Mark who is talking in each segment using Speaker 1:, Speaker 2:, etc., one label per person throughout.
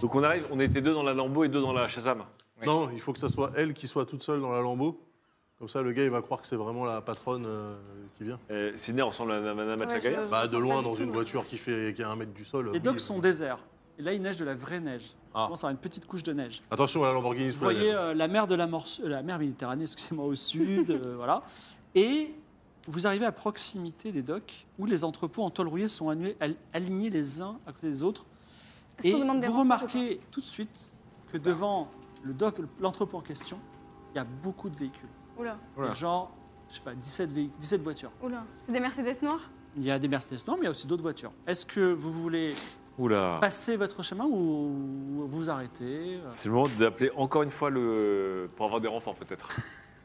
Speaker 1: Donc on arrive, on était deux dans la Lambo et deux dans la Shazam.
Speaker 2: Non, il faut que ça soit elle qui soit toute seule dans la lambeau. Comme ça, le gars, il va croire que c'est vraiment la patronne euh, qui vient.
Speaker 1: Euh, Sydney ressemble à Madame
Speaker 3: Ouais, je-
Speaker 1: Atlacaïa.
Speaker 3: je-
Speaker 2: Bah,
Speaker 3: je
Speaker 2: de
Speaker 3: sens pas
Speaker 2: loin,
Speaker 3: du
Speaker 2: dans
Speaker 3: tout.
Speaker 2: une voiture qui fait qui a un mètre du sol. euh,
Speaker 4: Les
Speaker 2: oui.
Speaker 4: docks sont déserts. Et là, il neige de la vraie neige.
Speaker 2: Ah.
Speaker 4: On commence à avoir une petite couche de neige.
Speaker 2: Attention à la Lamborghini
Speaker 4: Vous
Speaker 2: sous la
Speaker 4: voyez
Speaker 2: neige.
Speaker 4: euh, la mer de la, Morse- euh, la mer Méditerranée, excusez-moi, au sud, euh, voilà. Et vous arrivez à proximité des docks où les entrepôts en tôle rouillée sont annués- al- alignés les uns à côté des autres.
Speaker 3: Est-ce
Speaker 4: Et
Speaker 3: qu'on demande des
Speaker 4: vous
Speaker 3: renforts
Speaker 4: remarquez tout de suite que devant le dock, l'entrepôt en question, il y a beaucoup de véhicules.
Speaker 3: Oula,
Speaker 4: Il y a Genre, je sais pas, 17, véhic- 17 voitures.
Speaker 3: oula. C'est des Mercedes noires
Speaker 4: Il y a des Mercedes non, mais il y a aussi d'autres voitures. Est-ce que vous voulez
Speaker 2: Ah.
Speaker 1: Oula.
Speaker 4: passer votre chemin ou vous arrêter euh,
Speaker 1: C'est le moment d'appeler encore une fois le pour avoir des renforts peut-être.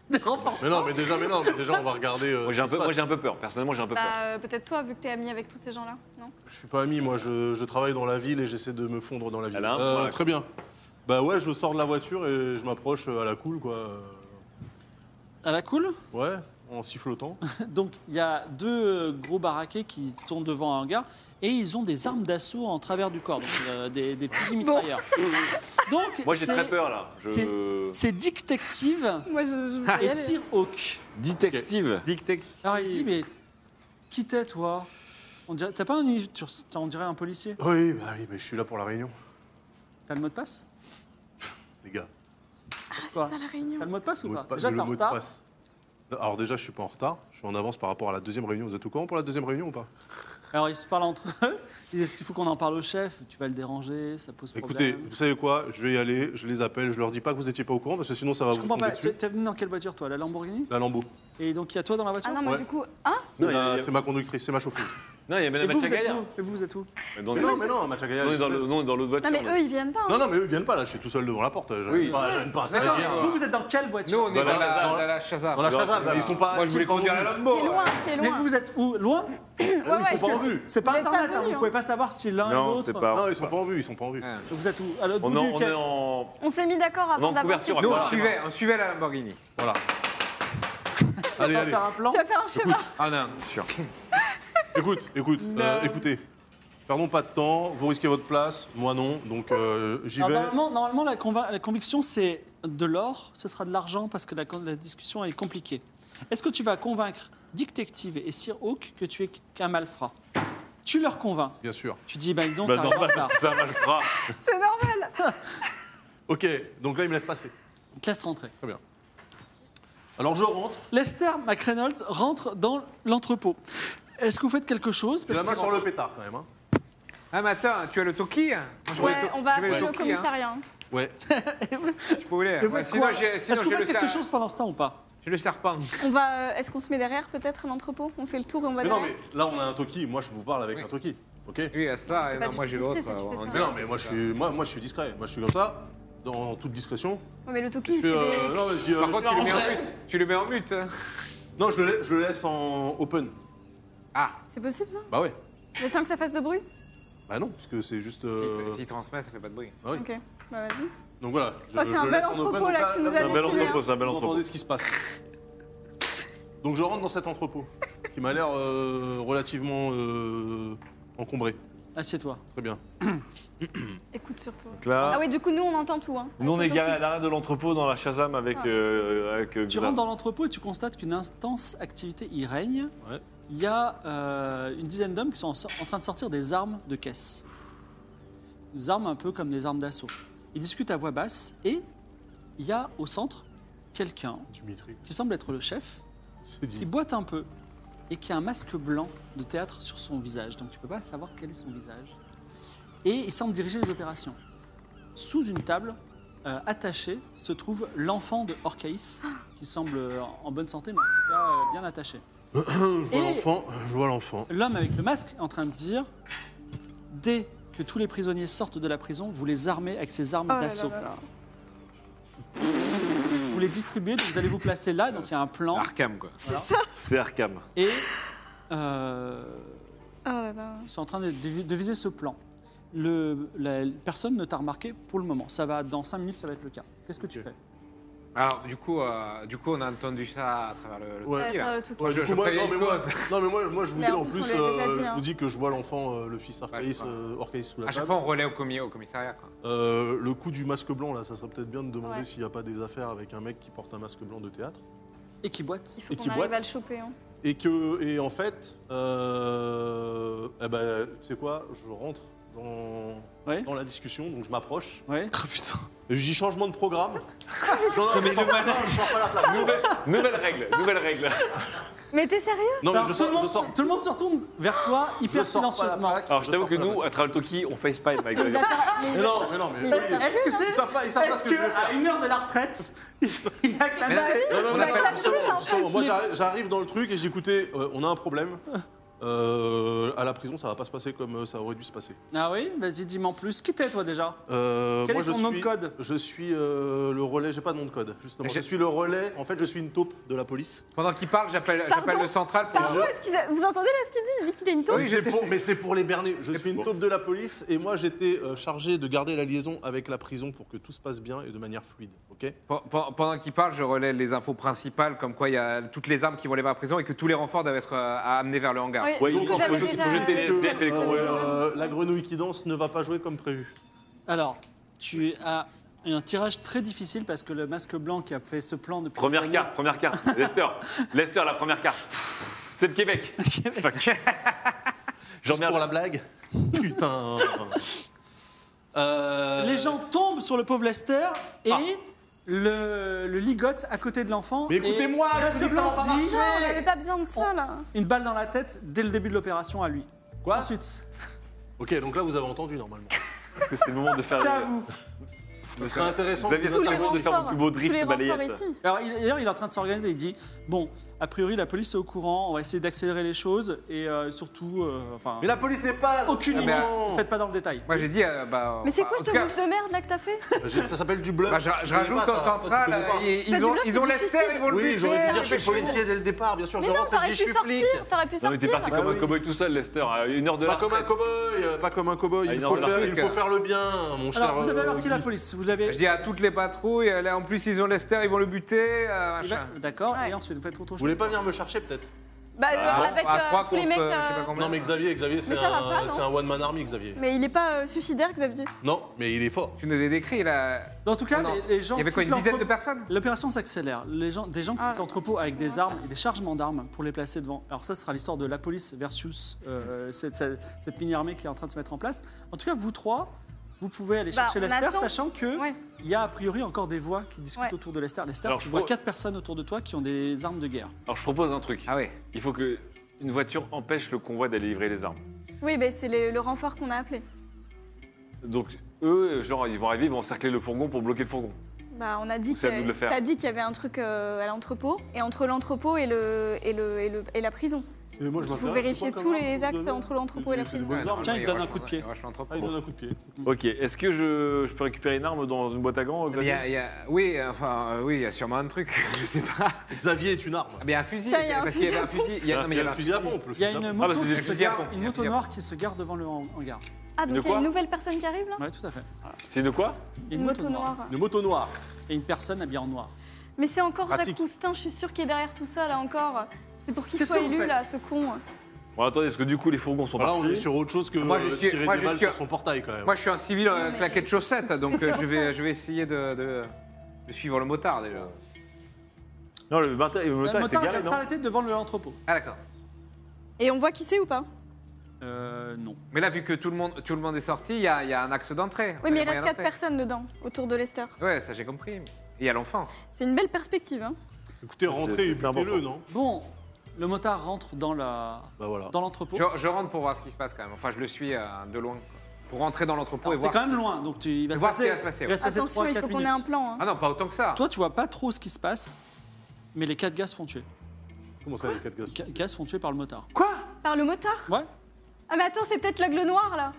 Speaker 4: Des renforts.
Speaker 2: Mais non, mais déjà, mais non, mais déjà, on va regarder. euh,
Speaker 1: Moi j'ai un
Speaker 2: ce qui
Speaker 1: peu,
Speaker 2: se
Speaker 1: moi
Speaker 2: passe.
Speaker 1: j'ai un peu peur. Personnellement j'ai un peu peur.
Speaker 3: Bah, euh, peut-être toi, vu que t'es ami avec tous ces gens-là, non
Speaker 2: Je suis pas ami, moi, je, je travaille dans la ville et j'essaie de me fondre dans la ville. Euh,
Speaker 1: Elle a un point, là.
Speaker 2: très bien. Bah ouais, je sors de la voiture et je m'approche à la cool, quoi. Euh,
Speaker 4: À la cool
Speaker 2: Ouais, en sifflotant.
Speaker 4: Donc il y a deux euh, gros baraquets qui sont devant un hangar et ils ont des armes d'assaut en travers du corps, donc, euh, des, des petits mitrailleurs. Donc
Speaker 1: Moi j'ai
Speaker 4: c'est-
Speaker 1: très peur là. Je...
Speaker 4: C'est Dick Tective
Speaker 3: Moi, je, je
Speaker 4: Ah, et Sir Hawk.
Speaker 1: Détective. Détective.
Speaker 4: Alors il dit mais qui t'es toi On dirait- T'as pas un uni- tu- on dirait un policier
Speaker 2: oui, bah oui, mais je suis là pour la réunion,
Speaker 4: T'as le mot de passe
Speaker 2: les gars.
Speaker 3: Ah, c'est
Speaker 4: Quoi
Speaker 3: ça la
Speaker 4: T'as
Speaker 3: réunion.
Speaker 4: le mot de passe ou
Speaker 2: Mot de
Speaker 4: pas
Speaker 2: passe-
Speaker 4: Déjà
Speaker 2: le
Speaker 4: t'es en
Speaker 2: mot de
Speaker 4: retard.
Speaker 2: passe. Alors déjà, je suis pas en retard, je suis en avance par rapport à la deuxième réunion. Vous êtes au courant pour la deuxième réunion ou pas
Speaker 4: Alors ils se parlent entre eux. Ils disent, Est-ce qu'il faut qu'on en parle au chef Tu vas le déranger, ça pose
Speaker 2: Écoutez,
Speaker 4: problème.
Speaker 2: vous savez quoi Je vais y aller, je les appelle, je leur dis pas que vous étiez pas au courant parce que sinon ça va
Speaker 4: je
Speaker 2: vous
Speaker 4: comprends
Speaker 2: tomber
Speaker 4: pas.
Speaker 2: dessus.
Speaker 4: T'es t'es venu dans quelle voiture toi La Lamborghini
Speaker 2: La Lambeau.
Speaker 4: Et donc il y a toi dans la voiture
Speaker 3: Ah non, mais
Speaker 2: Ouais.
Speaker 3: du coup, hein
Speaker 2: C'est
Speaker 1: Non, il y a-
Speaker 2: ma- c'est ma conductrice, c'est ma chauffeuse.
Speaker 1: Non il y a
Speaker 4: Et
Speaker 1: Madame
Speaker 4: vous, vous êtes
Speaker 1: Atlacaïa.
Speaker 4: où Et vous, vous êtes où
Speaker 1: Mais dans-
Speaker 2: Mais non, mais non, à Machagaya,
Speaker 1: On est
Speaker 2: je
Speaker 1: dans
Speaker 2: sais.
Speaker 1: le- non, on est dans l'autre voiture.
Speaker 3: Non, mais
Speaker 1: nous.
Speaker 3: eux, ils viennent pas. hein.
Speaker 2: Non, non, mais eux, ils viennent pas là, je suis tout seul devant la porte. Je
Speaker 1: Oui.
Speaker 2: pas, j'aime pas un
Speaker 4: D'accord,
Speaker 2: stagiaire.
Speaker 4: Ah
Speaker 1: euh,
Speaker 4: vous, vous êtes dans quelle
Speaker 5: Nous,
Speaker 4: voiture
Speaker 5: on est dans
Speaker 2: Dans
Speaker 5: la,
Speaker 2: la-
Speaker 5: dans
Speaker 2: dans
Speaker 5: la Shazam.
Speaker 2: Dans la
Speaker 1: Alors,
Speaker 2: Shazam,
Speaker 1: ça va.
Speaker 2: mais ils sont pas.
Speaker 5: Moi, je voulais
Speaker 2: ils sont pas
Speaker 5: conduire
Speaker 2: en
Speaker 5: la
Speaker 2: vue.
Speaker 5: Lambo.
Speaker 3: T'es loin, t'es
Speaker 4: Mais
Speaker 3: loin.
Speaker 4: vous, vous êtes où Loin
Speaker 2: Eh oui, Ils
Speaker 3: ouais,
Speaker 2: sont pas en
Speaker 3: parce que
Speaker 2: vue.
Speaker 4: C'est pas
Speaker 3: Vous êtes
Speaker 4: internet,
Speaker 3: pas
Speaker 4: hein,
Speaker 3: venus,
Speaker 4: vous
Speaker 3: hein.
Speaker 4: pouvez pas savoir si l'un
Speaker 1: Non,
Speaker 4: ou l'autre.
Speaker 1: c'est pas-
Speaker 2: Non, ils sont pas en vue, ils sont pas en vue.
Speaker 5: Ah.
Speaker 4: Vous êtes où À l'autre
Speaker 1: On
Speaker 4: bout
Speaker 1: est en-
Speaker 4: du
Speaker 1: on
Speaker 4: quai.
Speaker 1: est en
Speaker 3: On s'est mis d'accord
Speaker 1: on est
Speaker 3: avant
Speaker 1: en couverture. à
Speaker 3: d'avancer.
Speaker 5: Nous,
Speaker 1: quoi.
Speaker 5: on suivait, on suivait la Lamborghini.
Speaker 2: Voilà.
Speaker 4: On
Speaker 2: allez,
Speaker 4: va
Speaker 2: allez.
Speaker 4: faire un plan.
Speaker 3: Tu vas faire un schéma.
Speaker 5: Ah non, sûr.
Speaker 2: Écoute, écoute, euh, écoutez. Perdons pas de temps, vous risquez votre place, moi non, donc euh, j'y
Speaker 4: Alors,
Speaker 2: vais.
Speaker 4: normalement, normalement, la, conva- la conviction, c'est de l'or, ce sera de l'argent parce que la, con- la discussion est compliquée. Est-ce que tu vas convaincre Dick Tective et Sir Hawk que tu es qu'un malfrat Tu leur convaincs.
Speaker 2: Bien sûr.
Speaker 4: Tu dis, ben donc,
Speaker 1: Bah
Speaker 4: t'as
Speaker 1: non,
Speaker 4: un retard.
Speaker 1: ça mal fera.
Speaker 3: C'est normal.
Speaker 2: Ok, donc là, ils me laissent passer.
Speaker 4: On te laisse rentrer.
Speaker 2: Alors je rentre,
Speaker 4: Lester McReynolds rentre dans l'entrepôt. Est-ce que vous faites quelque chose
Speaker 2: j'ai
Speaker 4: Parce
Speaker 2: la main
Speaker 4: qu'il
Speaker 2: sur le
Speaker 4: rentre.
Speaker 2: pétard quand même. hein.
Speaker 5: Ah, mais attends, tu as le Toki hein Moi, je voulais
Speaker 3: Ouais,
Speaker 5: le to-
Speaker 3: on va
Speaker 5: je voulais
Speaker 3: appeler
Speaker 5: le
Speaker 3: au
Speaker 5: Toki, hein.
Speaker 3: commissariat. hein.
Speaker 2: Ouais.
Speaker 5: Je pouvais.
Speaker 4: Mais vous
Speaker 5: Ouais,
Speaker 4: faites
Speaker 5: Bah, sinon,
Speaker 4: quoi
Speaker 5: j'ai
Speaker 4: Est-ce
Speaker 5: sinon,
Speaker 4: que vous
Speaker 5: j'ai le,
Speaker 4: faites quelque
Speaker 5: ser-
Speaker 4: chose pendant ce temps ou pas
Speaker 5: j'ai le serpent.
Speaker 3: On va. euh, Est-ce qu'on se met derrière peut-être l'entrepôt On fait le tour et on va
Speaker 2: Mais non,
Speaker 3: derrière.
Speaker 2: mais là, on a un toki, moi je vous parle avec
Speaker 5: Oui.
Speaker 2: un toki, ok
Speaker 5: Lui, à ça, et
Speaker 3: pas
Speaker 5: non,
Speaker 3: du
Speaker 5: moi
Speaker 3: tout
Speaker 5: j'ai
Speaker 3: discret
Speaker 5: l'autre.
Speaker 3: si tu
Speaker 5: euh, on-
Speaker 3: fais ça.
Speaker 2: Mais non, mais moi je, suis, moi, moi je suis discret, moi je suis comme ça, dans toute discrétion.
Speaker 3: Ouais, mais le
Speaker 2: Je
Speaker 3: Toki,
Speaker 2: fais. euh,
Speaker 3: c'est des-
Speaker 2: non, mais je dis, euh,
Speaker 5: Par
Speaker 2: je
Speaker 5: contre,
Speaker 2: vais
Speaker 5: tu le mets en
Speaker 2: rentrer.
Speaker 5: mute. Tu le mets en mute. hein.
Speaker 2: Non, je le, laisse- je le laisse en open.
Speaker 5: Ah,
Speaker 3: c'est possible ça
Speaker 2: Bah ouais.
Speaker 3: Mais sans que ça fasse de bruit
Speaker 2: Bah non, parce que c'est juste.
Speaker 5: s'il
Speaker 2: euh,
Speaker 5: s'il transmet, ça fait pas de bruit.
Speaker 2: Oui.
Speaker 3: Ok, bah vas-y.
Speaker 2: Donc voilà. je-
Speaker 3: Oh, c'est
Speaker 2: je
Speaker 3: un
Speaker 2: le
Speaker 3: bel
Speaker 2: laisse en
Speaker 3: entrepôt,
Speaker 2: donc
Speaker 3: là, que tu nous
Speaker 2: c'est un
Speaker 3: as
Speaker 2: bel
Speaker 3: annoncé,
Speaker 2: entrepôt.
Speaker 1: hein. C'est un bel
Speaker 2: Vous
Speaker 1: entrepôt.
Speaker 2: entendez ce qui se passe. Donc je rentre dans cet entrepôt qui m'a l'air euh, relativement euh, encombré.
Speaker 4: Assieds-toi.
Speaker 2: Très bien.
Speaker 3: Écoute surtout.
Speaker 1: Donc là,
Speaker 3: Ah oui, du coup, nous, on entend tout. Hein.
Speaker 1: nous on est
Speaker 3: Avec le
Speaker 1: garés à
Speaker 3: Toki.
Speaker 1: l'arrière de l'entrepôt dans la Shazam avec.
Speaker 3: Ah.
Speaker 1: euh, avec euh,
Speaker 4: Tu rentres dans l'entrepôt et tu constates qu'une intense activité y règne.
Speaker 2: Ouais.
Speaker 4: Il y a euh, une dizaine d'hommes qui sont en, so- en train de sortir des armes de caisse. Des armes un peu comme des armes d'assaut. Ils discutent à voix basse et il y a au centre quelqu'un
Speaker 2: Dimitri.
Speaker 4: qui semble être le chef,
Speaker 2: C'est
Speaker 4: qui
Speaker 2: dit.
Speaker 4: boite un peu et qui a un masque blanc de théâtre sur son visage. Donc tu peux pas savoir quel est son visage. Et il semble diriger les opérations. Sous une table, euh, attachée, se trouve l'enfant de Orcaïs, qui semble en bonne santé, mais en tout cas euh, bien attaché.
Speaker 2: Je vois
Speaker 4: Et-
Speaker 2: l'enfant, je vois l'enfant.
Speaker 4: L'homme avec le masque est en train de dire dès que tous les prisonniers sortent de la prison, vous les armez avec ces armes
Speaker 3: Oh là là
Speaker 4: d'assaut.
Speaker 3: là là.
Speaker 4: Vous les distribuez, donc vous allez vous placer là, donc il y a un plan.
Speaker 5: Arkham, quoi.
Speaker 1: C'est Arkham.
Speaker 4: Et euh,
Speaker 3: Oh là là.
Speaker 4: ils sont en train de, de- de viser ce plan. Le- la- personne ne t'a remarqué pour le moment. Ça va dans 5 minutes, ça va être le cas. Qu'est-ce que tu
Speaker 2: Ok.
Speaker 4: fais
Speaker 5: Alors, du coup, euh, du coup, on a entendu ça à travers le, le
Speaker 2: Ouais.
Speaker 5: truc,
Speaker 3: Ouais,
Speaker 5: là.
Speaker 3: le tout-
Speaker 2: Ouais,
Speaker 5: Je-
Speaker 2: du
Speaker 5: je
Speaker 2: coup, moi,
Speaker 5: préviens
Speaker 2: non, mais moi,
Speaker 5: Nicolas.
Speaker 2: non, mais moi, moi, je vous
Speaker 3: Mais
Speaker 2: dis
Speaker 3: en
Speaker 2: en
Speaker 3: plus, on
Speaker 2: plus,
Speaker 3: lui avait déjà
Speaker 2: euh,
Speaker 3: dit,
Speaker 2: je
Speaker 3: hein.
Speaker 2: vous dis que je vois l'enfant, euh, le fils
Speaker 5: Ouais,
Speaker 2: Arcaïs,
Speaker 5: je crois.
Speaker 2: euh, Orcaïs sous la
Speaker 5: À chaque
Speaker 2: table.
Speaker 5: fois, on relaie au, commis- au commissariat, quoi.
Speaker 2: Euh, le coup du masque blanc, là, ça serait peut-être bien de demander
Speaker 3: Ouais.
Speaker 2: s'il n'y a pas des affaires avec un mec qui porte un masque blanc de théâtre.
Speaker 4: Et qui boite
Speaker 3: Il faut
Speaker 2: Et
Speaker 3: qu'on
Speaker 2: qui
Speaker 3: arrive
Speaker 2: boite.
Speaker 3: à le choper. hein.
Speaker 2: Et que, et en fait, euh, eh ben, tu sais quoi, je rentre dans,
Speaker 4: Ouais.
Speaker 2: dans la discussion, donc je m'approche.
Speaker 4: Ouais.
Speaker 2: Et je dis changement de programme. non, non, je sors pas, non, je sors pas la plaque.
Speaker 1: Nouvelle, nouvelle règle, nouvelle règle.
Speaker 3: Mais t'es sérieux
Speaker 2: Non, mais je
Speaker 4: Alors, Bah, tout, le
Speaker 2: sors, je
Speaker 4: monde,
Speaker 2: sors.
Speaker 4: se- tout le monde se retourne vers toi hyper
Speaker 2: je sors pas la
Speaker 4: silencieusement.
Speaker 2: plaque,
Speaker 1: Alors je t'avoue
Speaker 2: sors
Speaker 1: que
Speaker 2: pas la
Speaker 1: nous,
Speaker 2: plaque.
Speaker 1: à travers le Toki, on facepalm avec
Speaker 3: Il
Speaker 1: la
Speaker 3: va faire- Ah, mais il
Speaker 2: Mais
Speaker 3: va-
Speaker 2: non, mais non, mais.
Speaker 3: Il va se faire
Speaker 4: Est-ce que
Speaker 2: Ils
Speaker 4: c'est
Speaker 2: savent pas, ils savent pas ce
Speaker 4: Est-ce
Speaker 2: que je vais
Speaker 4: qu'à
Speaker 2: faire.
Speaker 4: une heure de la retraite, il a que
Speaker 3: Bah
Speaker 4: la
Speaker 5: Mais là,
Speaker 4: balle
Speaker 5: c'est-
Speaker 2: Non, non,
Speaker 5: on
Speaker 2: non,
Speaker 5: appelle-
Speaker 2: non, justement, justement, moi j'arrive- j'arrive dans le truc et j'écoutais, on a un problème. Euh, à la prison, ça va pas se passer comme euh, ça aurait dû se passer.
Speaker 4: Ah oui Vas-y, dis-moi en plus. Qui t'es, toi, déjà
Speaker 2: Euh,
Speaker 4: Quel
Speaker 2: moi,
Speaker 4: est
Speaker 2: je
Speaker 4: ton nom de
Speaker 2: suis-
Speaker 4: code
Speaker 2: Je suis euh, le relais, j'ai pas de nom de code, justement.
Speaker 5: Mais
Speaker 2: Je
Speaker 5: j'ai-
Speaker 2: suis le relais, en fait, je suis une taupe de la police.
Speaker 5: Pendant qu'il parle, j'appelle
Speaker 3: Pardon
Speaker 5: j'appelle le central pour.
Speaker 3: Pardon, est-ce qu'il a- Vous entendez là ce qu'il dit Il dit qu'il a une taupe.
Speaker 5: Oui,
Speaker 2: Mais
Speaker 5: je
Speaker 2: c'est
Speaker 5: sais,
Speaker 2: pour-
Speaker 5: c'est-
Speaker 2: mais c'est pour les berner. Je suis une
Speaker 1: bon.
Speaker 2: taupe de la police et moi, j'étais euh, chargé de garder la liaison avec la prison pour que tout se passe bien et de manière fluide, ok
Speaker 5: Pe- pe- Pendant qu'il parle, je relais les infos principales, comme quoi il y a toutes les armes qui vont lever à la prison et que tous les renforts doivent être euh, à amener vers le hangar.
Speaker 3: Oui,
Speaker 1: Ouais,
Speaker 3: du
Speaker 1: donc,
Speaker 3: coup,
Speaker 1: en
Speaker 3: j'avais
Speaker 1: fait,
Speaker 3: déjà-
Speaker 1: faut jeter les
Speaker 3: j'avais-
Speaker 1: FDF et les
Speaker 3: j'avais
Speaker 1: cambouis,
Speaker 3: déjà dit.
Speaker 2: Euh, la grenouille qui danse ne va pas jouer comme prévu.
Speaker 4: Alors, tu as un tirage très difficile parce que le masque blanc qui a fait ce plan depuis.
Speaker 1: Première
Speaker 4: des
Speaker 1: carte, première carte. Lester, Lester, la première carte. C'est le Québec. Fuck.
Speaker 2: Juste
Speaker 1: J'emmerde.
Speaker 2: pour la blague Putain Euh,
Speaker 4: années, Les gens tombent sur le pauvre Lester et le, le ligote à côté de l'enfant.
Speaker 2: Ah. Mais écoutez-moi,
Speaker 4: Et
Speaker 2: je vous dis que ça va pas
Speaker 4: Blanc dit
Speaker 3: Putain, on n'avait pas besoin de ça là.
Speaker 4: une balle dans la tête dès le début de l'opération à lui.
Speaker 2: Quoi
Speaker 4: Ensuite,
Speaker 2: Ok, donc là, vous avez entendu normalement.
Speaker 1: Parce que c'est le moment de
Speaker 2: Ah
Speaker 1: faire.
Speaker 4: c'est à
Speaker 1: le-
Speaker 4: vous.
Speaker 2: Ce serait intéressant.
Speaker 1: Vous aviez
Speaker 2: que
Speaker 1: tous
Speaker 3: Tous
Speaker 2: vous
Speaker 3: les
Speaker 1: Avant de faire
Speaker 3: renforts.
Speaker 1: mon plus beau drift
Speaker 3: Tous les
Speaker 1: de balayette.
Speaker 3: renforts ici.
Speaker 4: Alors, il- d'ailleurs, il est en train de s'organiser. Il dit Bon, a priori, la police est au courant. On va essayer d'accélérer les choses et euh, surtout, euh, enfin,
Speaker 2: Mais la police n'est pas
Speaker 4: aucune
Speaker 5: Ah, mais,
Speaker 4: limite.
Speaker 2: euh,
Speaker 4: Faites pas dans le détail.
Speaker 5: Moi, j'ai dit. euh, bah,
Speaker 3: Mais c'est
Speaker 5: bah,
Speaker 3: quoi
Speaker 5: en
Speaker 3: ce
Speaker 5: tout cas,
Speaker 3: bouche de merde là que t'as fait
Speaker 2: J'ai- Ça s'appelle du bluff.
Speaker 5: bah, je, je
Speaker 2: connais
Speaker 5: rajoute
Speaker 2: pas ça.
Speaker 5: au
Speaker 2: Toi, tu
Speaker 5: central,
Speaker 2: connais pas.
Speaker 5: euh, ils,
Speaker 3: Mais
Speaker 5: ils ont,
Speaker 3: dis-leur,
Speaker 5: ils ont
Speaker 3: c'est
Speaker 5: Lester,
Speaker 3: difficile.
Speaker 5: ils vont le
Speaker 2: Oui, j'aurais dû
Speaker 5: buter. euh,
Speaker 2: dire je suis policier dès le départ, bien sûr.
Speaker 3: Mais
Speaker 2: je
Speaker 3: non,
Speaker 2: rentre et je
Speaker 3: t'aurais
Speaker 2: dis je
Speaker 3: pu
Speaker 2: suis flic.
Speaker 3: sortir, t'aurais pu
Speaker 1: Non, mais t'es
Speaker 3: sortir.
Speaker 1: parti
Speaker 2: Bah
Speaker 1: comme un
Speaker 2: oui.
Speaker 1: cowboy tout seul, Lester, à une heure de
Speaker 2: Pas
Speaker 1: la
Speaker 2: comme un
Speaker 1: retraite.
Speaker 2: cowboy, euh, pas comme un cowboy.
Speaker 1: Ah,
Speaker 2: Il
Speaker 1: non,
Speaker 2: faut
Speaker 1: la
Speaker 2: faire, il
Speaker 5: flic.
Speaker 2: faut faire le bien, mon cher.
Speaker 4: Alors, vous avez
Speaker 2: euh,
Speaker 4: averti la
Speaker 2: Guy.
Speaker 4: police. Vous l'avez.
Speaker 5: Je dis à toutes les patrouilles, euh, là, en plus ils ont Lester, ils vont le buter, euh,
Speaker 4: Il
Speaker 5: machin.
Speaker 4: va- D'accord.
Speaker 3: Ouais.
Speaker 4: Et ensuite, vous faites autre chose.
Speaker 2: Vous voulez pas venir me chercher peut-être
Speaker 3: Bah, le-
Speaker 1: Ah,
Speaker 3: avec
Speaker 5: à
Speaker 3: euh,
Speaker 5: trois
Speaker 3: tous les
Speaker 5: contre,
Speaker 3: mecs.
Speaker 5: euh, je sais pas
Speaker 3: euh,
Speaker 5: combien.
Speaker 2: Non mais Xavier, Xavier c'est
Speaker 3: Mais ça va pas,
Speaker 2: un,
Speaker 3: non
Speaker 2: c'est un one man army Xavier.
Speaker 3: Mais il est pas euh, suicidaire, Xavier.
Speaker 2: Non, mais il est fort.
Speaker 5: Tu nous as décrit là.
Speaker 4: En tout cas,
Speaker 5: Oh, non.
Speaker 4: les, les gens.
Speaker 5: Il y avait quoi,
Speaker 4: quittent
Speaker 5: une dizaine de
Speaker 4: l'entrepôt-
Speaker 5: personnes
Speaker 4: L'opération s'accélère. Les gens, des gens quittent
Speaker 3: Ah.
Speaker 4: l'entrepôt avec des armes et des chargements d'armes pour les placer devant. Alors ça, ce sera l'histoire de la police versus euh, cette, cette- cette mini-armée qui est en train de se mettre en place. En tout cas, vous trois, vous pouvez aller
Speaker 3: Bah,
Speaker 4: chercher
Speaker 3: on
Speaker 4: Lester,
Speaker 3: attend.
Speaker 4: sachant que
Speaker 3: Ouais.
Speaker 4: il y a a priori encore des voix qui discutent
Speaker 3: Ouais.
Speaker 4: autour de Lester. Lester,
Speaker 1: Alors,
Speaker 4: tu
Speaker 1: je
Speaker 4: vois
Speaker 1: pro-
Speaker 4: quatre personnes autour de toi qui ont des armes de guerre.
Speaker 1: Alors je propose un truc.
Speaker 5: Ah ouais.
Speaker 1: Il faut que une voiture empêche le convoi d'aller livrer les armes.
Speaker 3: Oui, bah, c'est les- le renfort qu'on a appelé.
Speaker 1: Donc eux, genre, ils vont arriver, ils vont encercler le fourgon pour bloquer le fourgon.
Speaker 3: Bah, on a dit
Speaker 1: Ou c'est à nous de le
Speaker 3: que
Speaker 1: faire.
Speaker 3: t'as dit qu'il y avait un truc euh, à l'entrepôt et entre l'entrepôt et le et le et, le, et la prison.
Speaker 2: Et moi, je
Speaker 3: Il
Speaker 2: m'en
Speaker 3: faut
Speaker 2: fais
Speaker 3: vérifier
Speaker 2: rien, je
Speaker 3: tous
Speaker 2: sais pas
Speaker 3: les
Speaker 2: comment
Speaker 3: axes
Speaker 2: vous donnez-
Speaker 3: entre l'entrepôt et la
Speaker 2: c'est des
Speaker 3: prison.
Speaker 2: bonnes armes.
Speaker 4: Tiens, il donne un
Speaker 5: rush-
Speaker 4: coup de pied.
Speaker 5: il rush l'entrepôt.
Speaker 2: Ah, il donne un coup de pied.
Speaker 1: Ok. Est-ce que je, je peux récupérer une arme dans une boîte à
Speaker 2: Eh
Speaker 1: gants
Speaker 5: Il y
Speaker 1: Xavier
Speaker 5: a- il y a- Oui, enfin, euh, oui, il y a sûrement un truc, je sais pas.
Speaker 2: Xavier est une arme.
Speaker 5: Ah, Mais un fusil,
Speaker 3: Tiens, il y a un
Speaker 5: parce qu'il y avait un fusil. Il y a, non, mais
Speaker 2: Il y a
Speaker 5: un
Speaker 2: le fusil à pompe. le
Speaker 4: Il y
Speaker 2: fusil
Speaker 4: a
Speaker 2: à pompe.
Speaker 4: une
Speaker 1: bah,
Speaker 4: moto,
Speaker 1: c'est
Speaker 4: qui,
Speaker 1: des
Speaker 4: se
Speaker 5: fusils à
Speaker 4: gare-
Speaker 5: pompe.
Speaker 4: une
Speaker 5: Il y a
Speaker 4: moto
Speaker 5: plusieurs.
Speaker 4: noire qui se gare devant le hang- hangar.
Speaker 3: Ah,
Speaker 1: Mais
Speaker 3: donc
Speaker 1: de
Speaker 3: il y a une
Speaker 1: quoi
Speaker 3: nouvelle personne qui arrive là
Speaker 4: Ouais, tout à fait.
Speaker 1: C'est de quoi
Speaker 4: Il y a
Speaker 3: Une moto noire.
Speaker 2: Une moto noire.
Speaker 4: Et une personne habillée en noir.
Speaker 3: Mais c'est encore Jacques
Speaker 2: Pratique.
Speaker 3: Coustin, je suis sûr qu'il est derrière tout ça là encore. C'est pour qu'il
Speaker 4: Qu'est-ce
Speaker 3: soit
Speaker 4: que vous
Speaker 3: élu
Speaker 4: faites
Speaker 3: là, ce con.
Speaker 1: Bon attendez, est-ce que du coup les fourgons sont
Speaker 2: Voilà, on est
Speaker 1: partis
Speaker 2: sur autre chose que
Speaker 5: Moi, je
Speaker 2: euh,
Speaker 5: suis-
Speaker 2: tirer
Speaker 5: moi,
Speaker 2: des
Speaker 5: je
Speaker 2: balles
Speaker 5: suis-
Speaker 2: sur son portail quand même.
Speaker 5: Moi, je suis un civil euh,
Speaker 3: Non, mais-
Speaker 5: claqué de chaussettes, donc euh, je, vais, je vais essayer de, de, de suivre le motard déjà.
Speaker 1: Non, le matin, le
Speaker 4: Le
Speaker 2: Euh,
Speaker 1: matin, il s'est
Speaker 4: motard vient
Speaker 1: garé,
Speaker 4: de
Speaker 1: non
Speaker 4: s'arrêter devant l'entrepôt.
Speaker 5: Ah, d'accord.
Speaker 3: Et on voit qui c'est ou pas
Speaker 4: Euh, non.
Speaker 5: Mais là, vu que tout le monde, tout le monde est sorti, il y a, il y a un axe d'entrée.
Speaker 3: Oui, mais il
Speaker 5: y a moyen
Speaker 3: reste quatre
Speaker 5: d'entrer.
Speaker 3: personnes dedans, autour de Lester.
Speaker 5: Ouais, ça j'ai compris. Et Il y a l'enfant.
Speaker 3: C'est une belle perspective. Hein.
Speaker 2: Écoutez, rentrez et
Speaker 1: c'est
Speaker 2: butez-le,
Speaker 1: important.
Speaker 2: non
Speaker 4: Bon, le motard rentre dans la
Speaker 2: Bah voilà.
Speaker 4: dans l'entrepôt.
Speaker 5: Je, je rentre pour voir ce qui se passe quand même. Enfin, je le suis euh, de loin. quoi. Pour rentrer dans l'entrepôt et
Speaker 4: Alors, T'es
Speaker 5: voir.
Speaker 4: quand même loin, donc tu, il va se
Speaker 5: Voir
Speaker 4: passer.
Speaker 5: ce qui va se passer,
Speaker 4: il va
Speaker 5: ouais.
Speaker 4: se passer
Speaker 3: Attention,
Speaker 4: 3,
Speaker 3: il
Speaker 4: 4
Speaker 3: faut qu'on ait
Speaker 4: minutes.
Speaker 3: un plan. hein.
Speaker 5: Ah non, pas autant que ça.
Speaker 4: Toi, tu vois pas trop ce qui se passe, mais les quatre gars se font tuer.
Speaker 2: Comment ça, les quatre gars
Speaker 4: Ca- Cass sont tués par le motard.
Speaker 1: Quoi
Speaker 3: Ah, Par le motard
Speaker 4: Ouais
Speaker 3: Ah, mais attends, c'est peut-être l'aigle noir là.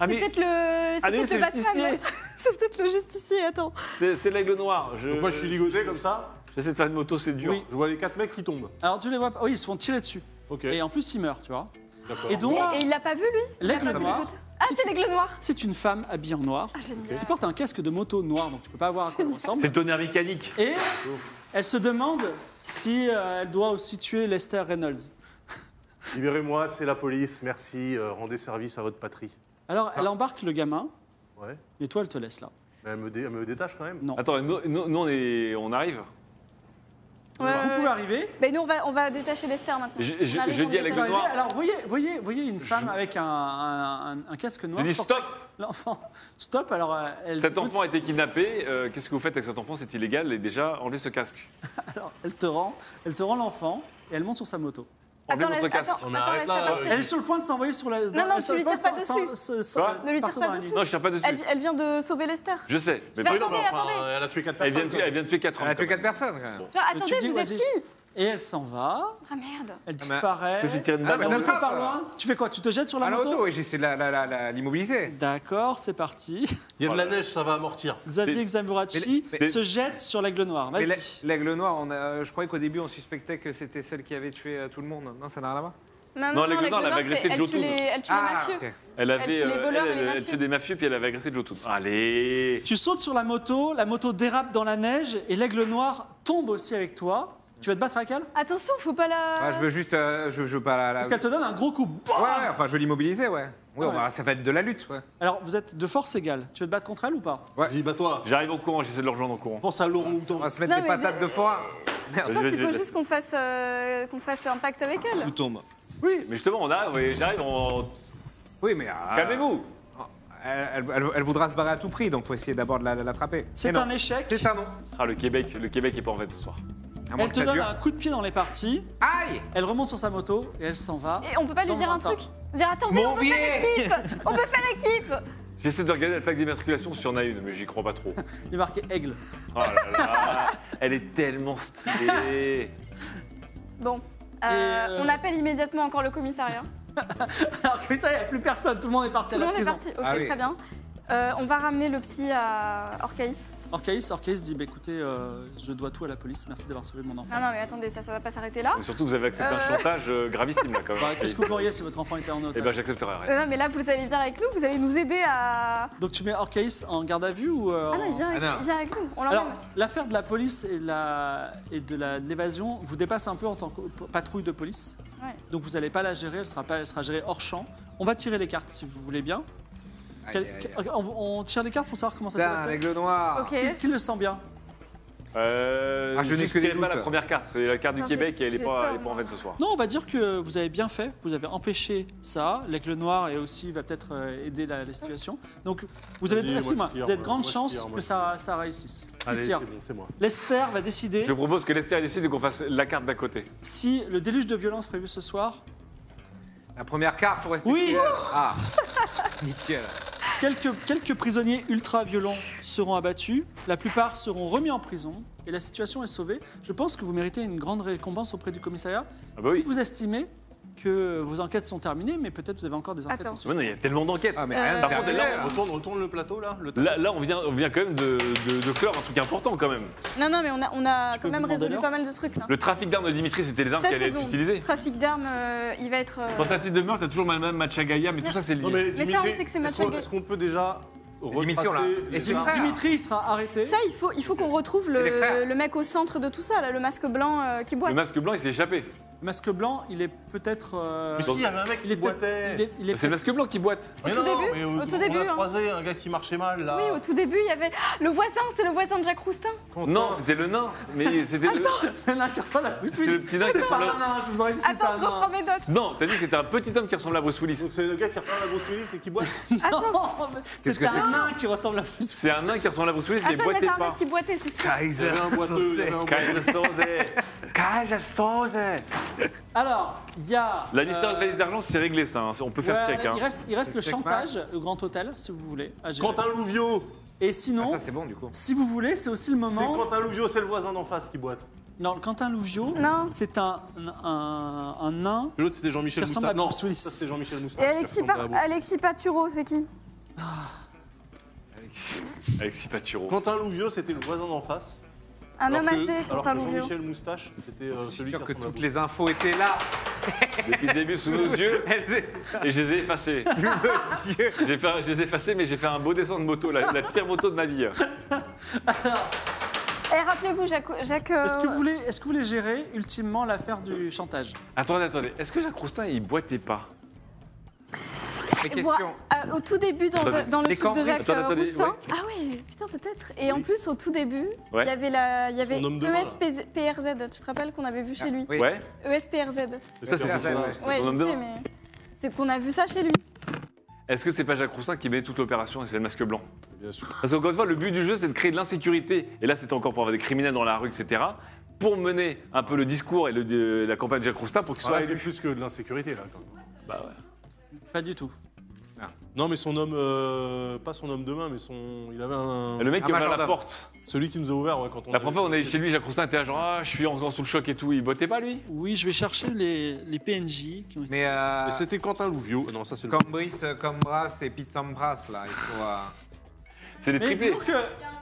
Speaker 1: Ah,
Speaker 3: C'est
Speaker 1: mais
Speaker 3: peut-être le.
Speaker 1: Ah,
Speaker 3: C'est
Speaker 1: mais
Speaker 3: peut-être
Speaker 1: c'est
Speaker 3: le
Speaker 1: le
Speaker 3: Batman.
Speaker 1: justicier.
Speaker 3: ouais. c'est peut-être le justicier, attends.
Speaker 1: c'est c'est l'aigle noir. Je-
Speaker 2: Donc moi, je suis ligoté comme ça.
Speaker 1: J'essaie de faire une moto, c'est dur.
Speaker 4: Oui.
Speaker 2: Je vois les quatre mecs qui tombent.
Speaker 4: Alors tu les vois pas. Oui, ils se font tirer dessus.
Speaker 2: Ok.
Speaker 4: Et en plus, ils meurent, tu vois.
Speaker 2: D'accord.
Speaker 4: Et donc,
Speaker 3: Et il l'a pas vu lui
Speaker 4: l'aigle
Speaker 3: pas
Speaker 4: noir,
Speaker 3: Ah, c'est l'aigle noir
Speaker 4: c'est une femme habillée en noir
Speaker 3: Ah, génial.
Speaker 4: qui porte un casque de moto noir, donc tu peux pas voir à quoi elle ressemble.
Speaker 1: C'est le tonnerre mécanique.
Speaker 4: Et elle se demande si euh, elle doit aussi tuer Lester Reynolds.
Speaker 2: Libérez-moi, c'est la police. Merci. euh, rendez service à votre patrie.
Speaker 4: Alors elle
Speaker 5: Ah.
Speaker 4: embarque le gamin,
Speaker 2: Ouais.
Speaker 4: mais toi elle te laisse là.
Speaker 2: Mais elle me, dé- elle me détache quand même.
Speaker 4: Non.
Speaker 1: Attends, nous, nous- nous, on, est, on arrive
Speaker 3: Ouais,
Speaker 4: Vous
Speaker 3: ouais,
Speaker 4: pouvez
Speaker 3: ouais.
Speaker 4: arriver.
Speaker 3: Mais nous, on va, on va détacher Lester maintenant.
Speaker 1: Je- je-
Speaker 3: On arrive,
Speaker 1: je
Speaker 3: on
Speaker 1: dis à
Speaker 3: le
Speaker 4: Vous
Speaker 1: l'aigle
Speaker 3: détache.
Speaker 4: arrivez,
Speaker 1: noir.
Speaker 4: alors voyez, voyez, voyez une femme avec un, un- un- un casque noir.
Speaker 1: J'ai dit
Speaker 4: sortir-
Speaker 1: stop
Speaker 4: L'enfant. Stop. Alors euh, elle.
Speaker 1: Cet enfant a
Speaker 4: écoute,
Speaker 1: été kidnappé. euh, Qu'est-ce que vous faites avec cet enfant C'est illégal. Et déjà, enlevez ce casque.
Speaker 4: alors, elle te rend, elle te rend l'enfant et elle monte sur sa moto.
Speaker 1: Enlevez
Speaker 3: Attends, la-
Speaker 1: votre casque.
Speaker 3: attends,
Speaker 2: On
Speaker 3: attends,
Speaker 2: arrête
Speaker 3: laisse
Speaker 2: là,
Speaker 3: la
Speaker 1: euh.
Speaker 3: partir.
Speaker 4: Elle est sur le point de s'envoyer sur la.
Speaker 3: non,
Speaker 4: elle est
Speaker 3: tu
Speaker 4: sur le
Speaker 3: lui
Speaker 4: point
Speaker 3: tire
Speaker 4: de
Speaker 3: pas
Speaker 4: s'en-
Speaker 3: dessus.
Speaker 4: s'en- s'en-
Speaker 1: Quoi
Speaker 4: s'en-
Speaker 3: Ne lui tire
Speaker 4: partir
Speaker 3: pas
Speaker 4: dans la
Speaker 3: dessus.
Speaker 4: nuit.
Speaker 1: Non, je tire pas dessus.
Speaker 3: Elle, elle vient de sauver Lester.
Speaker 1: Je sais. Mais
Speaker 3: Bah,
Speaker 1: bon,
Speaker 2: Oui, non, mais
Speaker 3: Attendez,
Speaker 2: enfin,
Speaker 3: attendez.
Speaker 2: elle a tué quatre
Speaker 1: elle, vient
Speaker 2: personnes.
Speaker 1: de tuer, elle vient de tuer 4
Speaker 5: Elle a tué quatre personnes. quand même.
Speaker 3: Genre,
Speaker 4: Mais
Speaker 3: attendez,
Speaker 4: tu dis,
Speaker 3: vous êtes
Speaker 4: vas-y.
Speaker 3: qui
Speaker 4: Et elle s'en va.
Speaker 3: Ah merde
Speaker 4: Elle
Speaker 5: mais-
Speaker 4: disparaît.
Speaker 1: Je peux essayer de tirer une
Speaker 5: Ah, mais
Speaker 1: balle.
Speaker 4: Elle
Speaker 1: dans le
Speaker 4: rentre
Speaker 5: l'attrape,
Speaker 4: par
Speaker 5: alors.
Speaker 4: loin. Tu fais quoi Tu te jettes sur la
Speaker 5: À la
Speaker 4: moto,
Speaker 5: moto, et j'essaie de la- la- la- la- l'immobiliser.
Speaker 4: D'accord, c'est parti.
Speaker 2: Il y a de la neige, ça va amortir.
Speaker 4: Xavier Xamurati
Speaker 5: mais- mais-
Speaker 4: se jette sur l'aigle noir.
Speaker 5: Mais
Speaker 4: Vas-y.
Speaker 5: l'a- L'aigle noir, on a- euh, je croyais qu'au début on suspectait que c'était celle qui avait tué euh, tout le monde. Non, ça n'a rien à voir. Ah,
Speaker 1: Non, l'aigle noir, elle avait
Speaker 3: c'est-
Speaker 1: agressé
Speaker 3: elle
Speaker 1: Joe
Speaker 3: tue
Speaker 1: Toon.
Speaker 3: les- Elle tue les mafieux.
Speaker 5: ok.
Speaker 1: Elle
Speaker 3: tue
Speaker 1: avait.
Speaker 3: les
Speaker 1: euh, Elle,
Speaker 3: voleurs et les
Speaker 1: elle- elle
Speaker 3: mafieux.
Speaker 1: tuait des mafieux puis elle avait agressé Joe Toon. Allez
Speaker 4: Tu sautes sur la moto, la moto dérape dans la neige et l'aigle noir tombe aussi avec toi. Tu vas te battre avec elle
Speaker 3: Attention, faut pas la.
Speaker 5: Ah, je veux juste, euh, je, je veux pas la. la-
Speaker 4: Parce qu'elle te donne un gros coup. Bam
Speaker 5: Ouais, ouais, enfin, je veux l'immobiliser, ouais. Oui, on
Speaker 4: Ouais.
Speaker 5: va- ça va être de la lutte, ouais.
Speaker 4: Alors vous êtes de force égale. Tu veux te battre contre elle ou pas
Speaker 5: Ouais.
Speaker 2: Vas-y, bats-toi.
Speaker 1: J'arrive en courant, j'essaie de le rejoindre en courant.
Speaker 2: bah, Pense à Laurent
Speaker 5: On
Speaker 2: Houtan.
Speaker 5: va se mettre
Speaker 3: Non,
Speaker 5: des
Speaker 3: mais
Speaker 5: patates
Speaker 3: vous-
Speaker 5: de foie.
Speaker 3: Je pense
Speaker 5: Merde.
Speaker 1: Je vais-
Speaker 3: qu'il
Speaker 1: je
Speaker 3: faut
Speaker 1: vais-
Speaker 3: juste qu'on fasse, euh, qu'on fasse un pacte avec elle.
Speaker 6: tombe.
Speaker 1: Oui, mais justement, on arrive, oui, j'arrive, on...
Speaker 5: Oui, mais. euh,
Speaker 1: Calmez-vous
Speaker 5: Elle, elle- elle- elle voudra se barrer à tout prix, donc faut essayer d'abord de la- de l'attraper.
Speaker 4: C'est
Speaker 5: Mais
Speaker 4: un
Speaker 5: non.
Speaker 4: échec.
Speaker 5: C'est un non.
Speaker 1: Ah, le Québec, le Québec est pas en fait ce soir.
Speaker 5: À moins
Speaker 4: Elle
Speaker 5: que
Speaker 4: te
Speaker 5: ça
Speaker 4: donne
Speaker 5: dure.
Speaker 4: un coup de pied dans les parties.
Speaker 5: Aïe
Speaker 4: Elle remonte sur sa moto et elle s'en va.
Speaker 3: Et on peut pas
Speaker 4: Dans
Speaker 3: lui
Speaker 4: le
Speaker 3: dire un
Speaker 4: lointain.
Speaker 3: truc Dire attendez,
Speaker 5: Mon
Speaker 3: on peut faire
Speaker 5: vieil
Speaker 3: équipe On peut faire équipe
Speaker 1: J'essaie de regarder la plaque d'immatriculation si y en a une, mais j'y crois pas trop.
Speaker 4: Il est marqué aigle.
Speaker 1: Oh là là, elle est tellement stylée
Speaker 3: Bon. euh,
Speaker 4: euh,
Speaker 3: On appelle immédiatement encore le commissariat.
Speaker 4: Alors que ça, il n'y a plus personne. Tout le monde est parti
Speaker 3: Tout
Speaker 4: à
Speaker 3: le
Speaker 4: la
Speaker 3: monde est
Speaker 4: prison.
Speaker 3: parti. Ok,
Speaker 5: Ah oui.
Speaker 3: très bien. Euh, on va ramener le petit à Orcaïs.
Speaker 4: Orcaïs, Orcaïs dit bah, écoutez, euh, je dois tout à la police. Merci d'avoir sauvé mon enfant.
Speaker 3: Ah Non, non, mais attendez, ça, ça va pas s'arrêter là.
Speaker 1: Mais surtout, vous avez accepté un
Speaker 3: Euh. Bah,
Speaker 1: chantage euh, gravissime, là, quand même.
Speaker 4: Qu'est-ce que vous feriez si votre enfant était en
Speaker 1: Eh
Speaker 4: otage
Speaker 1: ben, j'accepterai rien.
Speaker 3: Euh, Non, non, mais là, vous allez venir avec nous, vous allez nous aider à.
Speaker 4: Donc tu mets Orcaïs en garde à vue ou euh,
Speaker 3: Ah non,
Speaker 4: en-
Speaker 3: il vient avec,
Speaker 5: Ah non.
Speaker 3: il vient avec nous, on
Speaker 4: Alors,
Speaker 3: l'emmène.
Speaker 4: l'affaire de la police et de la- et de la- de l'évasion vous dépasse un peu en tant que p- patrouille de police.
Speaker 3: Ouais.
Speaker 4: Donc vous n'allez pas la gérer, elle sera, pas, elle sera gérée hors champ. On va tirer les cartes si vous voulez bien.
Speaker 5: Aïe,
Speaker 4: Quel-
Speaker 5: aïe, aïe.
Speaker 4: quel- on, on tire les cartes pour savoir comment ça s'est
Speaker 5: Putain,
Speaker 4: passé.
Speaker 5: l'aigle noir.
Speaker 3: Ok.
Speaker 4: Qui, qui le sent bien
Speaker 1: Euh,
Speaker 5: Ah, je n'ai
Speaker 1: juste
Speaker 5: que des
Speaker 1: tirez pas
Speaker 5: doutes.
Speaker 1: la première carte, c'est la carte du
Speaker 3: Non,
Speaker 1: Québec et
Speaker 3: j'ai-
Speaker 1: elle est
Speaker 3: j'ai
Speaker 1: pas,
Speaker 3: peur,
Speaker 1: elle est pas en
Speaker 3: moi.
Speaker 1: fait ce soir.
Speaker 4: Non, on va dire que vous avez bien fait, vous avez empêché ça. L'aigle noir et aussi va peut-être euh, aider la, la situation. Donc vous avez,
Speaker 2: Vas-y, moi, je
Speaker 4: excuse-moi,
Speaker 2: tire,
Speaker 4: vous avez de
Speaker 2: moi,
Speaker 4: grandes
Speaker 2: moi, je
Speaker 4: chances
Speaker 2: tire, moi,
Speaker 4: que
Speaker 2: je
Speaker 4: ça, ça réussisse. Qui
Speaker 2: Allez, c'est
Speaker 4: tire
Speaker 2: bon, c'est moi.
Speaker 4: Lester va décider
Speaker 1: Je propose que Lester décide et qu'on fasse la carte d'à côté.
Speaker 4: si le déluge de violence prévu ce soir,
Speaker 5: La première carte, faut rester
Speaker 4: Oui.
Speaker 5: fidèle. Ah Nickel.
Speaker 4: quelques, quelques prisonniers ultra-violents seront abattus, la plupart seront remis en prison et la situation est sauvée. Je pense que vous méritez une grande récompense auprès du commissariat
Speaker 1: Ah bah
Speaker 4: si
Speaker 1: oui.
Speaker 4: vous estimez que vos enquêtes sont terminées, mais peut-être vous avez encore des enquêtes.
Speaker 3: Attends.
Speaker 4: en sus.
Speaker 1: Ouais, non, il y a tellement d'enquêtes.
Speaker 5: Ah, mais
Speaker 3: Euh,
Speaker 5: rien de
Speaker 3: Par
Speaker 1: contre,
Speaker 5: terminé,
Speaker 1: là,
Speaker 5: là.
Speaker 2: Retourne, retourne le plateau, là. Le
Speaker 1: Là, là, on vient, on vient quand même de, de, de clore un truc important, quand même.
Speaker 3: Non, non, mais on a, on a quand même
Speaker 4: peux vous demander
Speaker 3: résolu
Speaker 4: l'heure
Speaker 3: pas mal de trucs là.
Speaker 1: Le trafic d'armes de Dimitri, c'était les armes
Speaker 3: Ça,
Speaker 1: qu'elle
Speaker 3: c'est
Speaker 1: allait
Speaker 3: bon.
Speaker 1: utiliser.
Speaker 3: Trafic d'armes, euh, il va être. euh,
Speaker 1: Tentative de meurtre, t'as toujours Madame Machagaya, mais tout ça, c'est lié.
Speaker 2: Non, mais,
Speaker 3: ça, on
Speaker 2: Dimitri,
Speaker 3: sait que c'est
Speaker 2: est-ce qu'on-
Speaker 3: Machagay.
Speaker 2: Est-ce qu'on peut déjà
Speaker 5: Dimitri, on l'a.
Speaker 2: retracer
Speaker 5: Et
Speaker 2: les
Speaker 5: c'est
Speaker 2: armes
Speaker 5: frère.
Speaker 4: Dimitri sera arrêté.
Speaker 3: Ça, il faut, il faut qu'on retrouve
Speaker 5: Et les
Speaker 3: le,
Speaker 5: frères
Speaker 3: le mec au centre de tout ça, là, le masque blanc euh, qui boit.
Speaker 1: Le masque blanc, il s'est échappé.
Speaker 4: Masque blanc, il est peut-être. euh,
Speaker 2: Mais si, il y avait un mec
Speaker 4: il est
Speaker 2: qui
Speaker 4: peut-être.
Speaker 2: boitait.
Speaker 4: il est- il est
Speaker 1: C'est le masque blanc qui boite.
Speaker 2: Mais
Speaker 3: Au tout
Speaker 2: non,
Speaker 3: début,
Speaker 2: mais
Speaker 3: au tout
Speaker 2: on
Speaker 3: début,
Speaker 2: a
Speaker 3: hein.
Speaker 2: croisé un gars qui marchait mal, là.
Speaker 3: Oui, au tout début, il y avait. Ah, Le voisin, c'est le voisin de Jacques Roustin.
Speaker 2: Quentin.
Speaker 1: Non, c'était le nain. Mais c'était le...
Speaker 4: peut-être- nain qui ressemble à Bruce
Speaker 1: C'est
Speaker 4: Willis.
Speaker 1: le petit nain qui
Speaker 4: C'est pas
Speaker 1: ressemble à-
Speaker 4: un nain, je vous aurais dit que c'était
Speaker 3: Attends,
Speaker 4: un
Speaker 3: je reprends
Speaker 4: nain.
Speaker 3: mes notes.
Speaker 1: Non, t'as dit que c'était un petit homme qui ressemble à Bruce Willis.
Speaker 2: Donc c'est le gars qui reprend la grosse milice et qui boite.
Speaker 4: Non, mais
Speaker 5: Qu'est-ce
Speaker 4: C'était
Speaker 5: que c'est que
Speaker 4: un
Speaker 5: ça
Speaker 4: nain qui ressemble à Bruce
Speaker 1: C'est un nain qui ressemble à Bruce Willis, mais
Speaker 3: Attends, il y
Speaker 1: boitait
Speaker 3: avait un mec
Speaker 1: pas.
Speaker 3: qui boitait, c'est sûr.
Speaker 2: Il y avait un boiteux, euh, il y avait un boiteux.
Speaker 4: Alors, il y a.
Speaker 1: La mystère de
Speaker 4: euh,
Speaker 1: valise d'argent, c'est réglé ça. hein. On peut faire
Speaker 4: ouais,
Speaker 1: check. hein.
Speaker 4: Il reste, il reste le
Speaker 5: Check
Speaker 4: chantage au Grand Hôtel, si vous voulez. à gérer.
Speaker 2: Quentin Louvio
Speaker 4: Et
Speaker 5: Ah,
Speaker 4: sinon,
Speaker 5: ça, c'est bon, du coup.
Speaker 4: si vous voulez, c'est aussi le
Speaker 2: C'est
Speaker 4: moment.
Speaker 2: Quentin Louvio, c'est le voisin d'en face qui boite.
Speaker 4: Non, Quentin Louvio,
Speaker 3: Non.
Speaker 4: c'est un, un, un nain.
Speaker 2: L'autre, c'était Jean-Michel
Speaker 4: Qui ressemble
Speaker 2: Moustard.
Speaker 4: à
Speaker 2: Non,
Speaker 4: Bruce Willis.
Speaker 2: ça, c'est Jean-Michel Moustard.
Speaker 3: Et Alexis, Pa- Alexis Paturo, c'est qui
Speaker 1: Alexis Paturo.
Speaker 2: Quentin Louvieux, c'était le voisin d'en face.
Speaker 3: Un
Speaker 2: alors
Speaker 3: homme
Speaker 2: que,
Speaker 3: âgé,
Speaker 2: alors
Speaker 3: Quentin
Speaker 2: que
Speaker 3: Louvio.
Speaker 2: Jean-Michel Moustache, c'était euh,
Speaker 5: Je suis
Speaker 2: celui qui
Speaker 5: sûr que
Speaker 2: ressemble à
Speaker 5: toutes
Speaker 2: Bruce.
Speaker 5: les infos étaient là.
Speaker 1: Depuis le début, sous nos yeux,
Speaker 5: Elles
Speaker 1: et je les ai effacés.
Speaker 5: étaient-
Speaker 1: J'ai fait- je les ai effacés, mais j'ai fait un beau dessin de moto, la, la pire moto de ma vie.
Speaker 3: Et Eh, rappelez-vous, Jacques. Jacques euh,
Speaker 4: Est-ce que, vous voulez, est-ce que vous voulez gérer ultimement l'affaire du chantage
Speaker 1: Attendez, attendez. Est-ce que Jacques Roustin, il boitait pas
Speaker 5: Mais
Speaker 3: voi-
Speaker 5: question.
Speaker 3: euh, au tout début, dans,
Speaker 1: Attendez.
Speaker 3: dans le
Speaker 5: Les
Speaker 3: truc de
Speaker 5: cambrises.
Speaker 3: Jacques
Speaker 1: Attendez,
Speaker 3: euh,
Speaker 1: attendez,
Speaker 3: Roustin.
Speaker 1: ouais.
Speaker 3: Ah oui, putain, peut-être. Et en
Speaker 1: Oui.
Speaker 3: plus, au tout début, il
Speaker 1: Ouais.
Speaker 3: y avait, la, il y avait E
Speaker 2: Son homme de main, là.
Speaker 3: ESPRZ. Tu te rappelles qu'on avait vu chez lui E
Speaker 5: Ah, Oui.
Speaker 1: Ouais.
Speaker 3: ESPRZ.
Speaker 1: Ça, c'était
Speaker 5: c'est
Speaker 1: son,
Speaker 5: vrai.
Speaker 1: c'était
Speaker 3: Ouais,
Speaker 1: son
Speaker 3: je
Speaker 1: homme de
Speaker 3: sais,
Speaker 1: main.
Speaker 3: mais. C'est qu'on a vu ça chez lui.
Speaker 1: Est-ce que c'est pas Jacques Roussin qui menait toute l'opération et c'est le masque blanc
Speaker 2: Bien sûr.
Speaker 1: Parce qu'encore une fois, le but du jeu, c'est de créer de l'insécurité. Et là, c'était encore pour avoir des criminels dans la rue, etc. Pour mener un peu le discours et le- de- la campagne de Jacques Roustin pour qu'il soit
Speaker 2: Ah, c'est
Speaker 1: élu.
Speaker 2: plus que de l'insécurité, là. quand même.
Speaker 1: Bah ouais.
Speaker 4: Pas du tout.
Speaker 2: Non, mais son homme... euh, pas son homme de main, mais son... Il avait un...
Speaker 1: Et Le mec qui
Speaker 5: Un
Speaker 1: a ouvert la
Speaker 5: majordome.
Speaker 1: porte.
Speaker 2: Celui qui nous a ouvert, ouais, quand on...
Speaker 1: La
Speaker 2: a
Speaker 1: première
Speaker 2: vu-
Speaker 1: fois, on est allé chez lui, Jacques Roustin était là, genre, ah, je suis encore sous le choc et tout. Il bottait pas, lui
Speaker 4: Oui, je vais chercher les, les PNJ qui ont été.
Speaker 5: Mais euh,
Speaker 2: Mais C'était Quentin Louvieux. Non, ça, c'est le...
Speaker 5: Cambris, euh, Cambras et Pitsambras, là, ils sont, euh,
Speaker 1: C'est des
Speaker 4: Mais
Speaker 1: triplés.
Speaker 4: disons que,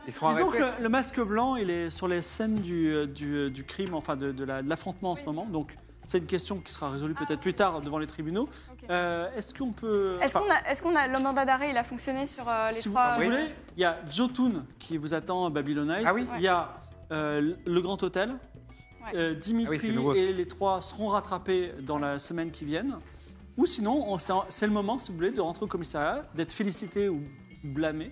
Speaker 5: ils sont
Speaker 4: disons que
Speaker 5: arrêtés.
Speaker 4: le, le masque blanc, il est sur les scènes du, euh, du, euh, du crime, enfin de, de la- de l'affrontement en ce moment. Donc, c'est une question qui sera résolue peut-être plus tard devant les tribunaux.
Speaker 3: Ah. Ok.
Speaker 4: Euh, Est-ce qu'on peut.
Speaker 3: Est-ce
Speaker 4: enfin,
Speaker 3: qu'on a, est-ce qu'on a le mandat d'arrêt Il a fonctionné sur euh, les
Speaker 4: si vous,
Speaker 3: trois.
Speaker 4: si vous
Speaker 5: Oui.
Speaker 4: voulez, il y a Jotun qui vous attend à Babylonite.
Speaker 5: Ah oui.
Speaker 4: Il y a euh, le Grand Hôtel.
Speaker 3: Ouais.
Speaker 4: Euh,
Speaker 5: Ah oui, c'est
Speaker 4: Dimitri
Speaker 5: nouveau, ça.
Speaker 4: et les trois seront rattrapés dans la semaine qui viennent. Ou sinon, on- c'est un- c'est le moment, si vous voulez, de rentrer au commissariat, d'être félicité ou blâmé.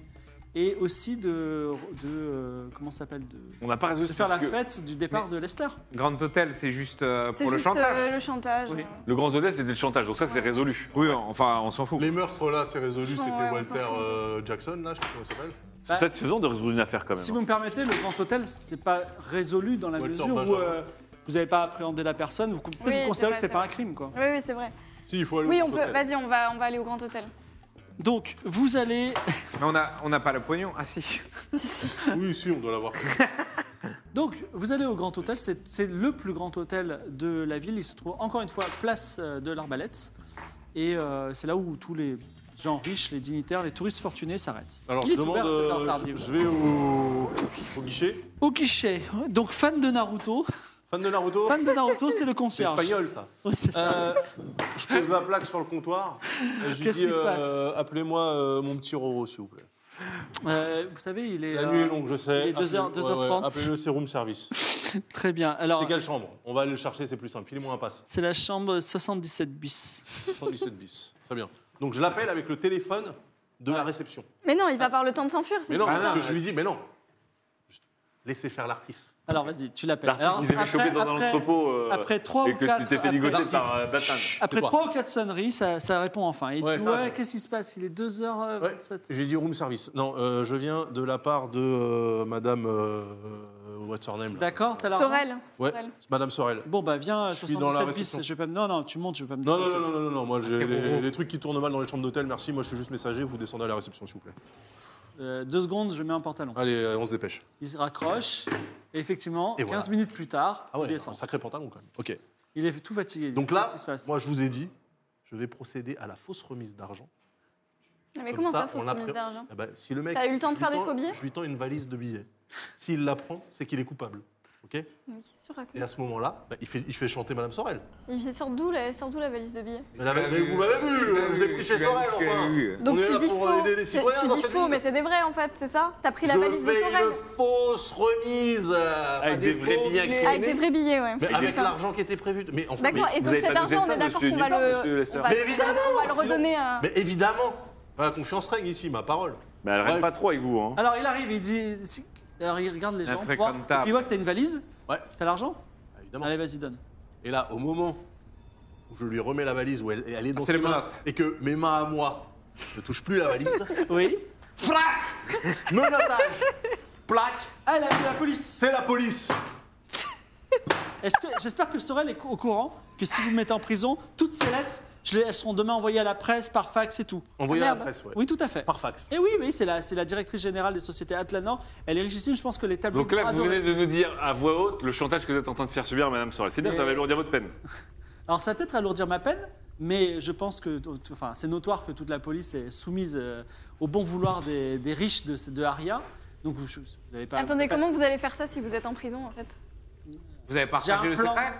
Speaker 4: Et aussi de. de euh, comment ça s'appelle de,
Speaker 1: On n'a pas résolu
Speaker 4: de
Speaker 1: ce
Speaker 4: faire la
Speaker 1: parce que
Speaker 4: fête du départ de Lester.
Speaker 5: Grand Hôtel, c'est juste euh,
Speaker 3: C'est
Speaker 5: pour le
Speaker 3: juste,
Speaker 5: chantage.
Speaker 3: euh, le chantage.
Speaker 4: Oui.
Speaker 1: Le grand hôtel, c'était le chantage. Donc ça, c'est résolu.
Speaker 5: Oui, enfin, on s'en fout.
Speaker 2: Les meurtres, là, c'est résolu.
Speaker 3: Franchement,
Speaker 2: C'était
Speaker 3: ouais, on s'en
Speaker 2: Walter
Speaker 3: fout.
Speaker 2: euh, Jackson, là, je sais pas comment il s'appelle.
Speaker 4: Bah,
Speaker 1: cette saison de résoudre une affaire, quand même.
Speaker 4: Si vous me permettez, le grand hôtel, c'est pas résolu dans la
Speaker 2: Walter
Speaker 4: mesure où
Speaker 2: Benjamin.
Speaker 4: euh, vous n'avez pas appréhendé la personne, vous, peut-être
Speaker 3: Oui,
Speaker 4: vous
Speaker 3: c'est
Speaker 4: considérez
Speaker 3: vrai,
Speaker 4: que c'est
Speaker 3: c'est
Speaker 4: pas
Speaker 3: vrai.
Speaker 4: un crime. quoi.
Speaker 3: Oui, oui, c'est vrai.
Speaker 2: Si, il faut aller
Speaker 3: Oui,
Speaker 2: au
Speaker 3: on
Speaker 2: Grand
Speaker 3: peut.
Speaker 2: Hôtel.
Speaker 3: Vas-y, on va, on va aller au grand hôtel.
Speaker 4: Donc, vous allez.
Speaker 5: Mais on n'a on n'a pas le pognon. Ah si.
Speaker 1: hein.
Speaker 2: Oui, si, on doit l'avoir.
Speaker 4: Donc, vous allez au Grand Hôtel, c'est c'est le plus grand hôtel de la ville. Il se trouve encore une fois place euh, de l'Arbalète. Et euh, c'est là où tous les gens riches, les dignitaires, les touristes fortunés s'arrêtent.
Speaker 2: Alors,
Speaker 4: Il
Speaker 2: je
Speaker 4: est ouvert
Speaker 2: demande...
Speaker 4: à cette heure
Speaker 2: euh,
Speaker 4: tardive.
Speaker 2: je je vais au... au guichet.
Speaker 4: Au guichet, donc fan de Naruto.
Speaker 2: Fan de Naruto
Speaker 4: Fan de Naruto, c'est le
Speaker 2: C'est
Speaker 4: concierge.
Speaker 2: espagnol, ça.
Speaker 4: Oui, c'est ça.
Speaker 2: Euh, je pose la plaque sur le comptoir. et je lui
Speaker 4: Qu'est-ce
Speaker 2: dis,
Speaker 4: qui se passe
Speaker 2: Appelez-moi euh, mon petit Roro, s'il vous plaît.
Speaker 4: Euh, vous savez, il est.
Speaker 2: La
Speaker 4: euh,
Speaker 2: nuit est longue, je sais.
Speaker 4: il est 2 heures-
Speaker 2: Appelez-
Speaker 4: 2h30.
Speaker 2: Appelez-le, c'est room service.
Speaker 4: Très bien. Alors,
Speaker 2: C'est quelle chambre On va aller le chercher, c'est plus simple. Filez-moi un pass.
Speaker 4: c'est la chambre 77 bis.
Speaker 2: 117 bis. Très bien. Donc je l'appelle avec le téléphone de la réception.
Speaker 3: Mais non, il va avoir le temps de s'enfuir. c'est
Speaker 2: Mais non,
Speaker 5: Ah,
Speaker 2: parce
Speaker 5: non,
Speaker 2: que je lui dis, mais non. Je- Laissez faire l'artiste.
Speaker 4: Alors, vas-y, tu l'appelles.
Speaker 1: L'artiste
Speaker 4: Alors,
Speaker 1: qui s'est fait choper dans un
Speaker 4: après-
Speaker 1: entrepôt. euh,
Speaker 4: après trois
Speaker 1: Et
Speaker 4: ou
Speaker 1: que tu
Speaker 4: quatre-
Speaker 1: t'es fait
Speaker 4: après-
Speaker 1: ligoter
Speaker 2: l'artiste.
Speaker 1: par euh, Batman.
Speaker 4: Après
Speaker 2: C'est toi.
Speaker 4: 3 ou 4 sonneries, ça, ça répond enfin. Et
Speaker 2: Ouais,
Speaker 4: tu
Speaker 2: ça
Speaker 4: ouais,
Speaker 2: répond.
Speaker 4: qu'est-ce qui se passe Il est euh, 2h27.
Speaker 2: Ouais, J'ai dit room service. Non, euh, je viens de la part de euh, madame. euh, euh, what's her name là
Speaker 4: D'accord, t'as la
Speaker 3: Sorel.
Speaker 2: Ouais,
Speaker 3: Sorel.
Speaker 2: madame Sorel.
Speaker 4: Bon, bah viens,
Speaker 2: Je suis dans la
Speaker 4: 77 bis.
Speaker 2: réception.
Speaker 4: Je vais pas me... Non, non, tu montes, je vais pas me
Speaker 2: Non, non,
Speaker 4: dépasser.
Speaker 2: non, non, non, non, non, moi j'ai
Speaker 5: c'est
Speaker 2: les,
Speaker 5: bon.
Speaker 2: les trucs qui tournent mal dans les chambres d'hôtel, merci, moi je suis juste messager, vous descendez à la réception s'il vous plaît.
Speaker 4: Euh, deux secondes, je mets un pantalon.
Speaker 2: Allez, euh, on se dépêche.
Speaker 4: Il se raccroche. Et effectivement,
Speaker 2: Et
Speaker 4: 15
Speaker 2: voilà.
Speaker 4: minutes plus tard,
Speaker 2: Ah ouais,
Speaker 4: il
Speaker 2: un
Speaker 4: descend.
Speaker 2: sacré pantalon quand même. Ok.
Speaker 4: Il est tout fatigué.
Speaker 2: Donc
Speaker 4: Qu'est-ce
Speaker 2: là,
Speaker 4: qui se passe
Speaker 2: moi je vous ai dit, je vais procéder à la fausse remise d'argent.
Speaker 3: Mais
Speaker 2: Comme
Speaker 3: comment ça,
Speaker 2: ça,
Speaker 3: faut
Speaker 2: on
Speaker 3: se
Speaker 2: l'appré-
Speaker 3: remettre d'argent
Speaker 2: Ah bah, si le mec.
Speaker 3: T'as eu le temps de
Speaker 2: je
Speaker 3: faire
Speaker 2: lui
Speaker 3: des
Speaker 2: tends-
Speaker 3: faux billets
Speaker 2: Je lui tends une valise de billets. S'il la prend, c'est qu'il est coupable. Ok Et
Speaker 3: Oui, sur à quoi
Speaker 2: à ce moment-là, bah, il, fait, il fait chanter Madame Sorel.
Speaker 3: Il sort d'où la, sort d'où la valise de billets
Speaker 2: Mais la- mais vous m'avez vu, euh, je l'ai pris chez Sorel enfin
Speaker 3: Donc
Speaker 2: est
Speaker 3: tu
Speaker 2: là
Speaker 3: dis
Speaker 2: pour
Speaker 3: faux.
Speaker 2: aider les
Speaker 3: C'est-
Speaker 2: citoyens
Speaker 3: tu
Speaker 2: dans
Speaker 3: dis
Speaker 2: cette
Speaker 3: faux,
Speaker 2: ville.
Speaker 3: mais c'est des vrais en fait, c'est ça T'as pris la
Speaker 2: Je
Speaker 3: valise de
Speaker 2: fais
Speaker 3: Sorel
Speaker 2: une fausse remise euh,
Speaker 1: Avec
Speaker 2: à
Speaker 1: des vrais
Speaker 2: faux
Speaker 1: billets
Speaker 3: avec des
Speaker 1: mais-
Speaker 3: vrais billets, ouais.
Speaker 2: Mais
Speaker 3: C'est
Speaker 2: avec
Speaker 3: ça.
Speaker 2: l'argent qui était prévu. Mais enfin, mais-
Speaker 3: D'accord. Et
Speaker 1: vous
Speaker 3: donc
Speaker 1: avez
Speaker 3: cet
Speaker 1: pas noté
Speaker 3: argent, on
Speaker 1: ça,
Speaker 3: est d'accord
Speaker 1: monsieur
Speaker 3: qu'on va
Speaker 1: Nulard,
Speaker 3: le,
Speaker 1: monsieur Lester
Speaker 3: on va-
Speaker 2: Mais évidemment,
Speaker 3: on va le
Speaker 2: sinon-
Speaker 3: redonner à.
Speaker 2: Mais évidemment Enfin, La confiance règne ici, ma parole.
Speaker 1: Mais elle
Speaker 2: Bref.
Speaker 1: rêve pas trop avec vous, hein.
Speaker 4: Alors, il arrive, il dit. si- Alors, il regarde les gens. pour voir.
Speaker 5: Infréquentable.
Speaker 4: Il voit que t'as une valise.
Speaker 2: Ouais,
Speaker 4: T'as l'argent
Speaker 2: évidemment.
Speaker 4: Allez, vas-y, donne.
Speaker 2: Et là, au moment où je lui remets la valise, où elle, elle est dans
Speaker 5: Ah, c'est
Speaker 2: ses
Speaker 5: les
Speaker 2: mains,
Speaker 5: menottes.
Speaker 2: et que mes mains à moi ne touchent plus la valise,
Speaker 4: Oui.
Speaker 2: frac Menottage Plaque
Speaker 4: Ah, elle a appelé la police.
Speaker 2: C'est la police
Speaker 4: Est-ce que- J'espère que Sorel est au courant que si vous me mettez en prison, toutes ces lettres, Je les- elles seront demain envoyées à la presse par fax et tout.
Speaker 2: Envoyé à la
Speaker 3: Ah, Merde.
Speaker 2: presse, ouais.
Speaker 4: Oui, tout à fait.
Speaker 2: Par fax.
Speaker 4: Et oui, oui, c'est la, c'est la directrice générale des sociétés Atlanor. Elle est richissime, je pense que les tableaux
Speaker 1: Donc là,
Speaker 4: vont
Speaker 1: vous
Speaker 4: adorer.
Speaker 1: venez de nous dire à voix haute le chantage que vous êtes en train de faire subir à Madame Sorel. C'est bien,
Speaker 4: Mais-
Speaker 1: ça va alourdir votre peine.
Speaker 4: Alors ça va peut-être alourdir ma peine, mais je pense que t- enfin, c'est notoire que toute la police est soumise euh, au bon vouloir des, des riches de, de Aria. Donc vous je- vous n'allez pas...
Speaker 3: Attendez,
Speaker 4: pas-
Speaker 3: comment vous allez faire ça si vous êtes en prison en fait
Speaker 5: Vous avez
Speaker 4: J'ai
Speaker 5: partagé
Speaker 4: un
Speaker 5: le
Speaker 4: plan.
Speaker 5: secret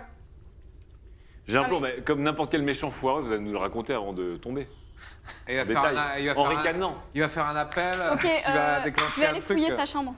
Speaker 1: J'ai un
Speaker 3: Ah
Speaker 1: plan,
Speaker 3: oui.
Speaker 1: mais comme n'importe quel méchant foireux, vous allez nous le raconter avant de tomber.
Speaker 5: Et il va faire
Speaker 1: Détail.
Speaker 5: un- il va
Speaker 1: en
Speaker 5: faire un-
Speaker 1: ricanant.
Speaker 5: Il va faire un appel
Speaker 3: Ok,
Speaker 5: qui va
Speaker 3: euh, je
Speaker 5: déclencher
Speaker 3: vais
Speaker 5: un
Speaker 3: aller
Speaker 5: truc.
Speaker 3: fouiller sa chambre.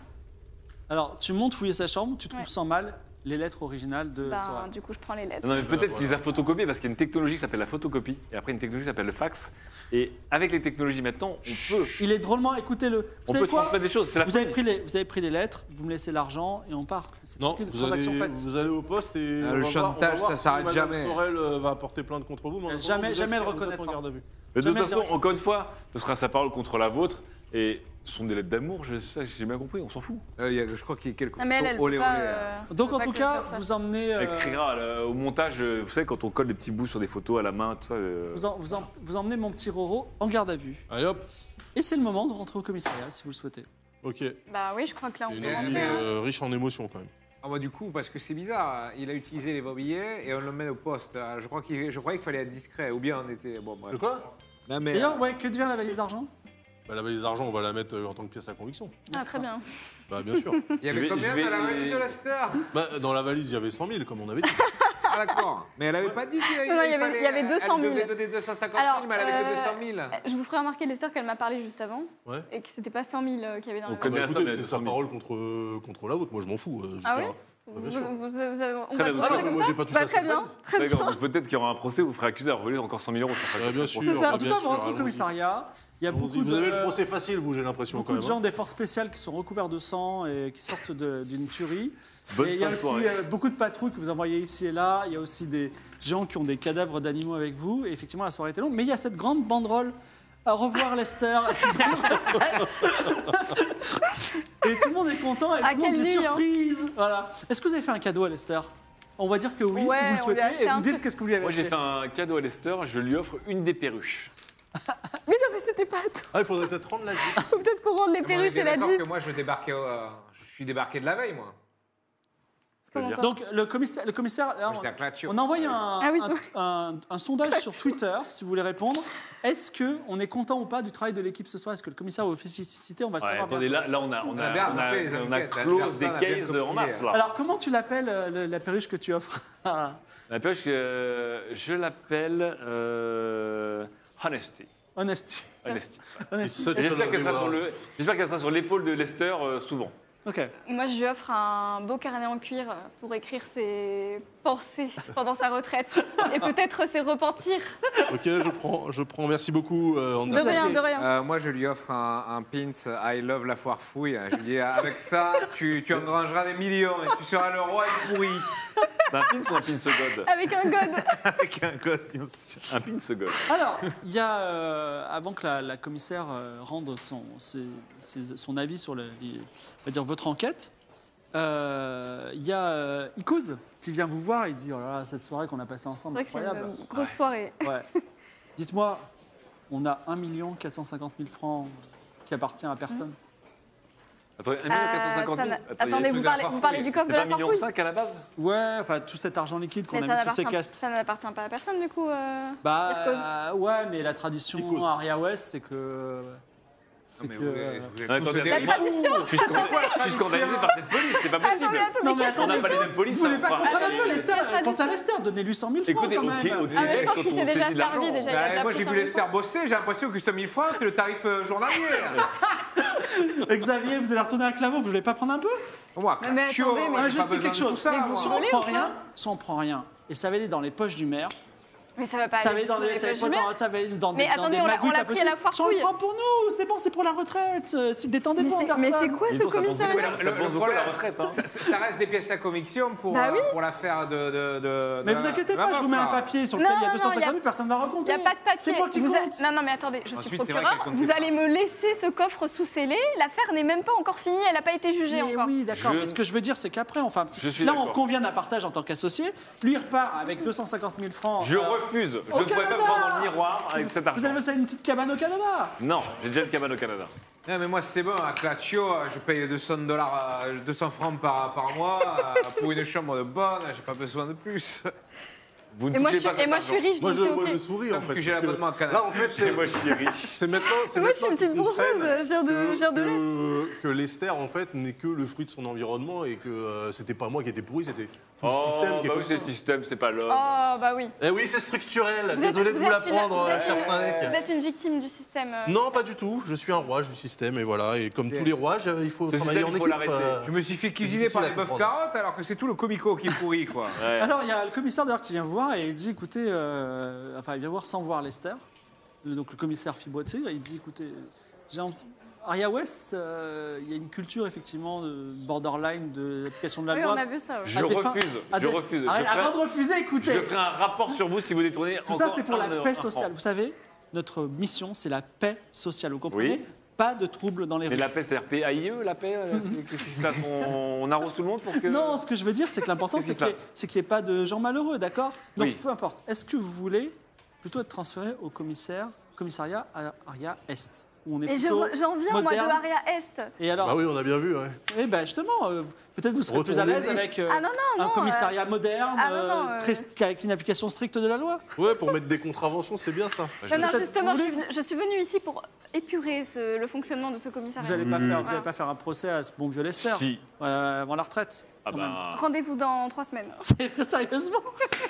Speaker 4: Alors tu montes fouiller sa chambre, tu trouves
Speaker 3: Ouais.
Speaker 4: sans mal les lettres originales de
Speaker 3: Bah,
Speaker 4: Sora.
Speaker 3: du coup, je prends les lettres.
Speaker 1: Non, mais peut-être qu'il les a photocopiés parce qu'il y a une technologie qui s'appelle la photocopie et après une technologie qui s'appelle le fax. Et avec les technologies maintenant, on peut,
Speaker 4: Il est drôlement, écoutez-le.
Speaker 1: on
Speaker 4: savez
Speaker 1: peut
Speaker 4: quoi
Speaker 1: transmettre des choses. C'est la
Speaker 4: vous avez,
Speaker 1: folie.
Speaker 4: pris les, vous avez pris les lettres, vous me laissez l'argent et on part. C'est
Speaker 2: Non,
Speaker 4: tranquille,
Speaker 2: vous allez,
Speaker 4: transaction faite.
Speaker 2: vous allez au poste et.
Speaker 5: Ah,
Speaker 2: on
Speaker 5: le
Speaker 2: va voir- on va
Speaker 5: chantage,
Speaker 2: voir
Speaker 5: ça
Speaker 2: si
Speaker 5: s'arrête
Speaker 2: Madame
Speaker 5: jamais.
Speaker 2: Sorel euh, va porter plainte contre vous. mais en
Speaker 4: Elle
Speaker 2: attendant,
Speaker 4: jamais-
Speaker 2: vous êtes-
Speaker 4: jamais elle
Speaker 2: vous êtes en
Speaker 4: reconnaîtra.
Speaker 2: garde à vue.
Speaker 1: Mais de toute
Speaker 4: Jamais
Speaker 1: façon,
Speaker 4: direction.
Speaker 1: encore une fois, ce sera sa parole contre la vôtre et ce sont des lettres d'amour, je- ça, j'ai bien compris, on s'en fout.
Speaker 5: Euh, il y a- je crois qu'il y a quelque
Speaker 3: Non, mais elle, elle peut
Speaker 5: Olé,
Speaker 3: pas,
Speaker 5: olé, euh.
Speaker 3: euh,
Speaker 4: Donc
Speaker 3: faut
Speaker 4: en
Speaker 3: pas
Speaker 4: tout
Speaker 3: que ça
Speaker 4: cas,
Speaker 3: sache.
Speaker 4: vous emmenez...
Speaker 1: Elle
Speaker 4: euh,
Speaker 1: criera euh, au montage, euh, vous savez, quand on colle des petits bouts sur des photos à la main, tout ça. euh,
Speaker 4: vous, en- vous en- vous emmenez mon petit Roro en garde à vue.
Speaker 2: Allez hop,
Speaker 4: Et c'est le moment de rentrer au commissariat si vous le souhaitez.
Speaker 2: ok.
Speaker 3: Bah oui, je crois que là, on
Speaker 2: Une
Speaker 3: peut
Speaker 2: nuit
Speaker 3: rentrer. hein.
Speaker 2: euh, riche en émotions quand même.
Speaker 5: Ah bah du coup, parce que c'est bizarre, hein. il a utilisé les vrais billets et on le met au poste. Euh, Je, crois qu'il- je croyais qu'il fallait être discret, ou bien on était... Bon, bref.
Speaker 2: De quoi
Speaker 5: Non, mais,
Speaker 2: euh,
Speaker 4: D'ailleurs, ouais, que devient la valise d'argent
Speaker 2: bah, La valise d'argent, on va la mettre euh, en tant que pièce à conviction.
Speaker 3: Ah, très bien.
Speaker 2: Bah bien sûr.
Speaker 5: euh, Il y avait
Speaker 1: Je vais-
Speaker 5: combien
Speaker 1: je vais-
Speaker 5: dans la valise de la star
Speaker 2: bah, dans la valise, il y avait 100 000 comme on avait dit.
Speaker 5: Ah d'accord, mais elle avait pas dit qu'il
Speaker 3: Non, non, il y avait-
Speaker 5: fallait- euh,
Speaker 3: il y avait 200 000.
Speaker 5: Elle devait donner 250 000,
Speaker 3: Alors,
Speaker 5: mais elle avait
Speaker 3: euh,
Speaker 5: que 200 000.
Speaker 3: Je vous ferai remarquer, Lester, qu'elle m'a parlé juste avant
Speaker 2: Ouais.
Speaker 3: et que c'était pas 100 000 euh, qu'il y avait dans
Speaker 1: On
Speaker 3: la
Speaker 1: connaît la
Speaker 2: Bah,
Speaker 3: valise.
Speaker 1: somme,
Speaker 2: écoutez,
Speaker 1: elle est
Speaker 2: c'est
Speaker 1: de
Speaker 2: sa
Speaker 4: hein.
Speaker 1: 100 000.
Speaker 2: parole contre, euh, contre la vôtre. Moi, je m'en fous. euh, je
Speaker 3: Ah
Speaker 2: veux
Speaker 3: ouais
Speaker 2: dire,
Speaker 3: Vous-
Speaker 2: bien sûr.
Speaker 3: vous- vous- vous- on
Speaker 1: Très
Speaker 3: va
Speaker 1: bien.
Speaker 3: tout
Speaker 1: Ah non,
Speaker 3: faire
Speaker 2: mais
Speaker 3: comme
Speaker 2: moi,
Speaker 3: ça
Speaker 2: j'ai pas touché à
Speaker 3: Bah, Très
Speaker 2: cette
Speaker 3: bien,
Speaker 2: valise.
Speaker 3: très bien.
Speaker 1: D'accord, donc peut-être qu'il y aura un procès, vous ferez accuser d'avoir volé encore 100 000 euros. ça fera
Speaker 2: Bah, bien
Speaker 1: quelque chose.
Speaker 2: sûr.
Speaker 3: C'est ça.
Speaker 2: bah,
Speaker 4: En tout cas,
Speaker 2: bien
Speaker 4: vous
Speaker 2: sûr,
Speaker 4: rentrez au
Speaker 2: allons-y.
Speaker 4: commissariat. Il y a
Speaker 2: Allons-y.
Speaker 4: beaucoup
Speaker 2: Vous
Speaker 4: de,
Speaker 2: avez le procès facile, vous, j'ai l'impression quand
Speaker 4: beaucoup de
Speaker 2: même.
Speaker 1: hein.
Speaker 4: gens des forces spéciales qui sont recouverts de sang et qui sortent de- d'une tuerie.
Speaker 1: Bonne
Speaker 4: et il y
Speaker 1: fin
Speaker 4: a
Speaker 1: de
Speaker 4: aussi
Speaker 1: soirée.
Speaker 4: euh, beaucoup de patrouilles que vous envoyez ici et là. Il y a aussi des gens qui ont des cadavres d'animaux avec vous. Et effectivement, la soirée était longue. Mais il y a cette grande banderole à revoir Lester. Bonne retraite. et tout le monde est content et
Speaker 3: Ah,
Speaker 4: tout le monde
Speaker 3: quelle
Speaker 4: est
Speaker 3: nuit, hein.
Speaker 4: surprise. Voilà. Est-ce que vous avez fait un cadeau à Lester On va dire que oui,
Speaker 3: Ouais,
Speaker 4: si vous le
Speaker 3: on lui a
Speaker 4: souhaitez.
Speaker 3: acheté
Speaker 4: Et vous
Speaker 3: un
Speaker 4: me dites
Speaker 3: truc.
Speaker 4: qu'est-ce que vous lui avez
Speaker 1: Moi, j'ai
Speaker 4: acheté.
Speaker 1: fait un cadeau à Lester, je lui offre une des perruches.
Speaker 5: Ah,
Speaker 3: Mais non, mais c'était pas à toi.
Speaker 2: Ah, il faudrait peut-être rendre la
Speaker 3: Faut peut-être qu'on rende les
Speaker 5: Mais on
Speaker 3: perruches
Speaker 5: était
Speaker 3: et la
Speaker 5: d'accord
Speaker 3: jeep.
Speaker 5: que moi, je, débarquais, au- euh, je suis débarqué de la veille, moi.
Speaker 3: Comment ça
Speaker 4: Donc, le commissaire, le commissaire là,
Speaker 5: J'étais à Clatio.
Speaker 4: On a envoyé un,
Speaker 3: Ah oui,
Speaker 4: un-
Speaker 3: c'est vrai.
Speaker 4: un- un sondage sur Twitter, si vous voulez répondre. Est-ce que on est content ou pas du travail de l'équipe ce soir Est-ce que le commissaire vous féliciter On va le
Speaker 1: Ouais,
Speaker 4: savoir.
Speaker 1: attendez,
Speaker 4: bientôt.
Speaker 1: là, là, on a, on
Speaker 5: On a bien
Speaker 1: a, on a,
Speaker 5: attrapé les
Speaker 1: on a
Speaker 5: enquêtes, la
Speaker 1: close des
Speaker 5: personne a bien
Speaker 1: cases en
Speaker 5: compris.
Speaker 1: masse, là.
Speaker 4: Alors, comment tu l'appelles euh, le- la perruche que tu offres à-
Speaker 1: La perruche, euh, je l'appelle euh, Honesty.
Speaker 4: Honesty
Speaker 1: Honesty.
Speaker 4: Honesty.
Speaker 1: Et J'espère qu'elle sera sur le- j'espère qu'elle sera sur l'épaule de Lester euh, souvent.
Speaker 4: Ok.
Speaker 3: Moi, je lui offre un beau carnet en cuir euh, pour écrire ses pensées pendant sa retraite et peut-être ses repentirs.
Speaker 2: Ok, je prends, je prends. Merci beaucoup, euh,
Speaker 3: De
Speaker 2: Anderson.
Speaker 3: rien, de rien.
Speaker 5: Euh, moi, je lui offre un, un pins euh, I love la foire fouille. Je lui dis, euh, avec ça, tu, tu engrangeras des millions et tu seras le roi du pourri.
Speaker 1: C'est un pins ou un pins god
Speaker 3: Avec un god.
Speaker 5: Avec un code, bien sûr.
Speaker 1: Un pins god.
Speaker 4: Alors, il y a, euh, avant que la, la commissaire euh, rende son, ses- ses- son avis sur le- les- on va dire votre enquête, euh, il y a euh, Icos qui vient vous voir et dit Oh là là, cette soirée qu'on a passée
Speaker 3: C'est
Speaker 4: ensemble,
Speaker 3: vrai que c'est
Speaker 4: incroyable.
Speaker 3: une grosse soirée.
Speaker 4: Ouais. Dites-moi, on a 1 450 000 francs qui appartient à personne.
Speaker 1: Attendez, 1 450
Speaker 3: Euh,
Speaker 1: 000
Speaker 3: ça n'a-
Speaker 1: il y a des
Speaker 3: Attendez,
Speaker 1: trucs de
Speaker 3: vous
Speaker 1: la
Speaker 3: parlez,
Speaker 1: farfouille.
Speaker 3: vous parlez du coffre de
Speaker 1: C'est
Speaker 3: la
Speaker 1: pas 1,5 million
Speaker 3: farfouille
Speaker 1: à la base
Speaker 4: Mmh. Ouais, enfin tout cet argent liquide qu'on
Speaker 3: Mais ça
Speaker 4: a mis sous
Speaker 3: n'appartient-
Speaker 4: séquestre.
Speaker 3: ça n'appartient pas à personne, du coup. euh.
Speaker 4: Bah ouais, mais la tradition
Speaker 2: Icos.
Speaker 4: Aria West, c'est que. C'est
Speaker 5: mais
Speaker 4: que- euh,
Speaker 5: vous, euh, vous
Speaker 1: Non,
Speaker 5: êtes tous
Speaker 1: attendez,
Speaker 5: des
Speaker 3: La
Speaker 5: riches.
Speaker 3: tradition
Speaker 1: Je suis scandalisé- je suis scandalisé par cette police, c'est pas
Speaker 3: Attendez,
Speaker 1: possible.
Speaker 3: attendez,
Speaker 4: Non, mais
Speaker 3: qu'est-ce
Speaker 1: On n'a
Speaker 4: attendez,
Speaker 1: pas les mêmes
Speaker 4: Vous
Speaker 1: polices.
Speaker 4: voulez pas
Speaker 1: enfin,
Speaker 4: comprendre un
Speaker 3: attendez,
Speaker 4: peu Lester
Speaker 3: la tradition-
Speaker 4: Pensez à Lester, donnez 800 000 francs
Speaker 1: Écoutez,
Speaker 4: quand
Speaker 1: au
Speaker 4: même.
Speaker 1: Québec, au
Speaker 3: Ah, mais
Speaker 1: Québec,
Speaker 3: je pense
Speaker 1: quand
Speaker 3: qu'il
Speaker 1: on
Speaker 3: s'est déjà
Speaker 1: saisit de l'argent,
Speaker 3: servi, déjà. Il y a
Speaker 5: Bah,
Speaker 3: de la
Speaker 5: moi, j'ai vu
Speaker 3: poussière
Speaker 5: Lester bosser, j'ai l'impression que 100 000 francs, c'est le tarif euh, journalier. là.
Speaker 4: Xavier, vous allez retourner à Clavaux, vous voulez pas prendre un peu
Speaker 5: Moi,
Speaker 3: Mais- mais
Speaker 5: Clatio,
Speaker 3: attendez, mais-
Speaker 5: j'ai
Speaker 4: Ah,
Speaker 5: pas
Speaker 4: Juste
Speaker 5: besoin
Speaker 4: quelque
Speaker 5: de
Speaker 4: chose.
Speaker 5: tout ça,
Speaker 3: Mais
Speaker 5: moi.
Speaker 3: vous-
Speaker 4: Soit on
Speaker 3: voulez
Speaker 4: prend
Speaker 3: ou
Speaker 4: rien,
Speaker 3: pas
Speaker 4: soit on prend rien. Et ça va aller dans les poches du maire.
Speaker 3: Mais ça va pas
Speaker 4: Ça
Speaker 3: aller du
Speaker 4: va aller dans
Speaker 3: tout dans
Speaker 4: des,
Speaker 3: les
Speaker 4: ça va
Speaker 3: poches
Speaker 4: pas
Speaker 3: du
Speaker 4: dans-
Speaker 3: maire.
Speaker 4: ça va aller dans
Speaker 3: Mais
Speaker 4: des, dans
Speaker 3: attendez,
Speaker 4: des
Speaker 3: on l'a-
Speaker 4: magouilles
Speaker 3: on l'a
Speaker 4: pas
Speaker 3: pris à
Speaker 4: possibles.
Speaker 3: la foire
Speaker 4: Ça, on le
Speaker 3: fouille.
Speaker 4: prend pour nous, c'est bon, c'est pour la retraite. euh, si-
Speaker 3: Mais
Speaker 4: Détendez-vous,
Speaker 3: c'est-
Speaker 4: Anderson.
Speaker 3: Mais c'est quoi
Speaker 1: Mais
Speaker 3: ce
Speaker 1: bon, ça pense
Speaker 3: commissariat
Speaker 1: beaucoup à la- ça
Speaker 5: Le- le
Speaker 1: pense beaucoup à la
Speaker 5: problème-
Speaker 1: retraite. hein.
Speaker 5: Ça, ça- ça reste des pièces à conviction pour,
Speaker 3: Bah
Speaker 5: euh,
Speaker 3: oui.
Speaker 5: pour l'affaire de, de, de-
Speaker 4: Mais
Speaker 5: de-
Speaker 4: vous inquiétez
Speaker 5: de
Speaker 4: pas,
Speaker 5: ma
Speaker 4: je vous mets un
Speaker 5: meuf, là.
Speaker 4: papier sur
Speaker 3: Non,
Speaker 4: lequel il y
Speaker 3: non,
Speaker 4: a
Speaker 3: non,
Speaker 4: 250
Speaker 3: y
Speaker 4: 000, personne ne va
Speaker 3: Il
Speaker 4: raconter.
Speaker 3: n'y a pas de papier.
Speaker 4: C'est moi qui
Speaker 3: Vous
Speaker 4: compte.
Speaker 3: a- Non, non, mais attendez, je suis
Speaker 5: Ensuite, c'est vrai
Speaker 3: procureur.
Speaker 5: qu'elle compte
Speaker 3: Vous
Speaker 5: pas.
Speaker 3: allez me laisser ce coffre sous scellé. L'affaire n'est même pas encore finie. Elle n'a pas été jugée
Speaker 4: Mais
Speaker 3: encore.
Speaker 4: oui, d'accord.
Speaker 1: Je-
Speaker 4: Mais ce que je veux dire, c'est qu'après, on fait un
Speaker 1: Je
Speaker 4: petit.
Speaker 1: suis
Speaker 4: Là, on
Speaker 1: d'accord.
Speaker 4: convient d'un partage en tant qu'associé. Lui, il repart avec 250 000 francs.
Speaker 1: Je
Speaker 4: euh,
Speaker 1: refuse. Je
Speaker 4: Au
Speaker 1: ne pourrais pas me
Speaker 4: Canada
Speaker 1: prendre dans le miroir avec cet
Speaker 4: Vous
Speaker 1: argent.
Speaker 4: avez ça une petite cabane au Canada
Speaker 1: Non, j'ai déjà une cabane au Canada.
Speaker 5: Non, mais moi, c'est bon, à Clatio, euh, je paye 200, dollars, euh, 200 francs par, par mois euh, pour une chambre de bonne, j'ai pas besoin de plus.
Speaker 1: Vous ne
Speaker 3: Et moi, je
Speaker 1: touchez
Speaker 3: suis,
Speaker 1: pas
Speaker 3: et moi, je suis riche,
Speaker 2: Moi
Speaker 3: donc
Speaker 2: je,
Speaker 3: c'est
Speaker 2: moi, je
Speaker 3: ok.
Speaker 2: souris en
Speaker 5: Parce
Speaker 2: fait.
Speaker 5: que j'ai
Speaker 2: parce
Speaker 5: l'abonnement à Canal+.
Speaker 2: Là en fait,
Speaker 1: Et
Speaker 2: c'est
Speaker 1: moi, je suis riche.
Speaker 2: c'est maintenant. c'est
Speaker 3: Moi, je suis
Speaker 2: maintenant
Speaker 3: une petite
Speaker 2: qu'ils comprennent
Speaker 3: bourgeoise, je viens de-
Speaker 2: que-
Speaker 3: je viens de
Speaker 2: Que, que l'Esther en fait n'est que le fruit de son environnement et que euh, c'était pas moi qui était pourri, c'était tout le système
Speaker 1: Oh,
Speaker 2: qui est
Speaker 1: bah oui,
Speaker 2: comme
Speaker 1: c'est le
Speaker 2: ça.
Speaker 1: système, c'est pas l'homme.
Speaker 3: Oh, bah oui.
Speaker 2: Eh oui, c'est structurel.
Speaker 3: Vous êtes-
Speaker 2: Désolé de
Speaker 3: vous
Speaker 2: vous
Speaker 3: êtes
Speaker 2: l'apprendre,
Speaker 3: une- vous
Speaker 2: euh,
Speaker 3: êtes
Speaker 2: cher
Speaker 3: une- Vous
Speaker 2: Sadek.
Speaker 3: êtes une victime du système. euh.
Speaker 2: Non, pas du tout. Je suis un roi du système et voilà. Et comme tous les rois, j'ai- il faut
Speaker 1: Ce
Speaker 2: travailler
Speaker 1: système,
Speaker 2: en
Speaker 1: il faut
Speaker 2: équipe.
Speaker 1: l'arrêter.
Speaker 2: euh,
Speaker 5: Je me suis fait cuisiner
Speaker 2: difficile
Speaker 5: par
Speaker 2: à
Speaker 5: les bœufs
Speaker 2: comprendre.
Speaker 5: carottes alors que c'est tout le comico qui est pourri, quoi.
Speaker 1: Ouais.
Speaker 4: Alors, il y a le commissaire d'ailleurs qui vient vous voir et il dit écoutez, euh, enfin, il vient voir sans voir Lester, Le- donc le commissaire Fibrotti, il dit écoutez, euh, j'ai ent- Aria West, euh, il y a une culture effectivement de borderline de l'application de la
Speaker 3: Oui,
Speaker 4: loi.
Speaker 3: on a vu ça. ouais.
Speaker 1: Je
Speaker 4: à des fins-
Speaker 1: refuse,
Speaker 4: à
Speaker 1: je
Speaker 4: des-
Speaker 1: refuse. Je
Speaker 4: Arrête- Avant
Speaker 1: ferai-
Speaker 4: de refuser,
Speaker 1: Je
Speaker 4: écoutez,
Speaker 1: ferai un rapport sur vous si vous détournez.
Speaker 4: tout ça
Speaker 1: encore
Speaker 4: c'est pour
Speaker 1: un
Speaker 4: la
Speaker 1: euro- un
Speaker 4: paix
Speaker 1: franc.
Speaker 4: sociale. Vous savez, notre mission c'est la paix sociale, vous comprenez Pas de troubles dans les
Speaker 1: Mais
Speaker 4: rues.
Speaker 1: la paix, c'est RPAIE, la paix euh, c'est- Qu'est-ce qui se passe on, on arrose tout le monde pour que.
Speaker 4: Non, ce que je veux dire, c'est que l'important,
Speaker 1: Qu'est-ce
Speaker 4: c'est
Speaker 1: qui
Speaker 4: qu'il n'y
Speaker 1: se passe
Speaker 4: ait, pas de gens malheureux, d'accord Donc,
Speaker 1: Oui.
Speaker 4: peu importe. Est-ce que vous voulez plutôt être transféré au commissaire, commissariat à Aria Est où on est
Speaker 3: Et je
Speaker 4: plutôt
Speaker 3: re- j'en viens, moi, de
Speaker 4: moderne.
Speaker 3: Aria Est.
Speaker 4: Et alors,
Speaker 2: Bah oui, on a bien vu. ouais.
Speaker 4: eh ben justement, euh, peut-être vous serez plus à l'aise
Speaker 2: Retournez-y.
Speaker 4: avec euh,
Speaker 3: Ah non, non,
Speaker 4: un
Speaker 3: non.
Speaker 4: commissariat moderne,
Speaker 3: ah non, non,
Speaker 4: euh,
Speaker 3: euh.
Speaker 4: très strict, avec une application stricte de la loi.
Speaker 2: Ouais, pour mettre des contraventions, c'est bien ça.
Speaker 3: euh, Non, non,
Speaker 4: Peut-être-
Speaker 3: justement,
Speaker 4: vous
Speaker 3: je
Speaker 4: voulez-
Speaker 3: suis, venue, je suis venue ici pour épurer ce- le fonctionnement de ce commissariat.
Speaker 4: Vous n'allez pas,
Speaker 2: Oui.
Speaker 3: Mmh.
Speaker 4: faire- vous allez pas faire un procès à ce bon vieux Lester
Speaker 1: Si.
Speaker 4: euh, avant la retraite.
Speaker 1: Ah
Speaker 4: quand
Speaker 2: ben.
Speaker 4: même.
Speaker 1: bah,
Speaker 3: Rendez-vous dans trois semaines.
Speaker 4: C'est- Sérieusement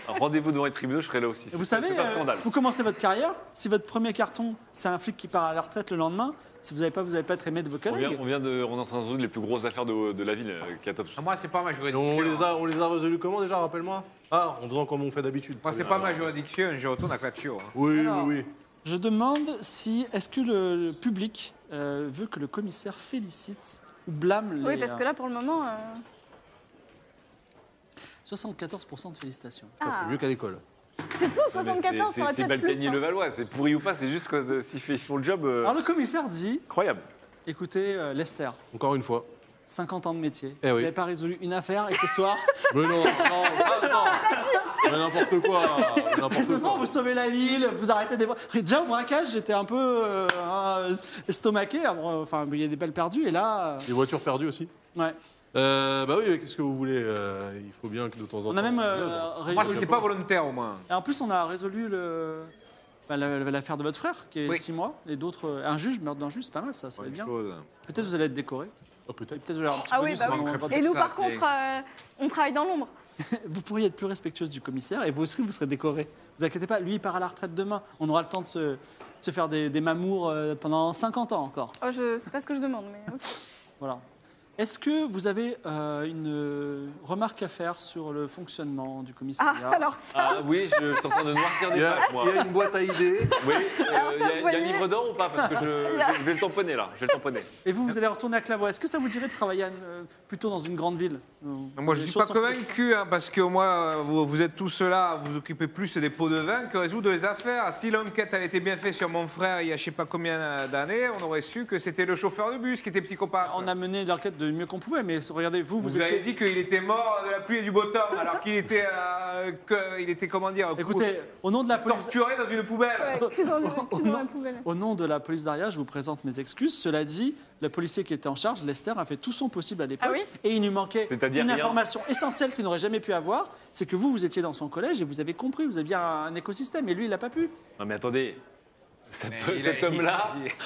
Speaker 1: rendez-vous devant les tribunaux, je serai là aussi.
Speaker 4: Et Vous
Speaker 1: C'est-
Speaker 4: savez,
Speaker 1: c'est un
Speaker 4: euh,
Speaker 1: scandale.
Speaker 4: vous commencez votre carrière, si votre premier carton, c'est un flic qui part à la retraite le lendemain, si vous n'avez pas, vous n'allez pas être aimé de vos
Speaker 1: On vient,
Speaker 4: collègues.
Speaker 1: on vient de, on est en train de résoudre les plus grosses affaires de, de la ville, euh, qui a top-
Speaker 5: Ah, Moi, c'est pas ma
Speaker 2: Et
Speaker 5: juridiction.
Speaker 2: on les a, on les a résolus comment déjà Rappelle-moi. Ah, en faisant comme on fait d'habitude.
Speaker 5: Moi, Ah, c'est pas ma juridiction, je retourne à Clatio. hein.
Speaker 2: Oui,
Speaker 4: Alors.
Speaker 2: oui, oui.
Speaker 4: Je demande si, est-ce que le, le public euh, veut que le commissaire félicite ou blâme les...
Speaker 3: Oui, parce que là, pour le moment. euh,
Speaker 4: euh, 74% de félicitations.
Speaker 2: Ah,
Speaker 3: ah.
Speaker 2: C'est mieux qu'à l'école.
Speaker 3: C'est tout,
Speaker 1: Non, mais
Speaker 3: 74,
Speaker 1: c'est-
Speaker 3: ça aurait
Speaker 1: C'est
Speaker 3: pu être plus.
Speaker 1: Balkany
Speaker 3: hein.
Speaker 1: le Valois, c'est pourri ou pas, c'est juste que euh, s'ils fait- ils font le job, euh,
Speaker 4: Alors le commissaire dit,
Speaker 1: incroyable.
Speaker 4: écoutez, euh, Lester,
Speaker 2: Encore une fois.
Speaker 4: 50 ans de métier,
Speaker 2: Eh
Speaker 4: vous
Speaker 2: oui.
Speaker 4: n'avez pas résolu une affaire et ce soir,
Speaker 2: Mais non, non, ça, non. Mais n'importe quoi.
Speaker 4: et
Speaker 2: N'importe
Speaker 4: ce soir
Speaker 2: quoi.
Speaker 4: vous sauvez la ville, vous arrêtez des... Déjà au braquage, j'étais un peu euh, hein, estomaqué, Ah bon, enfin il y a des balles perdues et là... euh,
Speaker 2: Les voitures perdues aussi.
Speaker 4: ouais.
Speaker 2: Euh, bah oui, qu'est-ce que vous voulez euh, Il faut bien que de temps en temps.
Speaker 4: On a même euh,
Speaker 5: Moi,
Speaker 4: résolu...
Speaker 5: c'était pas volontaire au moins.
Speaker 4: Et en plus, on a résolu le- bah, la- la- l'affaire de votre frère, qui est
Speaker 5: Oui.
Speaker 4: 6 mois, et d'autres. euh, Un juge, meurtre d'un juge, c'est pas mal ça, ça va être bien. Peut-être vous allez être décoré.
Speaker 2: Oh,
Speaker 4: Et
Speaker 2: peut-être.
Speaker 4: Peut-être vous allez avoir un petit
Speaker 3: Ah oui,
Speaker 4: bonus
Speaker 3: bah
Speaker 4: dans
Speaker 3: oui.
Speaker 4: le droit de-
Speaker 3: Et nous,
Speaker 5: Ça,
Speaker 3: par
Speaker 5: c'est-
Speaker 3: contre, euh, on travaille dans l'ombre.
Speaker 4: Vous pourriez être plus respectueuse du commissaire, et vous aussi, vous serez décoré. Vous inquiétez pas, lui, il part à la retraite demain. On aura le temps de se, de se faire des, des mamours euh, pendant 50 ans encore.
Speaker 3: Oh, je sais pas ce que je demande, mais. ok.
Speaker 4: Voilà. Est-ce que vous avez euh, une euh, remarque à faire sur le fonctionnement du
Speaker 3: Ah,
Speaker 4: commissariat
Speaker 3: alors ça.
Speaker 1: Ah oui, je, je suis en train de noircir
Speaker 2: Il
Speaker 1: des
Speaker 2: y, a,
Speaker 1: pattes, moi.
Speaker 2: il y a une boîte à idées.
Speaker 1: Oui, euh,
Speaker 3: Alors ça,
Speaker 1: il y a- il y a un
Speaker 3: vous
Speaker 1: livre
Speaker 3: voyez-
Speaker 1: d'or ou pas Parce que je, je- je vais le tamponner là, je vais le tamponner.
Speaker 4: Et vous, vous allez retourner à Clavois. Est-ce que ça vous dirait de travailler euh, plutôt dans une grande ville
Speaker 5: Moi,
Speaker 4: Les
Speaker 5: je suis
Speaker 4: choses
Speaker 5: pas
Speaker 4: sont-
Speaker 5: convaincu, hein, parce que moi, vous, vous êtes tous là, à vous occupez plus des pots de vin que résoudre les affaires. Si l'enquête avait été bien faite sur mon frère il y a je sais pas combien d'années, on aurait su que c'était le chauffeur de bus qui était psychopathe.
Speaker 4: On a mené l'enquête de mieux qu'on pouvait, mais regardez, vous, vous,
Speaker 5: Vous,
Speaker 4: étiez...
Speaker 5: avez dit qu'il était mort de la pluie et du beau temps, alors qu'il était, euh, que- il était, comment dire, cou-
Speaker 4: Écoutez, au nom de la police...
Speaker 5: torturé dans une poubelle.
Speaker 2: Ah.
Speaker 3: Ouais, cul dans, le-
Speaker 2: Oh,
Speaker 3: cul dans
Speaker 4: Non.
Speaker 3: la poubelle.
Speaker 4: Au nom de la police d'Aria, je vous présente mes excuses. Cela dit, le policier qui était en charge, Lester, a fait tout son possible à l'époque.
Speaker 3: Ah oui
Speaker 4: et il lui manquait
Speaker 1: C'est-à-dire
Speaker 4: une
Speaker 1: rien.
Speaker 4: information essentielle qu'il n'aurait jamais pu avoir. C'est que vous, vous étiez dans son collège et vous avez compris, vous aviez un, un écosystème. Et lui, il n'a pas pu.
Speaker 1: Non mais attendez, cet,
Speaker 5: Mais il a-
Speaker 1: cet homme-là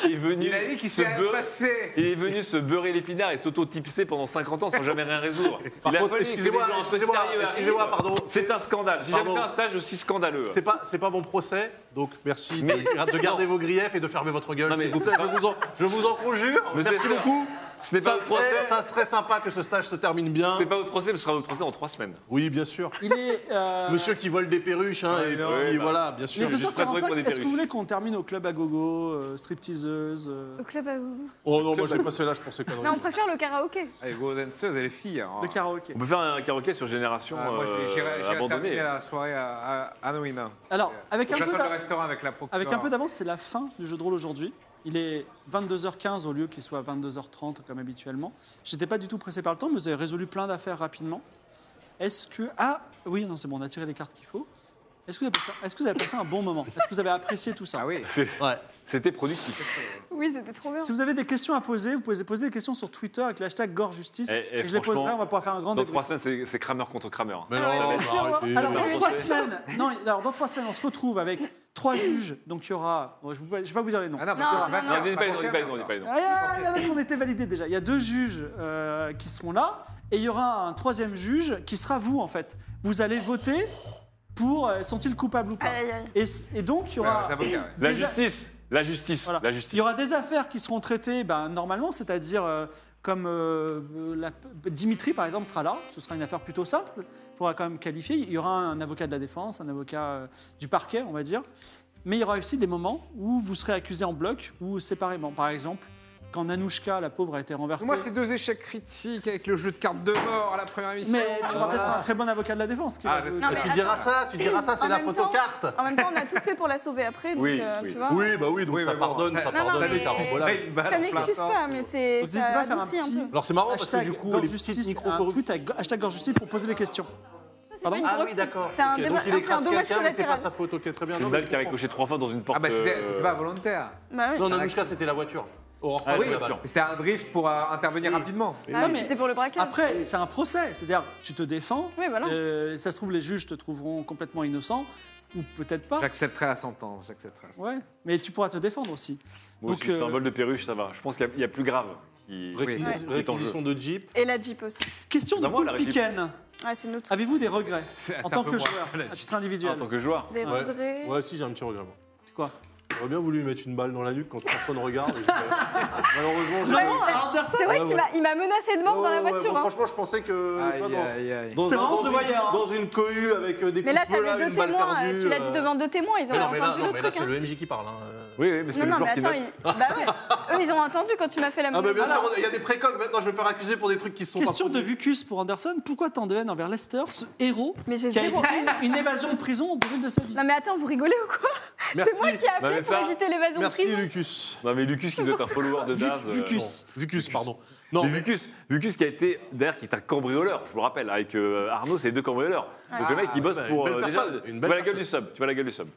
Speaker 1: est venu
Speaker 5: Il a dit qu'il
Speaker 1: se
Speaker 5: s'est
Speaker 1: beurrer.
Speaker 5: passé.
Speaker 1: Il est venu se beurrer l'épinard et s'auto-tipser pendant 50 ans sans jamais rien résoudre.
Speaker 2: Par
Speaker 1: Il a fallu
Speaker 2: contre,
Speaker 1: que des
Speaker 2: excusez-moi,
Speaker 1: gens
Speaker 2: excusez-moi,
Speaker 1: sérieux
Speaker 2: excusez-moi,
Speaker 1: arrivent.
Speaker 2: pardon.
Speaker 1: C'est un scandale. J'ai jamais
Speaker 2: Pardon.
Speaker 1: fait un stage aussi scandaleux.
Speaker 2: C'est pas, c'est pas mon procès, donc merci de-
Speaker 1: Mais-
Speaker 2: de, garder vos griefs et de fermer votre gueule,
Speaker 1: Non, mais-
Speaker 2: s'il vous plaît. Je vous en, je vous en conjure.
Speaker 1: Monsieur Lester,
Speaker 2: merci beaucoup.
Speaker 1: Ce n'est pas
Speaker 2: Ça
Speaker 1: votre procès.
Speaker 2: serait, ça serait sympa que ce stage se termine bien.
Speaker 1: C'est pas votre procès, mais ce sera votre procès en 3 semaines.
Speaker 2: Oui, bien sûr.
Speaker 4: Il est. euh,
Speaker 2: Monsieur qui vole des perruches, hein,
Speaker 1: Ouais,
Speaker 2: et
Speaker 1: non,
Speaker 2: puis,
Speaker 1: ouais, bah.
Speaker 2: voilà, bien
Speaker 4: il est
Speaker 2: sûr.
Speaker 1: je suis prêt pour
Speaker 4: 2h45.
Speaker 1: des
Speaker 4: Est-ce que
Speaker 1: perruches.
Speaker 4: vous voulez qu'on termine au club à gogo, euh, stripteaseuse euh,
Speaker 3: Au club à vous.
Speaker 2: Oh non, moi j'ai passé l'âge pour ces conneries.
Speaker 3: Non, on préfère le karaoké.
Speaker 5: Allez, go danseuse, elle est fille. hein.
Speaker 4: de karaoké
Speaker 1: On peut faire un karaoké sur Génération
Speaker 5: Ah, moi,
Speaker 1: euh,
Speaker 5: je- j'irai j'irai terminer
Speaker 1: abandonnée.
Speaker 5: la soirée à, à, à Noéna.
Speaker 4: Alors, avec un peu
Speaker 5: J'attends
Speaker 4: d'a-
Speaker 5: le restaurant avec la procureure.
Speaker 4: Avec un peu d'avance, c'est la fin du jeu de rôle aujourd'hui. Il est 22h15 au lieu qu'il soit 22h30 comme habituellement. J'étais pas du tout pressé par le temps, mais vous avez résolu plein d'affaires rapidement. Est-ce que ah oui non c'est bon, on a tiré les cartes qu'il faut. Est-ce que, vous avez passé- est-ce que vous avez passé un bon moment Est-ce que vous avez apprécié tout ça
Speaker 5: Ah oui.
Speaker 1: C'est-
Speaker 2: Ouais.
Speaker 1: C'était productif.
Speaker 3: Oui, c'était trop bien.
Speaker 4: Si vous avez des questions à poser, vous pouvez poser des questions sur Twitter avec le hashtag GoreJustice.
Speaker 1: Eh,
Speaker 4: Et,
Speaker 1: eh,
Speaker 4: je les
Speaker 1: franchement,
Speaker 4: poserai, on va pouvoir faire un grand
Speaker 1: Dans trois
Speaker 4: débrief.
Speaker 1: semaines, c'est- c'est Kramer contre Kramer.
Speaker 2: Mais
Speaker 3: Ah ouais,
Speaker 2: non,
Speaker 3: bien
Speaker 2: bah,
Speaker 3: sûr, moi.
Speaker 2: arrêtez.
Speaker 4: Alors,
Speaker 3: Mais
Speaker 4: dans
Speaker 3: oui.
Speaker 4: trois semaines, non, alors, dans trois semaines, on se retrouve avec trois juges. Donc, il y aura. bon, Je ne vais pas vous dire les noms.
Speaker 5: Ah non,
Speaker 3: Non,
Speaker 5: parce que
Speaker 3: non,
Speaker 5: c'est
Speaker 1: Non, dis pas les
Speaker 5: pas
Speaker 1: noms, dis pas les noms, dis pas les noms.
Speaker 4: Ah, Il y en a qui ont été validés déjà. Il y a deux juges euh, qui seront là et il y aura un troisième juge qui sera vous en fait. Vous allez voter pour euh, sont-ils coupables ou pas.
Speaker 3: Aïe, aïe, aïe.
Speaker 4: Et, et donc il y aura.
Speaker 5: Ah, c'est avocat, ouais.
Speaker 1: Bah, La
Speaker 4: des a-
Speaker 1: justice, la justice,
Speaker 4: voilà.
Speaker 1: la
Speaker 4: Il
Speaker 1: justice.
Speaker 4: y aura des affaires qui seront traitées ben, normalement, c'est-à-dire euh, comme euh, la- Dimitri par exemple sera là, ce sera une affaire plutôt simple, il faudra quand même qualifier, il y aura un avocat de la défense, un avocat euh, du parquet on va dire, mais il y aura aussi des moments où vous serez accusé en bloc ou séparément. Par exemple, quand Nanouchka, la pauvre, a été renversée.
Speaker 5: Moi, c'est deux échecs critiques avec le jeu de cartes de mort à la première mission.
Speaker 4: Mais tu auras
Speaker 5: Ah.
Speaker 4: peut-être un très bon avocat de la défense qui
Speaker 5: Ah,
Speaker 4: va-
Speaker 5: j'espère.
Speaker 3: Non, mais
Speaker 2: Tu diras ça, tu diras ça,
Speaker 3: En
Speaker 2: c'est la
Speaker 3: même temps-
Speaker 2: photocarte.
Speaker 3: En même temps, on a tout fait pour la sauver après, donc
Speaker 1: Oui,
Speaker 3: euh,
Speaker 1: oui.
Speaker 3: tu vois.
Speaker 2: Oui, Ah, bah oui, donc
Speaker 5: Oui,
Speaker 2: ça
Speaker 5: mais bon,
Speaker 2: pardonne, ça
Speaker 5: ça- Non,
Speaker 3: non,
Speaker 2: pardonne,
Speaker 3: mais-
Speaker 2: car bon, voilà.
Speaker 3: Ça n'excuse pas, mais c'est.
Speaker 4: Donc, n'hésitez pas
Speaker 3: Ça hein.
Speaker 4: à faire un
Speaker 3: adoucit un
Speaker 4: petit-
Speaker 3: peu.
Speaker 2: Alors c'est marrant parce
Speaker 4: Hashtag
Speaker 2: que du coup,
Speaker 4: Gore
Speaker 2: les petites
Speaker 4: Justice, un
Speaker 2: micro
Speaker 4: tweet à Go- hashtag Gore Justice pour poser les questions. Pardon
Speaker 3: une
Speaker 2: Ah
Speaker 3: grosse-
Speaker 2: oui, d'accord.
Speaker 3: C'est un
Speaker 2: Ok,
Speaker 3: débat-
Speaker 2: Donc il
Speaker 3: c'est un
Speaker 2: écrase
Speaker 3: dommage
Speaker 2: quelqu'un, mais c'est pas
Speaker 3: collatéral.
Speaker 2: sa faute. Ok, très bien.
Speaker 1: C'est une
Speaker 2: Non, mais
Speaker 1: balle
Speaker 2: je
Speaker 1: qui a
Speaker 2: comprends.
Speaker 1: ricoché trois fois dans une porte.
Speaker 5: Ah bah c'était
Speaker 1: euh,
Speaker 5: c'était pas volontaire.
Speaker 3: Bah oui.
Speaker 2: Non, Nanushka, c'était la voiture. Au
Speaker 1: Ah oui,
Speaker 2: Ah, oui,
Speaker 1: bien sûr.
Speaker 5: C'était un drift pour euh, intervenir
Speaker 2: Oui.
Speaker 5: rapidement.
Speaker 3: Ah
Speaker 4: Non,
Speaker 3: oui,
Speaker 4: mais-
Speaker 3: C'était pour le braquage.
Speaker 4: Après, c'est un procès, c'est-à-dire tu te défends,
Speaker 3: Oui, voilà.
Speaker 4: euh, ça se trouve les juges te trouveront complètement innocent, ou peut-être pas,
Speaker 5: J'accepterai la sentence, j'accepterai. la sentence.
Speaker 4: ouais. mais tu pourras te défendre aussi.
Speaker 1: Moi aussi,
Speaker 4: Donc, euh,
Speaker 1: c'est un vol de perruche, ça va. Je pense qu'il y a- il y, a plus grave. qui-
Speaker 2: Réquisi-
Speaker 1: qui est en jeu.
Speaker 2: Réquisition de Jeep.
Speaker 3: Et la Jeep aussi.
Speaker 4: Question de
Speaker 1: Dans moi,
Speaker 4: Paul
Speaker 1: la réplique.
Speaker 4: Piquen,
Speaker 3: Ah, c'est nous tous.
Speaker 4: avez-vous des regrets
Speaker 5: C'est-
Speaker 4: en
Speaker 5: c'est un
Speaker 4: tant
Speaker 5: peu
Speaker 4: que
Speaker 5: moi,
Speaker 4: joueur, Ah,
Speaker 5: la
Speaker 4: à
Speaker 5: Jeep.
Speaker 4: titre individuel
Speaker 1: En tant que joueur.
Speaker 3: Des
Speaker 2: Ouais.
Speaker 3: regrets.
Speaker 2: Ouais, si, j'ai un petit regret. moi.
Speaker 4: Quoi
Speaker 2: J'aurais bien voulu lui mettre une balle dans la nuque quand personne regarde. et j'ai fait- Malheureusement, j'ai.
Speaker 3: Vraiment,
Speaker 2: Ouais,
Speaker 4: Anderson
Speaker 3: C'est vrai
Speaker 2: Ouais, ouais.
Speaker 3: qu'il m'a- il m'a menacé de mort dans la
Speaker 2: ouais,
Speaker 3: voiture.
Speaker 2: bon,
Speaker 3: hein.
Speaker 2: Franchement, je pensais que. tu vois,
Speaker 5: Aïe,
Speaker 2: dans-
Speaker 5: aïe, aïe.
Speaker 2: Dans,
Speaker 4: C'est
Speaker 2: un-
Speaker 4: marrant
Speaker 2: dans
Speaker 4: de
Speaker 2: une,
Speaker 4: voyeur, hein.
Speaker 2: dans une cohue avec euh, des coups
Speaker 3: Mais là,
Speaker 2: de feu,
Speaker 3: t'avais deux
Speaker 2: une balle
Speaker 3: témoins.
Speaker 2: perdue,
Speaker 3: tu l'as dit
Speaker 2: euh.
Speaker 3: devant deux témoins. Ils
Speaker 2: Mais
Speaker 3: ont
Speaker 2: non, mais là,
Speaker 3: entendu
Speaker 2: non,
Speaker 3: le
Speaker 2: mais là,
Speaker 3: truc.
Speaker 2: c'est
Speaker 3: hein.
Speaker 2: le MJ qui parle. hein.
Speaker 1: Oui, oui, mais c'est
Speaker 3: Non,
Speaker 1: le
Speaker 3: non,
Speaker 1: joueur
Speaker 3: mais
Speaker 1: qui
Speaker 3: attends,
Speaker 1: note.
Speaker 3: ils- bah ouais. Eux, ils ont entendu quand tu m'as fait la
Speaker 2: Ah,
Speaker 3: même
Speaker 2: mais bien sûr, il y a des précoques maintenant, je vais me faire accuser pour des trucs qui sont. pas
Speaker 4: Question de
Speaker 2: produits.
Speaker 4: Vucus pour Anderson, pourquoi tant de haine envers Lester, ce héros
Speaker 3: Mais j'ai
Speaker 4: qui a
Speaker 3: zéro
Speaker 4: évité une évasion de prison au péril de sa vie
Speaker 3: Non, mais attends, vous rigolez ou quoi C'est moi qui
Speaker 1: Non,
Speaker 3: ai
Speaker 1: mais
Speaker 3: appelé pour
Speaker 1: ça-
Speaker 3: éviter l'évasion de
Speaker 2: Merci,
Speaker 3: prison.
Speaker 2: Lucus.
Speaker 1: Non, mais Lucus qui doit être un follower de
Speaker 4: Vu-
Speaker 1: Daz. euh,
Speaker 4: Vucus.
Speaker 2: Vucus, pardon.
Speaker 1: bon.
Speaker 2: Non,
Speaker 1: Mais Vucus, Vucus qui a été, derrière, qui est un cambrioleur, je vous le rappelle, avec euh, Arnaud, c'est les deux cambrioleurs. Donc le mec, il bosse
Speaker 2: bah,
Speaker 1: pour.
Speaker 2: une belle
Speaker 1: euh, déjà,
Speaker 2: personne,
Speaker 1: tu
Speaker 2: une belle
Speaker 1: vois la gueule
Speaker 2: personne.
Speaker 1: du sub. Tu vois la gueule du sub.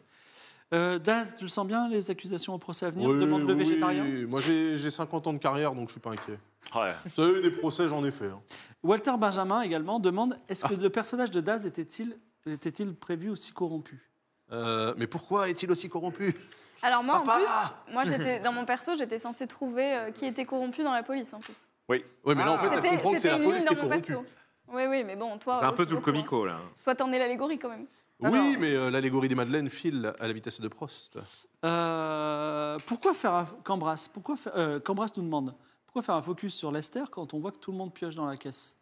Speaker 4: Euh, Daz, tu le sens bien, les accusations au procès à venir
Speaker 2: Oui,
Speaker 4: Demande le
Speaker 2: oui,
Speaker 4: végétarien.
Speaker 2: oui. Moi, j'ai j'ai 50 ans de carrière, donc je suis pas inquiet.
Speaker 1: Ouais.
Speaker 5: Oh,
Speaker 2: Vous savez, des procès, j'en ai fait. hein.
Speaker 4: Walter Benjamin également demande est-ce que le personnage de Daz était-il était-il prévu aussi corrompu
Speaker 2: Euh, mais pourquoi est-il aussi corrompu
Speaker 3: Alors moi, en plus,
Speaker 2: Papa
Speaker 3: moi, j'étais dans mon perso, j'étais censée trouver euh, qui était corrompu dans la police, en plus.
Speaker 2: Oui, mais là, en fait,
Speaker 3: Ah.
Speaker 2: t'as compris
Speaker 3: C'était
Speaker 2: Ah, que c'est
Speaker 3: c'était
Speaker 2: la
Speaker 3: une ligne
Speaker 2: police qui
Speaker 3: dans
Speaker 2: est
Speaker 3: mon
Speaker 2: corrompue.
Speaker 3: perso. Oui, oui, mais bon, toi...
Speaker 5: C'est un peu
Speaker 3: aussi
Speaker 5: tout le
Speaker 3: beaucoup, hein.
Speaker 5: comico là.
Speaker 3: Toi, t'en es l'allégorie, quand même.
Speaker 2: Oui, mais euh, l'allégorie des Madeleines file à la vitesse de
Speaker 3: Bah,
Speaker 2: Prost.
Speaker 4: Euh, Pourquoi faire un Cambras Pourquoi fa- euh, Cambras nous demande pourquoi faire un focus sur Lester quand on voit que tout le monde pioche dans la caisse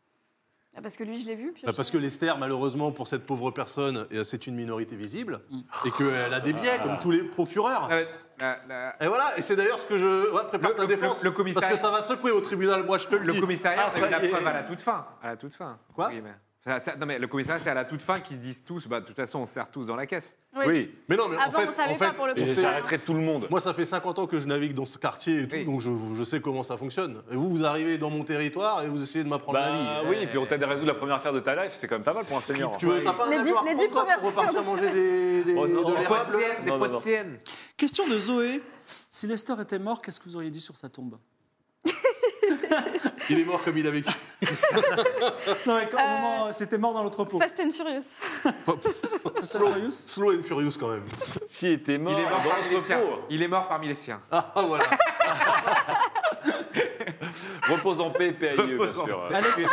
Speaker 3: Ah, Parce que lui, je l'ai vu. puis
Speaker 2: Bah,
Speaker 3: je-
Speaker 2: parce que l'Esther, malheureusement, pour cette pauvre personne, euh, c'est une minorité visible et qu'elle a des biais, comme tous les procureurs.
Speaker 5: Euh, la- la-
Speaker 2: Et voilà, et c'est d'ailleurs ce que je. Ouais, prépare
Speaker 5: Le-
Speaker 2: ta
Speaker 5: le-
Speaker 2: défense.
Speaker 5: le- le commissariat-
Speaker 2: Parce que ça va secouer au tribunal, moi je te le
Speaker 5: Le
Speaker 2: dis.
Speaker 5: commissariat,
Speaker 1: Ah,
Speaker 5: c'est
Speaker 1: ça
Speaker 5: la
Speaker 1: y est.
Speaker 5: preuve à la toute fin. À la toute fin.
Speaker 2: Quoi
Speaker 5: entre guillemets. Ça- ça- Non mais le commissariat, c'est à la toute fin qu'ils se disent tous, bah de toute façon, on se sert tous dans la caisse.
Speaker 1: Oui.
Speaker 2: Mais non, mais en
Speaker 3: Avant,
Speaker 2: fait.
Speaker 3: on savait
Speaker 2: en fait,
Speaker 3: pas pour le
Speaker 2: on
Speaker 1: Et
Speaker 3: coup.
Speaker 2: sait-
Speaker 1: j'arrêterai tout le monde.
Speaker 2: Moi, ça fait 50 ans que je navigue dans ce quartier et tout,
Speaker 5: Oui.
Speaker 2: donc je, je sais comment ça fonctionne. Et vous, vous arrivez dans mon territoire et vous essayez de m'apprendre la
Speaker 1: Bah
Speaker 2: vie.
Speaker 1: oui, et puis on t'a résoudre la première affaire de ta life, c'est quand même pas mal pour un senior.
Speaker 2: euh, Tu veux t'as pas
Speaker 3: Les
Speaker 2: rien
Speaker 3: dix-
Speaker 2: à voir
Speaker 3: les dix
Speaker 2: prendre, toi,
Speaker 3: premières
Speaker 2: pour repartir
Speaker 3: séances.
Speaker 2: manger des, des,
Speaker 1: Oh non,
Speaker 2: de
Speaker 1: oh,
Speaker 5: Des pots de
Speaker 2: l'érable
Speaker 5: sienne, des
Speaker 1: Non,
Speaker 5: pots
Speaker 1: non,
Speaker 5: de
Speaker 1: non.
Speaker 5: sienne.
Speaker 4: Question de Zoé si Lester était mort, qu'est-ce que vous auriez dit sur sa tombe
Speaker 2: Il est mort comme il a vécu.
Speaker 4: Non, mais quand- au
Speaker 3: Euh,
Speaker 4: moment, euh, c'était mort dans l'entrepôt.
Speaker 3: Fast and Furious.
Speaker 1: Ah,
Speaker 4: Sérieux
Speaker 2: Slow and furious quand même.
Speaker 1: Si était mort
Speaker 5: Il est mort
Speaker 1: dans
Speaker 5: parmi les siens.
Speaker 1: l'entrepôt,
Speaker 5: Il est mort parmi les siens.
Speaker 2: Ah voilà.
Speaker 1: repose en paix, PAIE, E, bien
Speaker 5: Repose en
Speaker 1: sûr.
Speaker 5: paix.
Speaker 4: Alexis,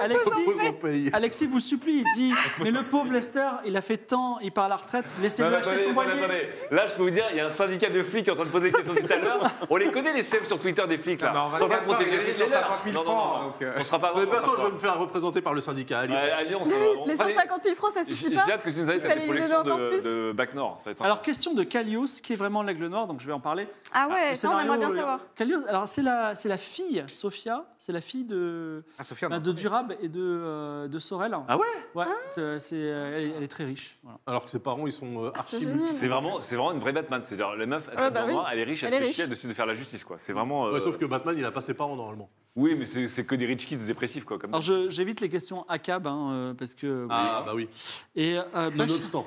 Speaker 4: Alexis,
Speaker 2: Pose au pays.
Speaker 4: Alexis vous supplie, il dit Mais le pauvre Lester, il a fait tant, il part à la retraite,
Speaker 1: Non,
Speaker 4: laissez-le
Speaker 1: mais
Speaker 4: acheter son
Speaker 1: attendez, attendez,
Speaker 4: voilier.
Speaker 1: attendez. Là, je peux vous dire, il y a un syndicat de flics qui est en train de poser des questions tout à l'heure. On les connaît, les sèvres sur Twitter des flics, là.
Speaker 5: Non, mais en
Speaker 1: Ils sont en train
Speaker 5: 24
Speaker 1: de protéger
Speaker 5: heures, il y a
Speaker 1: les
Speaker 5: des
Speaker 1: seniors.
Speaker 5: 150
Speaker 1: Non, non,
Speaker 5: 000
Speaker 1: non,
Speaker 5: francs,
Speaker 1: non.
Speaker 5: donc, euh,
Speaker 1: On sera pas
Speaker 2: De toute façon, je vais
Speaker 1: avant.
Speaker 2: me faire représenter par le syndicat à Lyon.
Speaker 1: À Lyon, on
Speaker 3: Les 150 000 francs, ça
Speaker 1: bah, J'ai
Speaker 3: suffit
Speaker 1: j'ai
Speaker 3: pas.
Speaker 1: hâte que tu nous ailles
Speaker 3: Il
Speaker 1: faire des
Speaker 3: fallait lui donner
Speaker 1: collections
Speaker 3: encore
Speaker 1: de,
Speaker 3: plus.
Speaker 1: de Bac Nord. Ça va être sympa.
Speaker 4: Alors, question de Kalios, qui est vraiment l'aigle noir, donc je vais en parler.
Speaker 3: Ah ouais,
Speaker 4: Le
Speaker 3: ça, on
Speaker 4: scénario,
Speaker 3: aimerait bien
Speaker 4: euh,
Speaker 3: savoir.
Speaker 4: Kalios, alors c'est la, c'est la fille, Sophia, c'est la fille de,
Speaker 5: Ah Sophia,
Speaker 4: bah,
Speaker 5: non.
Speaker 4: de Durab et de, euh, de Sorel.
Speaker 1: Ah ouais
Speaker 4: Ouais, c'est- c'est, euh, elle, est- elle est très riche. voilà.
Speaker 2: Alors que ses parents, ils sont euh,
Speaker 3: Ah, c'est
Speaker 2: archi
Speaker 3: génial.
Speaker 2: multi-
Speaker 1: C'est vraiment, c'est vraiment une vraie Batman. C'est genre, la meuf, elle
Speaker 3: Ouais,
Speaker 1: s'est
Speaker 3: bah oui.
Speaker 1: elle est riche, elle,
Speaker 3: Elle
Speaker 1: se
Speaker 3: est
Speaker 1: fait chier,
Speaker 3: riche.
Speaker 1: elle décide de faire la justice, quoi. C'est vraiment. euh,
Speaker 2: Ouais, sauf que Batman, il a pas ses parents normalement.
Speaker 1: Oui, mais c'est c'est que des rich kids dépressifs, quoi. Comme
Speaker 4: Alors je- j'évite les questions ACAB, hein, euh, parce que...
Speaker 2: Ah bah oui.
Speaker 4: Et euh, Bach-
Speaker 2: Nonobstant.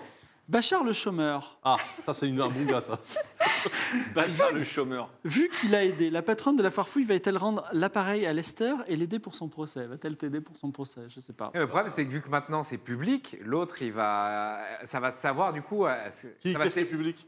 Speaker 4: Bachar le chômeur,
Speaker 2: Ah, ça, c'est une- un bon gars, ça.
Speaker 1: Bachar le chômeur.
Speaker 4: vu qu'il a aidé, la patronne de la farfouille va-t-elle rendre l'appareil à Lester et l'aider pour son procès Va-t-elle t'aider pour son procès Je sais pas.
Speaker 2: Euh,
Speaker 5: Et Le problème, c'est que vu que maintenant c'est public, l'autre, il va, ça va se savoir du coup. euh, c'est-
Speaker 2: Qui
Speaker 5: ça va
Speaker 2: qu'est-ce
Speaker 5: se-
Speaker 2: qui est public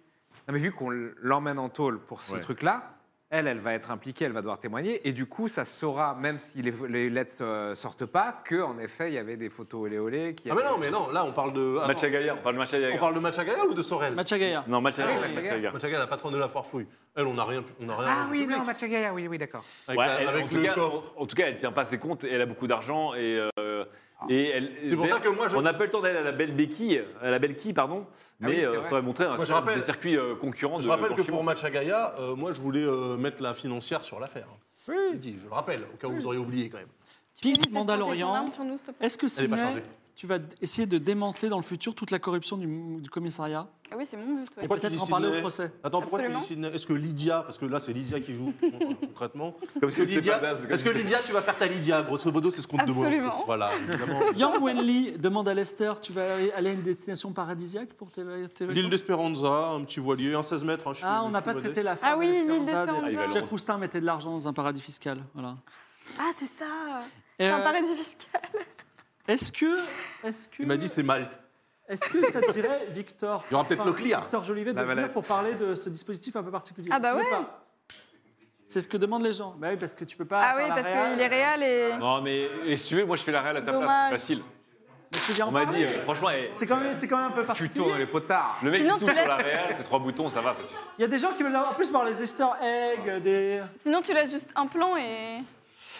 Speaker 5: Non, mais vu qu'on l'emmène en tôle pour ce
Speaker 1: Ouais.
Speaker 5: truc-là, elle, elle va être impliquée, elle va devoir témoigner, et du coup, ça se saura, même si les, les lettres euh, sortent pas, que en effet, il y avait des photos olé olé. Qui
Speaker 2: Ah, mais non, mais non, là, on parle de. ah,
Speaker 1: Matcha
Speaker 2: non.
Speaker 1: Gaillard, on parle de Matcha
Speaker 2: On
Speaker 1: Gaillard.
Speaker 2: parle de Machagaya ou de Sorel
Speaker 4: Machagaya.
Speaker 1: Non, Matcha
Speaker 5: Ah oui,
Speaker 1: Gaillard.
Speaker 5: Matcha
Speaker 1: Matcha
Speaker 5: Gaillard.
Speaker 1: Gaillard.
Speaker 2: Machagaya, la patronne de la foirefouille. Elle, on n'a rien. On a rien
Speaker 5: Ah
Speaker 2: rendu
Speaker 5: oui,
Speaker 2: euh, public.
Speaker 5: non, Machagaya, oui, oui, d'accord.
Speaker 2: Avec,
Speaker 1: Ouais,
Speaker 2: la-
Speaker 1: elle-
Speaker 2: avec
Speaker 1: en, tout
Speaker 2: le
Speaker 1: cas,
Speaker 2: coffre.
Speaker 1: en- en tout cas, elle tient pas ses comptes et elle a beaucoup d'argent. Et, euh, et elle-
Speaker 2: Ah. C'est pour ça que moi, je-
Speaker 1: On n'a pas le temps d'aller à la belle béquille, à la belle quille, pardon,
Speaker 5: Ah oui,
Speaker 1: mais
Speaker 5: c'est
Speaker 1: euh,
Speaker 5: vrai.
Speaker 1: ça aurait montré un
Speaker 2: Moi, je
Speaker 1: certain-
Speaker 2: rappelle-
Speaker 1: des circuits euh, concurrents
Speaker 2: Je
Speaker 1: de
Speaker 2: rappelle que
Speaker 1: blanchiment.
Speaker 2: pour Machagaya, euh, moi, je voulais euh, mettre la financière sur l'affaire. Je dis, Je le rappelle, au cas où vous auriez oublié quand même.
Speaker 3: Tu peux
Speaker 4: Pic
Speaker 3: mettre
Speaker 4: Mandalorian.
Speaker 3: ton arme sur nous, s'il te plaît.
Speaker 4: Est-ce que
Speaker 2: Elle est pas
Speaker 4: Sidney,
Speaker 2: chargée.
Speaker 4: tu vas d- essayer de démanteler dans le futur toute la corruption du, du commissariat
Speaker 3: Ah oui, c'est mon but. ouais.
Speaker 4: Et
Speaker 2: Pourquoi tu
Speaker 4: peut-être
Speaker 2: dis
Speaker 4: en parler
Speaker 2: Sidney
Speaker 4: au procès
Speaker 2: Attends, pourquoi tu
Speaker 3: Absolument.
Speaker 2: dis Sydney Est-ce que Lydia, parce que là c'est Lydia qui joue euh, concrètement,
Speaker 1: Comme
Speaker 2: est-ce que,
Speaker 1: si c'était
Speaker 2: Lydia,
Speaker 1: pas naze, comme
Speaker 2: est-ce
Speaker 1: si
Speaker 2: que
Speaker 1: c'était-
Speaker 2: Lydia, tu vas faire ta Lydia Grosso modo, c'est ce qu'on te demande.
Speaker 3: Absolument.
Speaker 2: Voilà, évidemment.
Speaker 4: Yang Wenli demande à Lester Tu vas aller aller à une destination paradisiaque pour tes
Speaker 2: L'île d'Espéranza, un petit voilier, un 16 mètres. hein, je suis-
Speaker 4: Ah, on
Speaker 2: je
Speaker 4: n'a
Speaker 2: suis
Speaker 4: pas
Speaker 2: modeste.
Speaker 4: traité l'affaire.
Speaker 3: Ah
Speaker 4: de
Speaker 3: oui, l'île
Speaker 4: l'Espéranza.
Speaker 3: d'Espéranza.
Speaker 1: Ah, il va le
Speaker 4: Jacques
Speaker 1: rendre.
Speaker 4: Roustin mettait de l'argent dans un paradis fiscal. Voilà.
Speaker 3: Ah, c'est ça. C'est un
Speaker 4: Euh,
Speaker 3: paradis fiscal.
Speaker 4: Est-ce que. Est-ce que.
Speaker 2: Il m'a dit c'est Malte.
Speaker 1: Ah,
Speaker 4: Est-ce que ça te dirait, Victor
Speaker 2: Il y aura peut-être
Speaker 4: enfin,
Speaker 2: le clear.
Speaker 4: Victor Jolivet de
Speaker 5: La
Speaker 4: venir
Speaker 5: valette.
Speaker 4: pour parler de ce dispositif un peu particulier.
Speaker 3: Ah bah
Speaker 4: Tu veux
Speaker 3: ouais.
Speaker 4: pas C'est ce que demandent les gens. Bah oui, parce que tu peux pas.
Speaker 3: Ah
Speaker 4: faire
Speaker 3: oui,
Speaker 4: la
Speaker 3: parce
Speaker 4: réal.
Speaker 3: qu'il est réel et.
Speaker 1: Non, mais et si tu veux, moi je fais la réelle à ta place,
Speaker 3: Dommage.
Speaker 1: c'est facile.
Speaker 4: Mais tu viens en
Speaker 1: On m'a dit,
Speaker 4: parler.
Speaker 1: euh, franchement, eh,
Speaker 4: C'est quand, même- c'est quand même un peu
Speaker 5: Tu
Speaker 4: particulier.
Speaker 5: tournes les potards.
Speaker 1: le mec
Speaker 3: Sinon,
Speaker 1: qui
Speaker 3: tu
Speaker 1: touche sur
Speaker 3: laisses-
Speaker 1: la réelle, c'est trois boutons, ça va, ça suffit.
Speaker 4: Il y a des gens qui veulent en plus voir les Easter eggs, des.
Speaker 3: Sinon, tu laisses juste un plan et.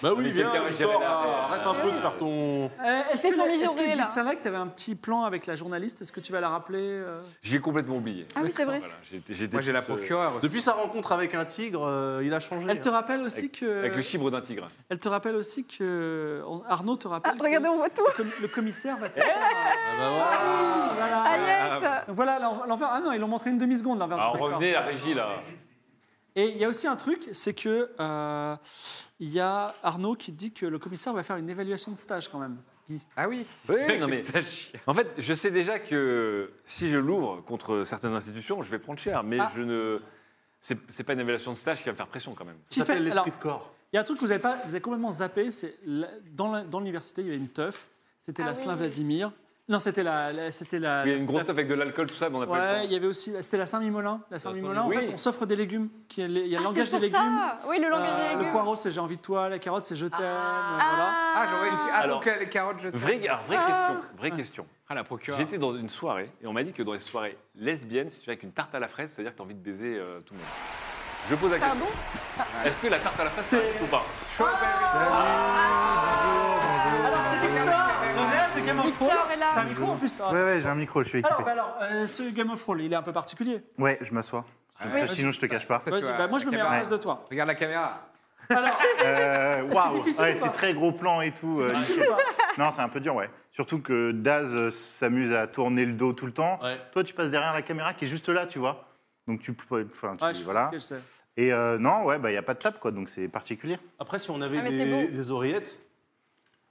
Speaker 2: Bah
Speaker 1: Mais
Speaker 2: oui, viens,
Speaker 1: quelqu'un va
Speaker 2: Victor,
Speaker 1: gérer la-
Speaker 2: ah, arrête un
Speaker 1: la-
Speaker 2: peu de faire ton.
Speaker 4: Euh, est-ce que,
Speaker 3: Fais son
Speaker 4: la- est-ce
Speaker 3: mijauré,
Speaker 4: que
Speaker 3: là.
Speaker 4: Guy Tsinlac, t'avais un petit plan avec la journaliste Est-ce que tu vas la rappeler euh
Speaker 1: J'ai complètement oublié.
Speaker 3: Ah oui, c'est vrai.
Speaker 1: Voilà, j'ai été- j'étais
Speaker 5: Moi, j'ai la
Speaker 1: plus, euh,
Speaker 5: procureure. aussi.
Speaker 2: Depuis sa rencontre avec un tigre, euh, il a changé.
Speaker 4: Elle te
Speaker 2: hein.
Speaker 4: rappelle aussi que.
Speaker 1: Avec le chibre d'un tigre.
Speaker 4: Elle te rappelle aussi que. on- Arnaud te
Speaker 3: Ah,
Speaker 4: rappelle. que
Speaker 3: regardez, on voit tout.
Speaker 4: le com- le commissaire
Speaker 1: Eh
Speaker 4: va te faire.
Speaker 2: Ah bah voilà.
Speaker 4: euh, voilà.
Speaker 3: Ah yes
Speaker 4: Donc voilà, l'en- l'envers. Ah non, ils l'ont montré une demi-seconde, l'envers.
Speaker 1: Alors
Speaker 4: Ah, D'accord.
Speaker 1: revenez à la régie là.
Speaker 4: Et il y a aussi un truc, c'est que euh, il y a Arnaud qui dit que le commissaire va faire une évaluation de stage quand même. Guy.
Speaker 5: Ah oui.
Speaker 1: Oui, non, mais- En fait, je sais déjà que si je l'ouvre contre certaines institutions, je vais prendre cher, mais
Speaker 4: Ah.
Speaker 1: je ne. C'est c'est pas une évaluation de stage qui va me faire pression quand même.
Speaker 2: Ça s'appelle
Speaker 4: Tiffen- alors,
Speaker 2: l'esprit de corps.
Speaker 4: il y a un truc que vous avez, pas, vous avez complètement zappé, c'est la- dans la- dans l'université, il y avait une teuf, c'était
Speaker 3: Ah
Speaker 4: la
Speaker 3: oui.
Speaker 4: Saint Vladimir. Non, c'était la, la- c'était la.
Speaker 1: Il y a une grosse
Speaker 4: la-
Speaker 1: teuf avec de l'alcool, tout ça, mais on n'a pas
Speaker 4: Ah, Ouais,
Speaker 1: eu
Speaker 4: il y avait aussi, c'était la Saint Mimolin. La Saint Mimolin, en
Speaker 1: Oui.
Speaker 4: fait, on s'offre des légumes. qui est- Il y a
Speaker 3: Ah,
Speaker 4: le langage
Speaker 3: c'est
Speaker 4: des
Speaker 3: pour
Speaker 4: légumes.
Speaker 3: ça. Oui, le langage
Speaker 4: Euh,
Speaker 3: des légumes.
Speaker 4: le poireau, c'est j'ai envie de toi. La carotte, c'est je t'aime. euh, Voilà.
Speaker 5: Ah, j'aurais su. Ah,
Speaker 1: Alors-
Speaker 5: donc euh, les carottes, je.
Speaker 1: le temps. Vraie, alors, vraie
Speaker 3: Ah.
Speaker 1: question. Vraie question.
Speaker 5: Ah, la procureure.
Speaker 1: J'étais dans une soirée et on m'a dit que dans les soirées lesbiennes, si tu es avec une tarte à la fraise, c'est-à-dire que tu as envie de baiser euh, tout le monde. Je pose la question.
Speaker 3: Pardon
Speaker 1: Est-ce que la tarte à la fraise, c'est
Speaker 4: C'est-
Speaker 1: un truc ou pas
Speaker 4: Alors, c'est Victor, le réel de Game of Thrones.
Speaker 3: Ah. Victor est là.
Speaker 4: T'as un micro en plus ah.
Speaker 6: Ouais, ouais, j'ai un micro, je suis équipé.
Speaker 4: Alors, bah alors euh, ce Game of Thrones, il est un peu particulier.
Speaker 6: Ouais, je m'assois.
Speaker 3: Oui.
Speaker 6: Sinon, je te cache pas.
Speaker 5: Ça,
Speaker 4: Ah Vas-y,
Speaker 5: tu vois,
Speaker 4: bah, moi, je me mets
Speaker 5: la
Speaker 4: en
Speaker 5: caméra.
Speaker 4: face de toi.
Speaker 5: Regarde la caméra.
Speaker 4: Alors,
Speaker 6: Euh, Waouh,
Speaker 4: difficile
Speaker 6: Ouais,
Speaker 4: ou pas
Speaker 6: c'est très gros plan et tout. euh,
Speaker 4: difficile
Speaker 6: nickel.
Speaker 4: ou pas
Speaker 6: non, c'est un peu dur, ouais. Surtout que Daz euh, s'amuse à tourner le dos tout le temps.
Speaker 2: Ouais.
Speaker 6: Toi, tu passes derrière la caméra qui est juste là, tu vois. Donc tu, enfin, tu-
Speaker 4: ouais, je,
Speaker 6: voilà.
Speaker 4: ok, je sais.
Speaker 6: Et euh, non, ouais, bah il y a pas de table quoi, donc c'est particulier.
Speaker 2: Après, si on avait
Speaker 3: Ah, mais c'est
Speaker 2: des,
Speaker 3: beau.
Speaker 2: des oreillettes,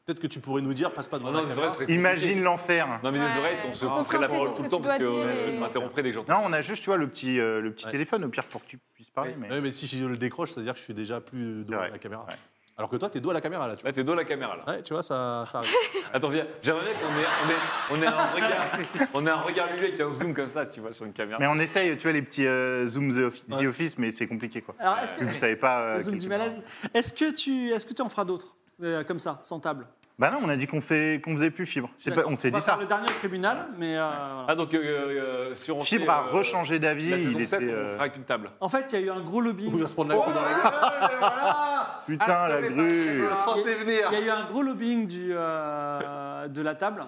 Speaker 2: peut-être que tu pourrais nous dire, passe pas devant
Speaker 1: Non,
Speaker 2: la
Speaker 1: les
Speaker 2: caméra.
Speaker 1: oreilles seraient-
Speaker 6: Imagine l'enfer.
Speaker 1: Non, mais les
Speaker 3: Ouais.
Speaker 1: oreilles, on se
Speaker 3: Ah,
Speaker 1: couperait la parole tout
Speaker 3: concentrez-vous
Speaker 1: le
Speaker 3: sur
Speaker 1: temps
Speaker 3: ce
Speaker 1: parce
Speaker 3: que
Speaker 1: que
Speaker 3: tu dois
Speaker 1: euh,
Speaker 3: dire
Speaker 1: je
Speaker 3: et-
Speaker 1: m'interromprais dès que j'entends.
Speaker 6: Non, on a juste, tu vois, le petit, euh, le petit
Speaker 2: Ouais.
Speaker 6: téléphone au pire pour que tu puisses parler. Mais...
Speaker 2: Ouais, mais si je le décroche, ça veut dire que je suis déjà plus devant
Speaker 6: Ouais,
Speaker 2: la caméra.
Speaker 6: ouais.
Speaker 2: Alors que toi, t'es dos à la caméra là, tu vois.
Speaker 1: Là, t'es dos à la caméra là.
Speaker 2: Ouais, tu vois, ça, ça arrive.
Speaker 1: Attends, viens, j'aimerais bien qu'on ait, on ait, on ait un regard, on a un regard lui avec un zoom comme ça, tu vois, sur une caméra.
Speaker 6: Mais on essaye, tu vois, les petits euh, Zoom the office, The
Speaker 2: Ouais.
Speaker 6: Office, mais c'est compliqué quoi.
Speaker 4: Alors, est-ce
Speaker 6: Vous
Speaker 4: que.
Speaker 6: savez pas. euh,
Speaker 4: le Zoom
Speaker 6: quel
Speaker 4: du
Speaker 6: truc.
Speaker 4: malaise. Est-ce que tu est-ce que tu en feras d'autres euh, comme ça, sans table
Speaker 6: Bah non, on a dit qu'on fait, qu'on faisait plus fibre. C'est pas,
Speaker 4: D'accord.
Speaker 6: on s'est
Speaker 4: va
Speaker 6: dit
Speaker 4: faire
Speaker 6: ça.
Speaker 4: Le dernier au tribunal, mais. euh, voilà.
Speaker 1: Ah, donc, euh, euh, sur on
Speaker 6: Fibre
Speaker 1: fait,
Speaker 6: a
Speaker 1: euh,
Speaker 6: rechangé d'avis.
Speaker 1: La saison
Speaker 6: Il
Speaker 1: 7,
Speaker 6: était.
Speaker 1: on
Speaker 6: euh,
Speaker 1: fera qu'une table.
Speaker 4: En fait, il y a eu un gros
Speaker 2: On
Speaker 4: lobbying.
Speaker 2: va se prendre la coupe dans la gueule.
Speaker 6: Putain, la grue.
Speaker 2: Sentez venir.
Speaker 4: Il y a eu un gros lobbying du, euh, de la table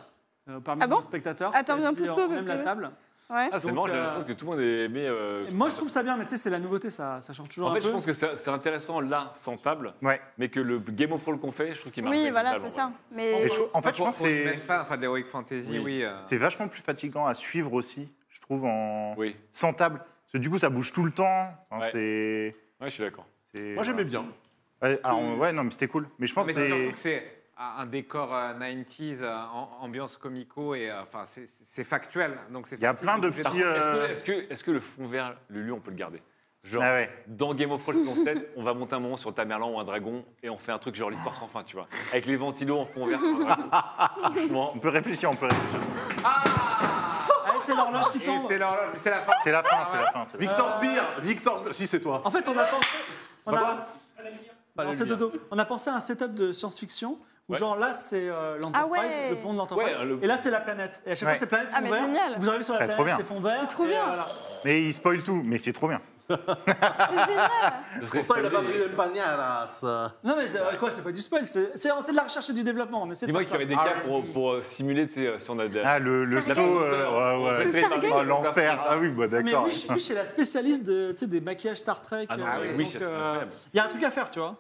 Speaker 4: euh, parmi
Speaker 3: Ah bon
Speaker 4: les spectateurs.
Speaker 3: Attends,
Speaker 4: Ils
Speaker 3: viens
Speaker 4: disaient,
Speaker 3: plus tôt,
Speaker 4: on aime
Speaker 3: parce
Speaker 4: la
Speaker 3: que-
Speaker 4: table.
Speaker 3: Ouais.
Speaker 1: Ah, c'est
Speaker 4: Donc,
Speaker 1: marrant, j'ai
Speaker 4: euh,
Speaker 1: l'impression que tout le monde est aimé. euh,
Speaker 4: Et Moi, je trouve ça bien, mais tu sais, c'est la nouveauté, ça, ça change toujours
Speaker 1: En
Speaker 4: un
Speaker 1: fait,
Speaker 4: peu.
Speaker 1: je pense que c'est c'est intéressant là, sans table,
Speaker 6: Ouais.
Speaker 1: mais que le Game of Thrones qu'on fait, je trouve qu'il marche. bien
Speaker 3: Oui,
Speaker 1: avec
Speaker 3: voilà,
Speaker 1: une
Speaker 3: c'est
Speaker 1: table,
Speaker 3: ça.
Speaker 1: en
Speaker 6: Et
Speaker 3: Mais.
Speaker 6: je- en fait, je pense que c'est-
Speaker 5: Enfin, de l'Heroic Fantasy, oui.
Speaker 1: Oui.
Speaker 5: euh,
Speaker 6: c'est vachement plus fatigant à suivre aussi, je trouve, en
Speaker 1: vrai. Oui,
Speaker 6: sans table. Parce que du coup, ça bouge tout le temps. Enfin,
Speaker 1: Ouais.
Speaker 6: c'est-
Speaker 1: Ouais, je suis d'accord.
Speaker 6: c'est-
Speaker 2: Moi, j'aimais bien.
Speaker 6: Ouais, alors, ouais, non, mais c'était cool. Mais je pense
Speaker 5: mais
Speaker 6: que
Speaker 5: c'est
Speaker 6: c'est-
Speaker 5: surtout que c'est à un décor euh, 90s, euh, en- ambiance comico, et euh, enfin, c'est- c'est factuel. Donc c'est
Speaker 6: Il y a
Speaker 5: facile
Speaker 6: plein de
Speaker 5: bouger
Speaker 6: petits.
Speaker 5: dedans.
Speaker 1: Est-ce que,
Speaker 6: euh,
Speaker 1: est-ce que- est-ce que le fond vert, le lieu, on peut le garder Genre,
Speaker 6: Ah ouais.
Speaker 1: dans Game of Thrones saison 7, on va monter un moment sur Tamerlan ou un dragon et on fait un truc genre l'histoire sans fin, tu vois. Avec les ventilos en fond vert sur un dragon. Franchement,
Speaker 6: On peut réfléchir, on peut réfléchir.
Speaker 4: Allez, Ah, c'est l'horloge qui
Speaker 5: Et
Speaker 4: tombe.
Speaker 5: c'est l'horloge, mais c'est la fin.
Speaker 6: C'est la fin, c'est la fin. c'est la fin.
Speaker 2: Victor Sbire Victor Sbire Si, c'est toi.
Speaker 4: En fait, on a pensé. On
Speaker 2: pas
Speaker 4: a,
Speaker 2: moi Pas la
Speaker 4: non, c'est
Speaker 2: lumière.
Speaker 4: dodo. On a pensé à un setup de science-fiction où,
Speaker 1: Ouais.
Speaker 4: genre, là, c'est euh, l'Enterprise,
Speaker 3: Ah ouais.
Speaker 4: le pont de l'Enterprise.
Speaker 1: Ouais, le-
Speaker 4: Et là, c'est la planète. Et à chaque
Speaker 6: Ouais.
Speaker 4: fois, c'est planète
Speaker 3: Ah,
Speaker 4: fond
Speaker 3: mais
Speaker 4: vert.
Speaker 3: génial.
Speaker 4: Vous arrivez sur la
Speaker 6: Ah, trop
Speaker 4: planète,
Speaker 6: bien.
Speaker 4: c'est fond vert. C'est
Speaker 3: trop bien.
Speaker 6: Mais il spoil tout, mais c'est trop bien.
Speaker 1: ce serait
Speaker 2: Pourquoi il a pas
Speaker 1: fabuleux.
Speaker 2: pris le panadas
Speaker 4: Non, mais c'est- quoi, c'est pas du spoil. C'est c'est- c'est de la recherche et du développement. On essaie de
Speaker 1: Dis-moi
Speaker 4: faire
Speaker 1: qu'il y avait des cas
Speaker 4: ça.
Speaker 1: pour, pour euh, simuler tu sais, euh, si on a de
Speaker 6: Ah, le, le
Speaker 1: La
Speaker 6: saut.
Speaker 1: bande-
Speaker 6: euh, ouais, ouais.
Speaker 1: C'est Stargate.
Speaker 6: Oh, l'enfer. Ah oui, bah
Speaker 4: Ah, Mais
Speaker 6: d'accord.
Speaker 4: Wish, Wish est la spécialiste de, tu sais, des maquillages Star Trek.
Speaker 1: Ah non,
Speaker 4: euh,
Speaker 1: mais
Speaker 4: donc,
Speaker 1: Wish, ça, c'est
Speaker 4: euh,
Speaker 1: incroyable.
Speaker 4: Il y a un truc à faire, tu vois.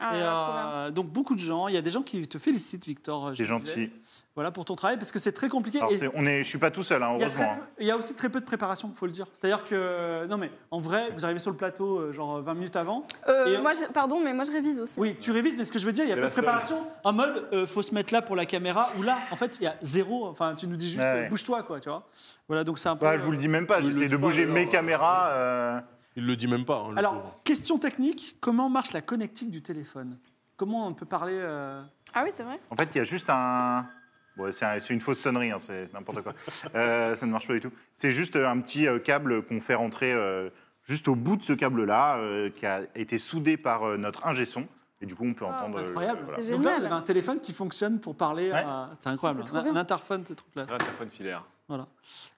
Speaker 3: Ah,
Speaker 4: Et,
Speaker 3: c'est trop bien.
Speaker 4: euh, donc beaucoup de gens, il y a des gens qui te félicitent, Victor. euh,
Speaker 6: C'est
Speaker 4: je le disais.
Speaker 6: gentil.
Speaker 4: Voilà pour ton travail parce que c'est très compliqué.
Speaker 6: Alors,
Speaker 4: et
Speaker 6: c'est- on est, je suis pas tout seul, hein,
Speaker 4: il y, a très
Speaker 6: heureusement.
Speaker 4: peu- il y a aussi très peu de préparation, faut le dire. C'est-à-dire que euh, non mais en vrai, vous arrivez sur le plateau euh, genre 20 minutes avant.
Speaker 3: Euh,
Speaker 4: et-
Speaker 3: moi, je- pardon, mais moi je révise aussi.
Speaker 4: Oui, tu révises, mais ce que je veux dire, il y a
Speaker 1: C'est
Speaker 4: pas de
Speaker 1: la seule.
Speaker 4: préparation en mode euh, faut se mettre là pour la caméra ou là. En fait, il y a zéro. Enfin, tu nous dis juste
Speaker 6: Ouais,
Speaker 4: euh,
Speaker 6: ouais.
Speaker 4: bouge-toi quoi, tu vois. Voilà donc c'est un peu.
Speaker 6: Bah, je vous le dis même pas,
Speaker 2: Il le
Speaker 6: j'essaie
Speaker 2: dit
Speaker 6: de
Speaker 2: pas,
Speaker 6: bouger
Speaker 2: alors,
Speaker 6: mes
Speaker 2: euh,
Speaker 6: caméras. euh,
Speaker 2: Il le dit même pas. hein, le pauvre.
Speaker 4: euh, Alors question technique, comment marche la connectique du téléphone Comment on peut parler euh,
Speaker 3: Ah oui, c'est vrai.
Speaker 6: En fait, il y a juste un. Bon, c'est un- c'est une fausse sonnerie, hein, c'est n'importe quoi. Euh, ça ne marche pas du tout. C'est juste un petit euh, câble qu'on fait rentrer euh, juste au bout de ce câble-là, euh, qui a été soudé par euh, notre ingé son. Et du coup, on peut entendre. euh,
Speaker 4: Ah, Incroyable.
Speaker 6: voilà.
Speaker 3: C'est
Speaker 4: Donc là,
Speaker 3: génial.
Speaker 4: vous avez un téléphone qui fonctionne pour parler.
Speaker 6: Ouais.
Speaker 4: à- C'est incroyable.
Speaker 3: C'est trop
Speaker 4: Un,
Speaker 3: bien.
Speaker 4: un interphone, ce truc-là.
Speaker 6: Ah.
Speaker 1: Un interphone filaire.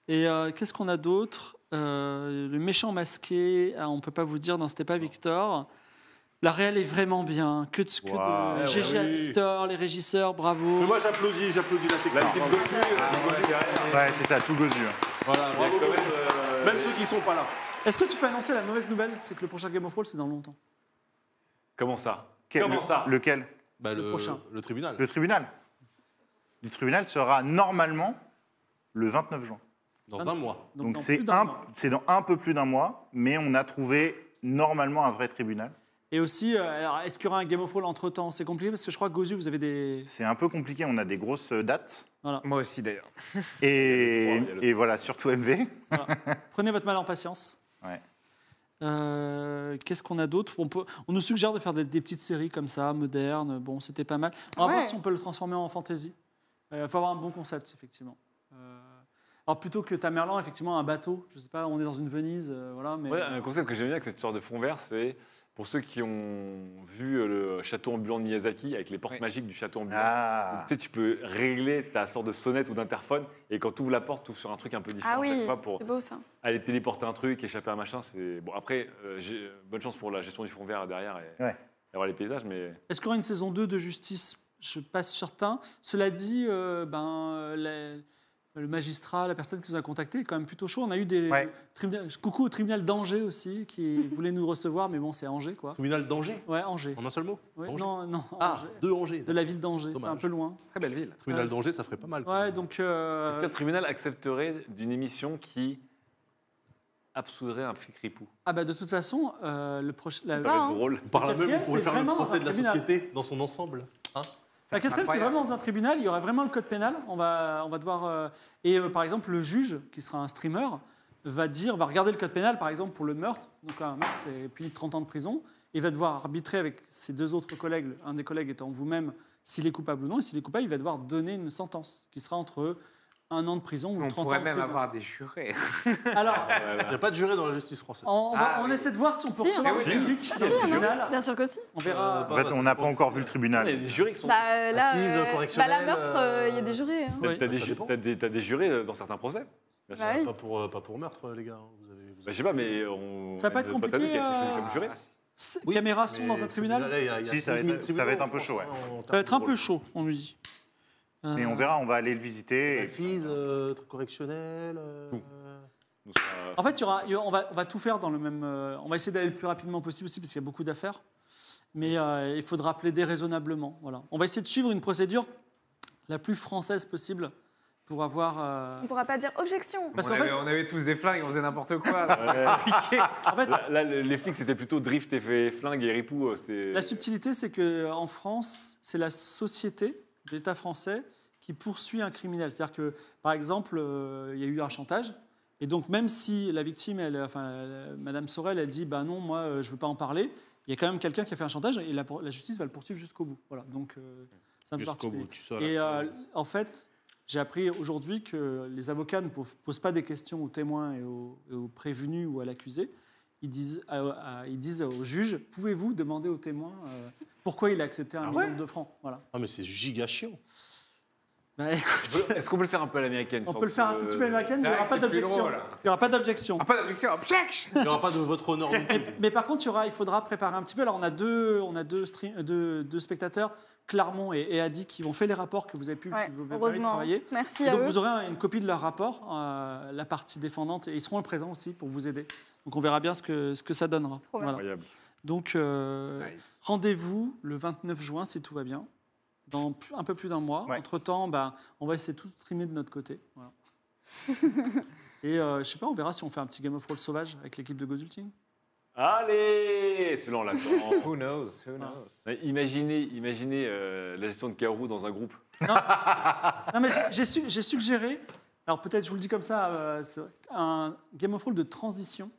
Speaker 4: Et euh, qu'est-ce qu'on a d'autre Euh, Le méchant masqué, ah, on peut pas vous dire, non, c'était pas Victor. La réelle est vraiment bien. Que de, que de-
Speaker 6: Waouh.
Speaker 4: GG à
Speaker 2: Ouais, Eh oui.
Speaker 4: Victor, les régisseurs, bravo.
Speaker 2: Mais moi j'applaudis, j'applaudis la technique.
Speaker 1: La petite
Speaker 2: Bravo.
Speaker 1: Goku, euh, Goku, euh,
Speaker 6: Ouais, c'est ça, tout gozu. hein.
Speaker 2: Voilà, bravo.
Speaker 1: quand même,
Speaker 2: euh, Même ceux qui sont pas là.
Speaker 4: Est-ce que tu peux annoncer la mauvaise nouvelle C'est que le prochain Game of Thrones, c'est dans longtemps.
Speaker 1: Comment ça
Speaker 6: Quel-
Speaker 1: Comment
Speaker 6: le-
Speaker 1: ça
Speaker 6: Lequel
Speaker 2: Bah,
Speaker 4: Le prochain.
Speaker 2: Le tribunal.
Speaker 6: Le tribunal. Le tribunal sera normalement le 29 juin.
Speaker 2: Dans un mois.
Speaker 6: Donc
Speaker 4: dans plus
Speaker 6: c'est
Speaker 4: d'un
Speaker 6: un-
Speaker 4: an.
Speaker 6: c'est dans un peu plus d'un mois, mais on a trouvé normalement un vrai tribunal.
Speaker 4: Et aussi, euh, alors, est-ce qu'il y aura un Game of Thrones entre-temps C'est compliqué parce que je crois que Gozu, vous avez des...
Speaker 6: C'est un peu compliqué, on a des grosses euh, dates.
Speaker 5: Moi aussi d'ailleurs.
Speaker 1: trois, il
Speaker 6: Et,
Speaker 1: y a le-
Speaker 6: et voilà, surtout MV.
Speaker 4: Prenez votre mal en patience.
Speaker 6: Ouais.
Speaker 4: Euh, Qu'est-ce qu'on a d'autre on, peut- on nous suggère de faire des, des petites séries comme ça, modernes. Bon, c'était pas mal. On va
Speaker 3: Ouais.
Speaker 4: voir si on peut le transformer en fantasy. Euh, Il faut avoir un bon concept, effectivement. Euh, alors, plutôt que Tamerlan, effectivement, un bateau. Je sais pas, on est dans une Venise, euh, voilà. Mais
Speaker 1: Ouais, un concept que j'aime bien avec cette histoire de fond vert, c'est pour ceux qui ont vu euh, le château ambulant de Miyazaki avec les portes
Speaker 5: Oui.
Speaker 1: magiques du château ambulant.
Speaker 6: Ah.
Speaker 1: Donc, Tu sais, tu peux régler ta sorte de sonnette ou d'interphone et quand tu ouvres la porte, tu ouvres sur un truc un peu différent
Speaker 3: Ah
Speaker 1: à chaque
Speaker 3: oui,
Speaker 1: fois pour
Speaker 3: c'est beau ça.
Speaker 1: aller téléporter un truc, échapper à un machin. C'est bon. Après, euh, j'ai- bonne chance pour la gestion du fond vert derrière et,
Speaker 6: Ouais.
Speaker 1: et avoir les paysages, mais
Speaker 4: Est-ce qu'il y aura une saison 2 de Justice Je ne suis pas certain. Cela dit, euh, ben, euh, la- le magistrat, la personne qui nous a contactés est quand même plutôt chaud. On a eu des
Speaker 6: Ouais.
Speaker 4: tribunal- coucou au tribunal d'Angers aussi, qui voulait nous recevoir, mais bon, c'est Angers, quoi.
Speaker 2: Tribunal d'Angers.
Speaker 4: Ouais, Angers.
Speaker 2: En un seul mot
Speaker 4: Ouais,
Speaker 2: Angers.
Speaker 4: non, non,
Speaker 2: Ah,
Speaker 4: Angers.
Speaker 2: deux Angers.
Speaker 4: De la ville d'Angers, c'est
Speaker 2: Dommage.
Speaker 4: un peu loin.
Speaker 5: Très belle ville.
Speaker 2: Tribunal
Speaker 4: Euh,
Speaker 2: d'Angers, ça ferait pas mal.
Speaker 4: Ouais, donc... euh,
Speaker 1: est-ce que le tribunal accepterait d'une émission qui absoudrait un flic ripou
Speaker 4: ah bah de toute façon, euh, le proche, la,
Speaker 1: Ça
Speaker 3: Ah,
Speaker 1: va être
Speaker 3: hein.
Speaker 1: drôle.
Speaker 2: On parle
Speaker 4: Le
Speaker 2: même, on
Speaker 4: quatrième,
Speaker 2: pourrait
Speaker 4: c'est
Speaker 2: faire le
Speaker 4: vraiment
Speaker 2: procès
Speaker 4: dans
Speaker 2: de
Speaker 4: un
Speaker 2: la
Speaker 4: tribunal.
Speaker 2: société dans son ensemble.
Speaker 4: La quatrième, c'est
Speaker 5: Incroyable.
Speaker 4: vraiment dans un tribunal, il y aurait vraiment le code pénal. On va, on va devoir. euh, et euh, par exemple, le juge, qui sera un streamer, va dire, va regarder le code pénal, par exemple, pour le meurtre. Donc un meurtre, c'est puni de 30 ans de prison. Il va devoir arbitrer avec ses deux autres collègues, un des collègues étant vous-même, s'il est coupable ou non. Et s'il est coupable, il va devoir donner une sentence qui sera entre un an de prison ou
Speaker 5: On
Speaker 4: 30 ans
Speaker 5: pourrait
Speaker 4: de
Speaker 5: même
Speaker 4: prison.
Speaker 5: avoir des jurés.
Speaker 4: Alors,
Speaker 2: Il n'y a pas de juré dans la justice française.
Speaker 4: on, on va-
Speaker 5: Ah,
Speaker 4: on
Speaker 5: oui.
Speaker 4: essaie de voir si on peut
Speaker 3: Si,
Speaker 4: recevoir
Speaker 3: on
Speaker 4: le
Speaker 3: va-
Speaker 4: public dans le
Speaker 3: Si, hein,
Speaker 4: tribunal.
Speaker 3: Bien sûr que si.
Speaker 4: On verra.
Speaker 2: Euh,
Speaker 6: En fait, on n'a pas encore
Speaker 1: Non, Il y
Speaker 6: vu le
Speaker 1: a
Speaker 6: tribunal.
Speaker 1: des jurys qui sont.
Speaker 3: Bah, euh, là,
Speaker 2: Assise,
Speaker 3: euh, bah,
Speaker 2: correctionnelle,
Speaker 3: la meurtre, euh, il y a
Speaker 2: euh,
Speaker 3: des jurés. hein.
Speaker 1: T'as
Speaker 4: Oui.
Speaker 1: t'as des,
Speaker 2: Ça
Speaker 1: ju-
Speaker 2: dépend.
Speaker 1: t'as des- t'as des jurés euh, dans certains procès bien sûr.
Speaker 3: Bah oui.
Speaker 2: Pas pour, euh, pas pour meurtre, les gars. hein. Vous avez, vous
Speaker 1: Bah, je sais pas, mais on.
Speaker 4: Ça va pas être
Speaker 1: notre pote
Speaker 4: compliqué,
Speaker 1: Annick a été choisi
Speaker 4: euh,
Speaker 1: comme juré.
Speaker 4: S-
Speaker 2: Oui,
Speaker 4: Caméras sont
Speaker 2: mais
Speaker 4: dans un
Speaker 2: le
Speaker 4: tribunal.
Speaker 2: là, il y a- il y a
Speaker 6: Si, ça va
Speaker 2: 12 000
Speaker 6: être- ça
Speaker 2: tribunaux
Speaker 6: va être un
Speaker 2: en
Speaker 6: peu
Speaker 2: France,
Speaker 6: chaud, ouais.
Speaker 2: hein, en
Speaker 4: Ça va être un
Speaker 2: termes de
Speaker 4: peu
Speaker 2: rôle.
Speaker 4: chaud, on nous dit.
Speaker 6: Mais on verra, on va aller le visiter.
Speaker 2: Assise, euh, truc correctionnel. euh,
Speaker 1: Tout. Nous, ça-
Speaker 4: En fait, il y aura, il y aura- on, va, on va tout faire dans le même. euh, on va essayer d'aller le plus rapidement possible aussi, parce qu'il y a beaucoup d'affaires. Mais euh, il faudra plaider raisonnablement. Voilà. On va essayer de suivre une procédure la plus française possible pour avoir. euh,
Speaker 3: On ne pourra pas dire objection.
Speaker 4: Parce
Speaker 5: on,
Speaker 4: qu'en
Speaker 5: avait,
Speaker 4: fait-
Speaker 5: on avait tous des flingues, on faisait n'importe quoi. là.
Speaker 1: Ouais.
Speaker 5: Piqué.
Speaker 4: En fait,
Speaker 1: Là, là, le- les flics, c'était plutôt drift et fait flingue et ripou. euh, C'était.
Speaker 4: La subtilité, c'est que en France, c'est la société d'État français qui poursuit un criminel. C'est-à-dire que, par exemple, euh, il y a eu un chantage, et donc même si la victime, elle, enfin, euh, Madame Sorel, elle dit, bah non, moi, euh, je veux pas en parler, il y a quand même quelqu'un qui a fait un chantage, et la, la justice va le poursuivre jusqu'au bout. Voilà. Donc, euh, ça me
Speaker 7: Jusqu'au bout, tu sors.
Speaker 4: et euh, en fait, j'ai appris aujourd'hui que les avocats ne posent posent pas des questions aux témoins et aux, et aux prévenus ou à l'accusé. Ils disent, à- à- ils disent au juge pouvez-vous demander au témoin euh, pourquoi il a accepté un
Speaker 1: Ah
Speaker 4: million
Speaker 1: ouais
Speaker 4: de francs Voilà.
Speaker 7: Ah, mais c'est giga chiant.
Speaker 4: Bah, écoute,
Speaker 1: Est-ce qu'on peut le faire un peu à l'américaine
Speaker 4: on
Speaker 1: sans
Speaker 4: peut le faire un
Speaker 1: se-
Speaker 4: tout petit peu à l'américaine, mais il n'y
Speaker 5: c'est
Speaker 4: aura pas
Speaker 5: vrai que c'est plus
Speaker 4: d'objection.
Speaker 5: drôle, là.
Speaker 4: Il n'y aura pas d'objection.
Speaker 5: Ah, pas d'objection, objection
Speaker 2: Il n'y aura pas de votre honneur non plus.
Speaker 4: Mais par contre, il, y aura, il faudra préparer un petit peu. Alors, on a deux, on a deux, stream- euh, deux- deux spectateurs, Clermont et, et Adi, qui ont fait les rapports que vous avez pu
Speaker 3: Ouais,
Speaker 4: que vous avez permis de
Speaker 3: heureusement.
Speaker 4: travailler.
Speaker 3: Merci
Speaker 4: Et
Speaker 3: à
Speaker 4: donc
Speaker 3: eux.
Speaker 4: vous aurez un- une copie de leur rapport, euh, la partie défendante, et ils seront présents aussi pour vous aider. Donc on verra bien ce que, ce que ça donnera.
Speaker 3: Trop bien.
Speaker 4: Voilà.
Speaker 1: Incroyable.
Speaker 4: Donc euh,
Speaker 5: Nice.
Speaker 4: rendez-vous le 29 juin si tout va bien, dans plus- un peu plus d'un mois.
Speaker 6: Ouais.
Speaker 4: Entre-temps, bah, on va essayer de tout streamer de notre côté. Voilà. et euh, je sais pas, on verra si on fait un petit Game of Roll sauvage avec l'équipe de Godulting.
Speaker 1: Allez Selon la
Speaker 5: Who knows,
Speaker 4: Ah.
Speaker 5: who knows
Speaker 1: Imaginez, imaginez euh, la gestion de Carou dans un groupe.
Speaker 4: Non mais j'ai- j'ai su- j'ai suggéré, alors peut-être je vous le dis comme ça, euh, c'est- un Game of Roll de transition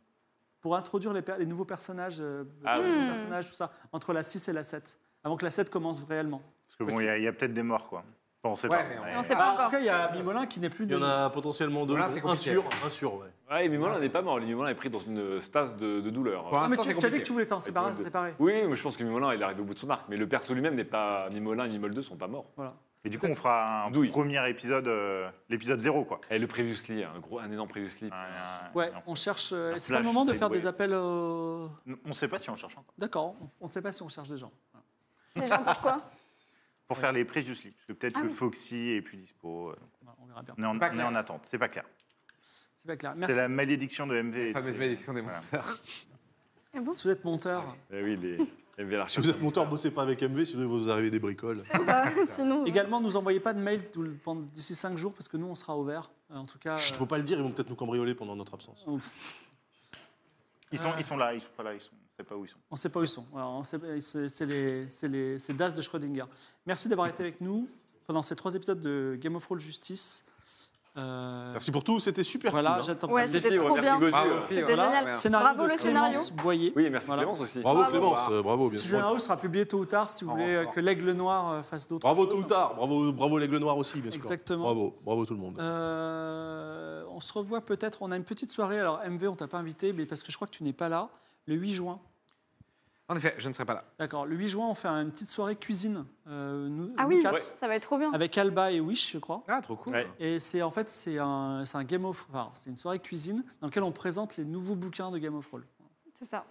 Speaker 4: pour introduire les, per- les nouveaux personnages, euh,
Speaker 1: Ah
Speaker 4: les
Speaker 1: oui.
Speaker 4: nouveaux
Speaker 3: Hmm.
Speaker 4: personnages, tout ça, entre la 6 et la 7, avant que la 7 commence réellement.
Speaker 6: Parce que bon, il y a, il y a peut-être des morts, quoi. Enfin, on sait
Speaker 5: Ouais,
Speaker 6: pas.
Speaker 5: mais on-
Speaker 6: Ouais.
Speaker 3: Non, c'est
Speaker 4: Ah,
Speaker 3: pas
Speaker 4: en tout
Speaker 3: encore.
Speaker 4: cas, il y a Mimolin qui n'est plus
Speaker 2: Il y en
Speaker 4: des-
Speaker 2: a potentiellement deux.
Speaker 5: Voilà, c'est
Speaker 2: dont un
Speaker 5: compliqué.
Speaker 2: sûr, un sûr, ouais.
Speaker 1: Ouais, mais Mimolin n'est pas mort. Mimolin est pris dans une euh, stase de, de douleur.
Speaker 5: Pour
Speaker 4: Ah, mais
Speaker 5: l'instant,
Speaker 4: tu,
Speaker 5: c'est
Speaker 4: tu as dit
Speaker 5: compliqué.
Speaker 4: que tu voulais t'en séparer, c'est pareil.
Speaker 1: Oui, mais je pense que Mimolin, il arrive au bout de son arc. Mais le perso lui-même n'est pas. Mimolin et Mimol 2 sont pas morts.
Speaker 4: Voilà.
Speaker 6: Et du coup, on fera un
Speaker 1: Douille.
Speaker 6: premier épisode, euh, l'épisode 0, quoi.
Speaker 1: Et Eh, le Previously, hein, un, gros, un énorme Previously.
Speaker 6: Un- un-
Speaker 4: Ouais,
Speaker 6: un-
Speaker 4: on cherche. euh,
Speaker 1: Un
Speaker 4: c'est pas le
Speaker 1: flash,
Speaker 4: moment de
Speaker 1: c'est
Speaker 4: faire
Speaker 1: doué.
Speaker 4: des appels. au-
Speaker 6: On ne sait pas si on cherche encore.
Speaker 4: D'accord, on- on ne sait pas si on cherche des gens.
Speaker 3: Les gens, pourquoi
Speaker 6: Pour faire les previews sleep, parce que peut-être
Speaker 3: Ah
Speaker 6: que
Speaker 3: oui.
Speaker 6: Foxy est plus dispo. euh, donc
Speaker 4: Voilà, on verra bien.
Speaker 6: On est en,
Speaker 5: Pas
Speaker 6: on est
Speaker 5: clair.
Speaker 6: en attente, c'est pas clair.
Speaker 4: C'est pas clair.
Speaker 6: C'est
Speaker 4: Merci.
Speaker 6: la malédiction de MV. et de
Speaker 5: Fameuse
Speaker 6: ses-
Speaker 5: malédiction des
Speaker 6: Voilà.
Speaker 5: monteurs.
Speaker 4: Si vous êtes monteur.
Speaker 1: Eh oui, les MV
Speaker 2: Si vous êtes monteur, bossez pas avec MV, sinon il va vous arriver des bricoles.
Speaker 3: Bah, Sinon.
Speaker 4: Également, nous envoyez pas de mail tout le- pendant- d'ici 5 jours parce que nous, on sera ouvert. Euh, En tout cas.
Speaker 2: Chut,
Speaker 4: euh,
Speaker 2: faut pas le dire, ils vont peut-être nous cambrioler pendant notre absence.
Speaker 6: Ils sont, ils sont là, ils sont pas là, ils sont, on sait pas où ils sont.
Speaker 4: On ne sait pas où ils sont. Voilà, on sait- c'est c'est les, c'est les- c'est Das de Schrödinger. Merci d'avoir été avec nous pendant ces trois épisodes de Game of Thrones Justice. Euh,
Speaker 2: Merci pour tout, c'était super.
Speaker 4: Voilà,
Speaker 2: cool, hein.
Speaker 4: j'attends.
Speaker 3: Ouais, c'était trop bien.
Speaker 1: Merci
Speaker 5: Bravo,
Speaker 1: Gozu.
Speaker 5: Phil.
Speaker 3: C'était
Speaker 4: Voilà.
Speaker 3: génial.
Speaker 4: Scénario
Speaker 3: Bravo
Speaker 4: de
Speaker 3: le scénario.
Speaker 4: Clémence Boyer.
Speaker 1: Oui, merci
Speaker 4: Voilà.
Speaker 1: Clémence aussi.
Speaker 2: Bravo,
Speaker 3: Bravo.
Speaker 2: Clémence, euh, bravo, bien
Speaker 4: Ce
Speaker 2: sûr.
Speaker 4: scénario sera publié tôt ou tard si vous
Speaker 5: En
Speaker 4: voulez euh,
Speaker 5: renfort.
Speaker 4: que l'aigle noir euh, fasse d'autres
Speaker 2: Bravo
Speaker 4: choses.
Speaker 2: tout ou tard, bravo, bravo l'aigle noir aussi, bien sûr.
Speaker 4: Exactement.
Speaker 2: Bravo, bravo tout le monde.
Speaker 4: Euh, on se revoit peut-être. On a une petite soirée. Alors, MV, on t'a pas invité, mais parce que je crois que tu n'es pas là. Le 8 juin.
Speaker 5: En effet, je ne serai pas là.
Speaker 4: D'accord. Le 8 juin, on fait une petite soirée cuisine. euh, nous,
Speaker 3: Ah
Speaker 4: nous
Speaker 3: oui,
Speaker 4: quatre,
Speaker 1: Ouais.
Speaker 3: ça va être trop bien.
Speaker 4: Avec Alba et Wish, je crois.
Speaker 5: Ah, trop cool.
Speaker 1: Ouais.
Speaker 4: Et c'est en fait c'est un, c'est un game of enfin, c'est une soirée cuisine dans laquelle on présente les nouveaux bouquins de Game of Roll.
Speaker 3: C'est ça.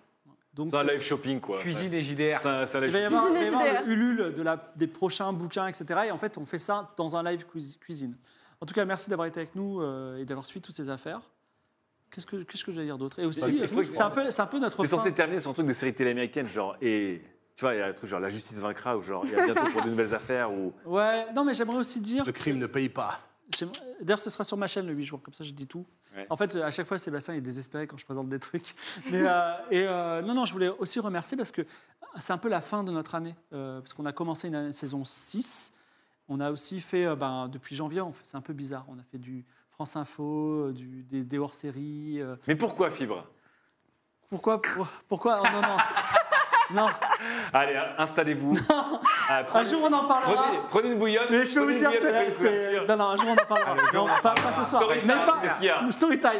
Speaker 4: Donc
Speaker 1: C'est un live shopping, quoi.
Speaker 5: Cuisine et
Speaker 1: Ouais,
Speaker 5: JDR.
Speaker 1: c'est un- c'est un
Speaker 4: il
Speaker 1: live
Speaker 4: va y
Speaker 1: shopping.
Speaker 4: avoir, il va y avoir
Speaker 3: JDR.
Speaker 4: le Ulule de la, des prochains bouquins, etc. Et en fait, on fait ça dans un live cuisi- cuisine. En tout cas, merci d'avoir été avec nous euh, et d'avoir suivi toutes ces affaires. Qu'est-ce que qu'est-ce que je vais dire d'autre Et aussi,
Speaker 1: Bah, il faut
Speaker 4: euh,
Speaker 1: que-
Speaker 4: c'est un peu c'est un peu notre
Speaker 1: C'est
Speaker 4: fin.
Speaker 1: censé terminer sur un truc de série télé américaine, genre, et. Tu vois, il y a un truc genre la justice vaincra, ou genre, il y a bientôt pour de nouvelles affaires, ou.
Speaker 4: Ouais, non mais j'aimerais aussi dire
Speaker 2: Le crime ne paye pas.
Speaker 4: J'aime- D'ailleurs, ce sera sur ma chaîne le 8 jours, comme ça je dis tout.
Speaker 1: Ouais.
Speaker 4: En fait, à chaque fois, Sébastien est désespéré quand je présente des trucs. Mais, euh, et euh, non, non, je voulais aussi remercier parce que c'est un peu la fin de notre année, euh, parce qu'on a commencé une année- saison 6. On a aussi fait, euh, ben, depuis janvier, on fait- c'est un peu bizarre, on a fait du France Info, euh, du, des, des hors-séries. euh.
Speaker 1: Mais pourquoi fibre
Speaker 4: Pourquoi pour- Pourquoi oh, Non, non. non.
Speaker 1: Allez, installez-vous. Ah,
Speaker 4: Un
Speaker 1: prenez-
Speaker 4: jour, on en parlera.
Speaker 1: Prenez, prenez une bouillonne.
Speaker 4: Mais je peux vous
Speaker 1: prenez une
Speaker 4: dire,
Speaker 1: bouillonne,
Speaker 4: c'est la-
Speaker 1: prenez une
Speaker 4: c'est.
Speaker 1: couverture.
Speaker 4: Non, non, un jour on en parlera. Non, pas, pas ce soir.
Speaker 1: Story
Speaker 4: mais
Speaker 1: time,
Speaker 4: pas.
Speaker 1: qu'est-ce qu'il y a
Speaker 4: Story time.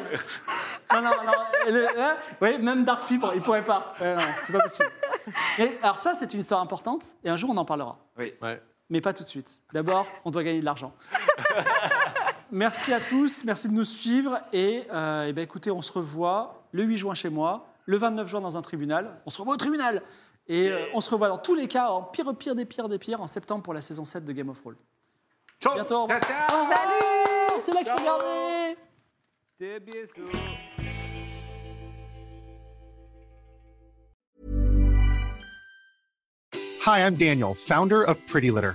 Speaker 4: Non, non, non. le- là, oui, même Dark Fibre, il pourrait pas. Euh, non, c'est pas possible. Et, alors, ça, c'est une histoire importante et un jour on en parlera.
Speaker 2: Ouais.
Speaker 4: Mais pas tout de suite. D'abord, on doit gagner de l'argent. merci à tous, merci de nous suivre. Et, euh, eh ben, écoutez, on se revoit le 8 juin chez moi, le 29 juin dans un tribunal. On se revoit au tribunal. Et euh, on se revoit dans tous les cas, en pire, pire des pires des pires, en septembre pour la saison 7 de Game of Thrones.
Speaker 2: Ciao
Speaker 4: Bientôt, au revoir.
Speaker 5: Ciao, ciao.
Speaker 4: Salut C'est là qu'il faut regarder
Speaker 5: Des bisous.
Speaker 8: Hi, I'm Daniel, founder of Pretty Litter.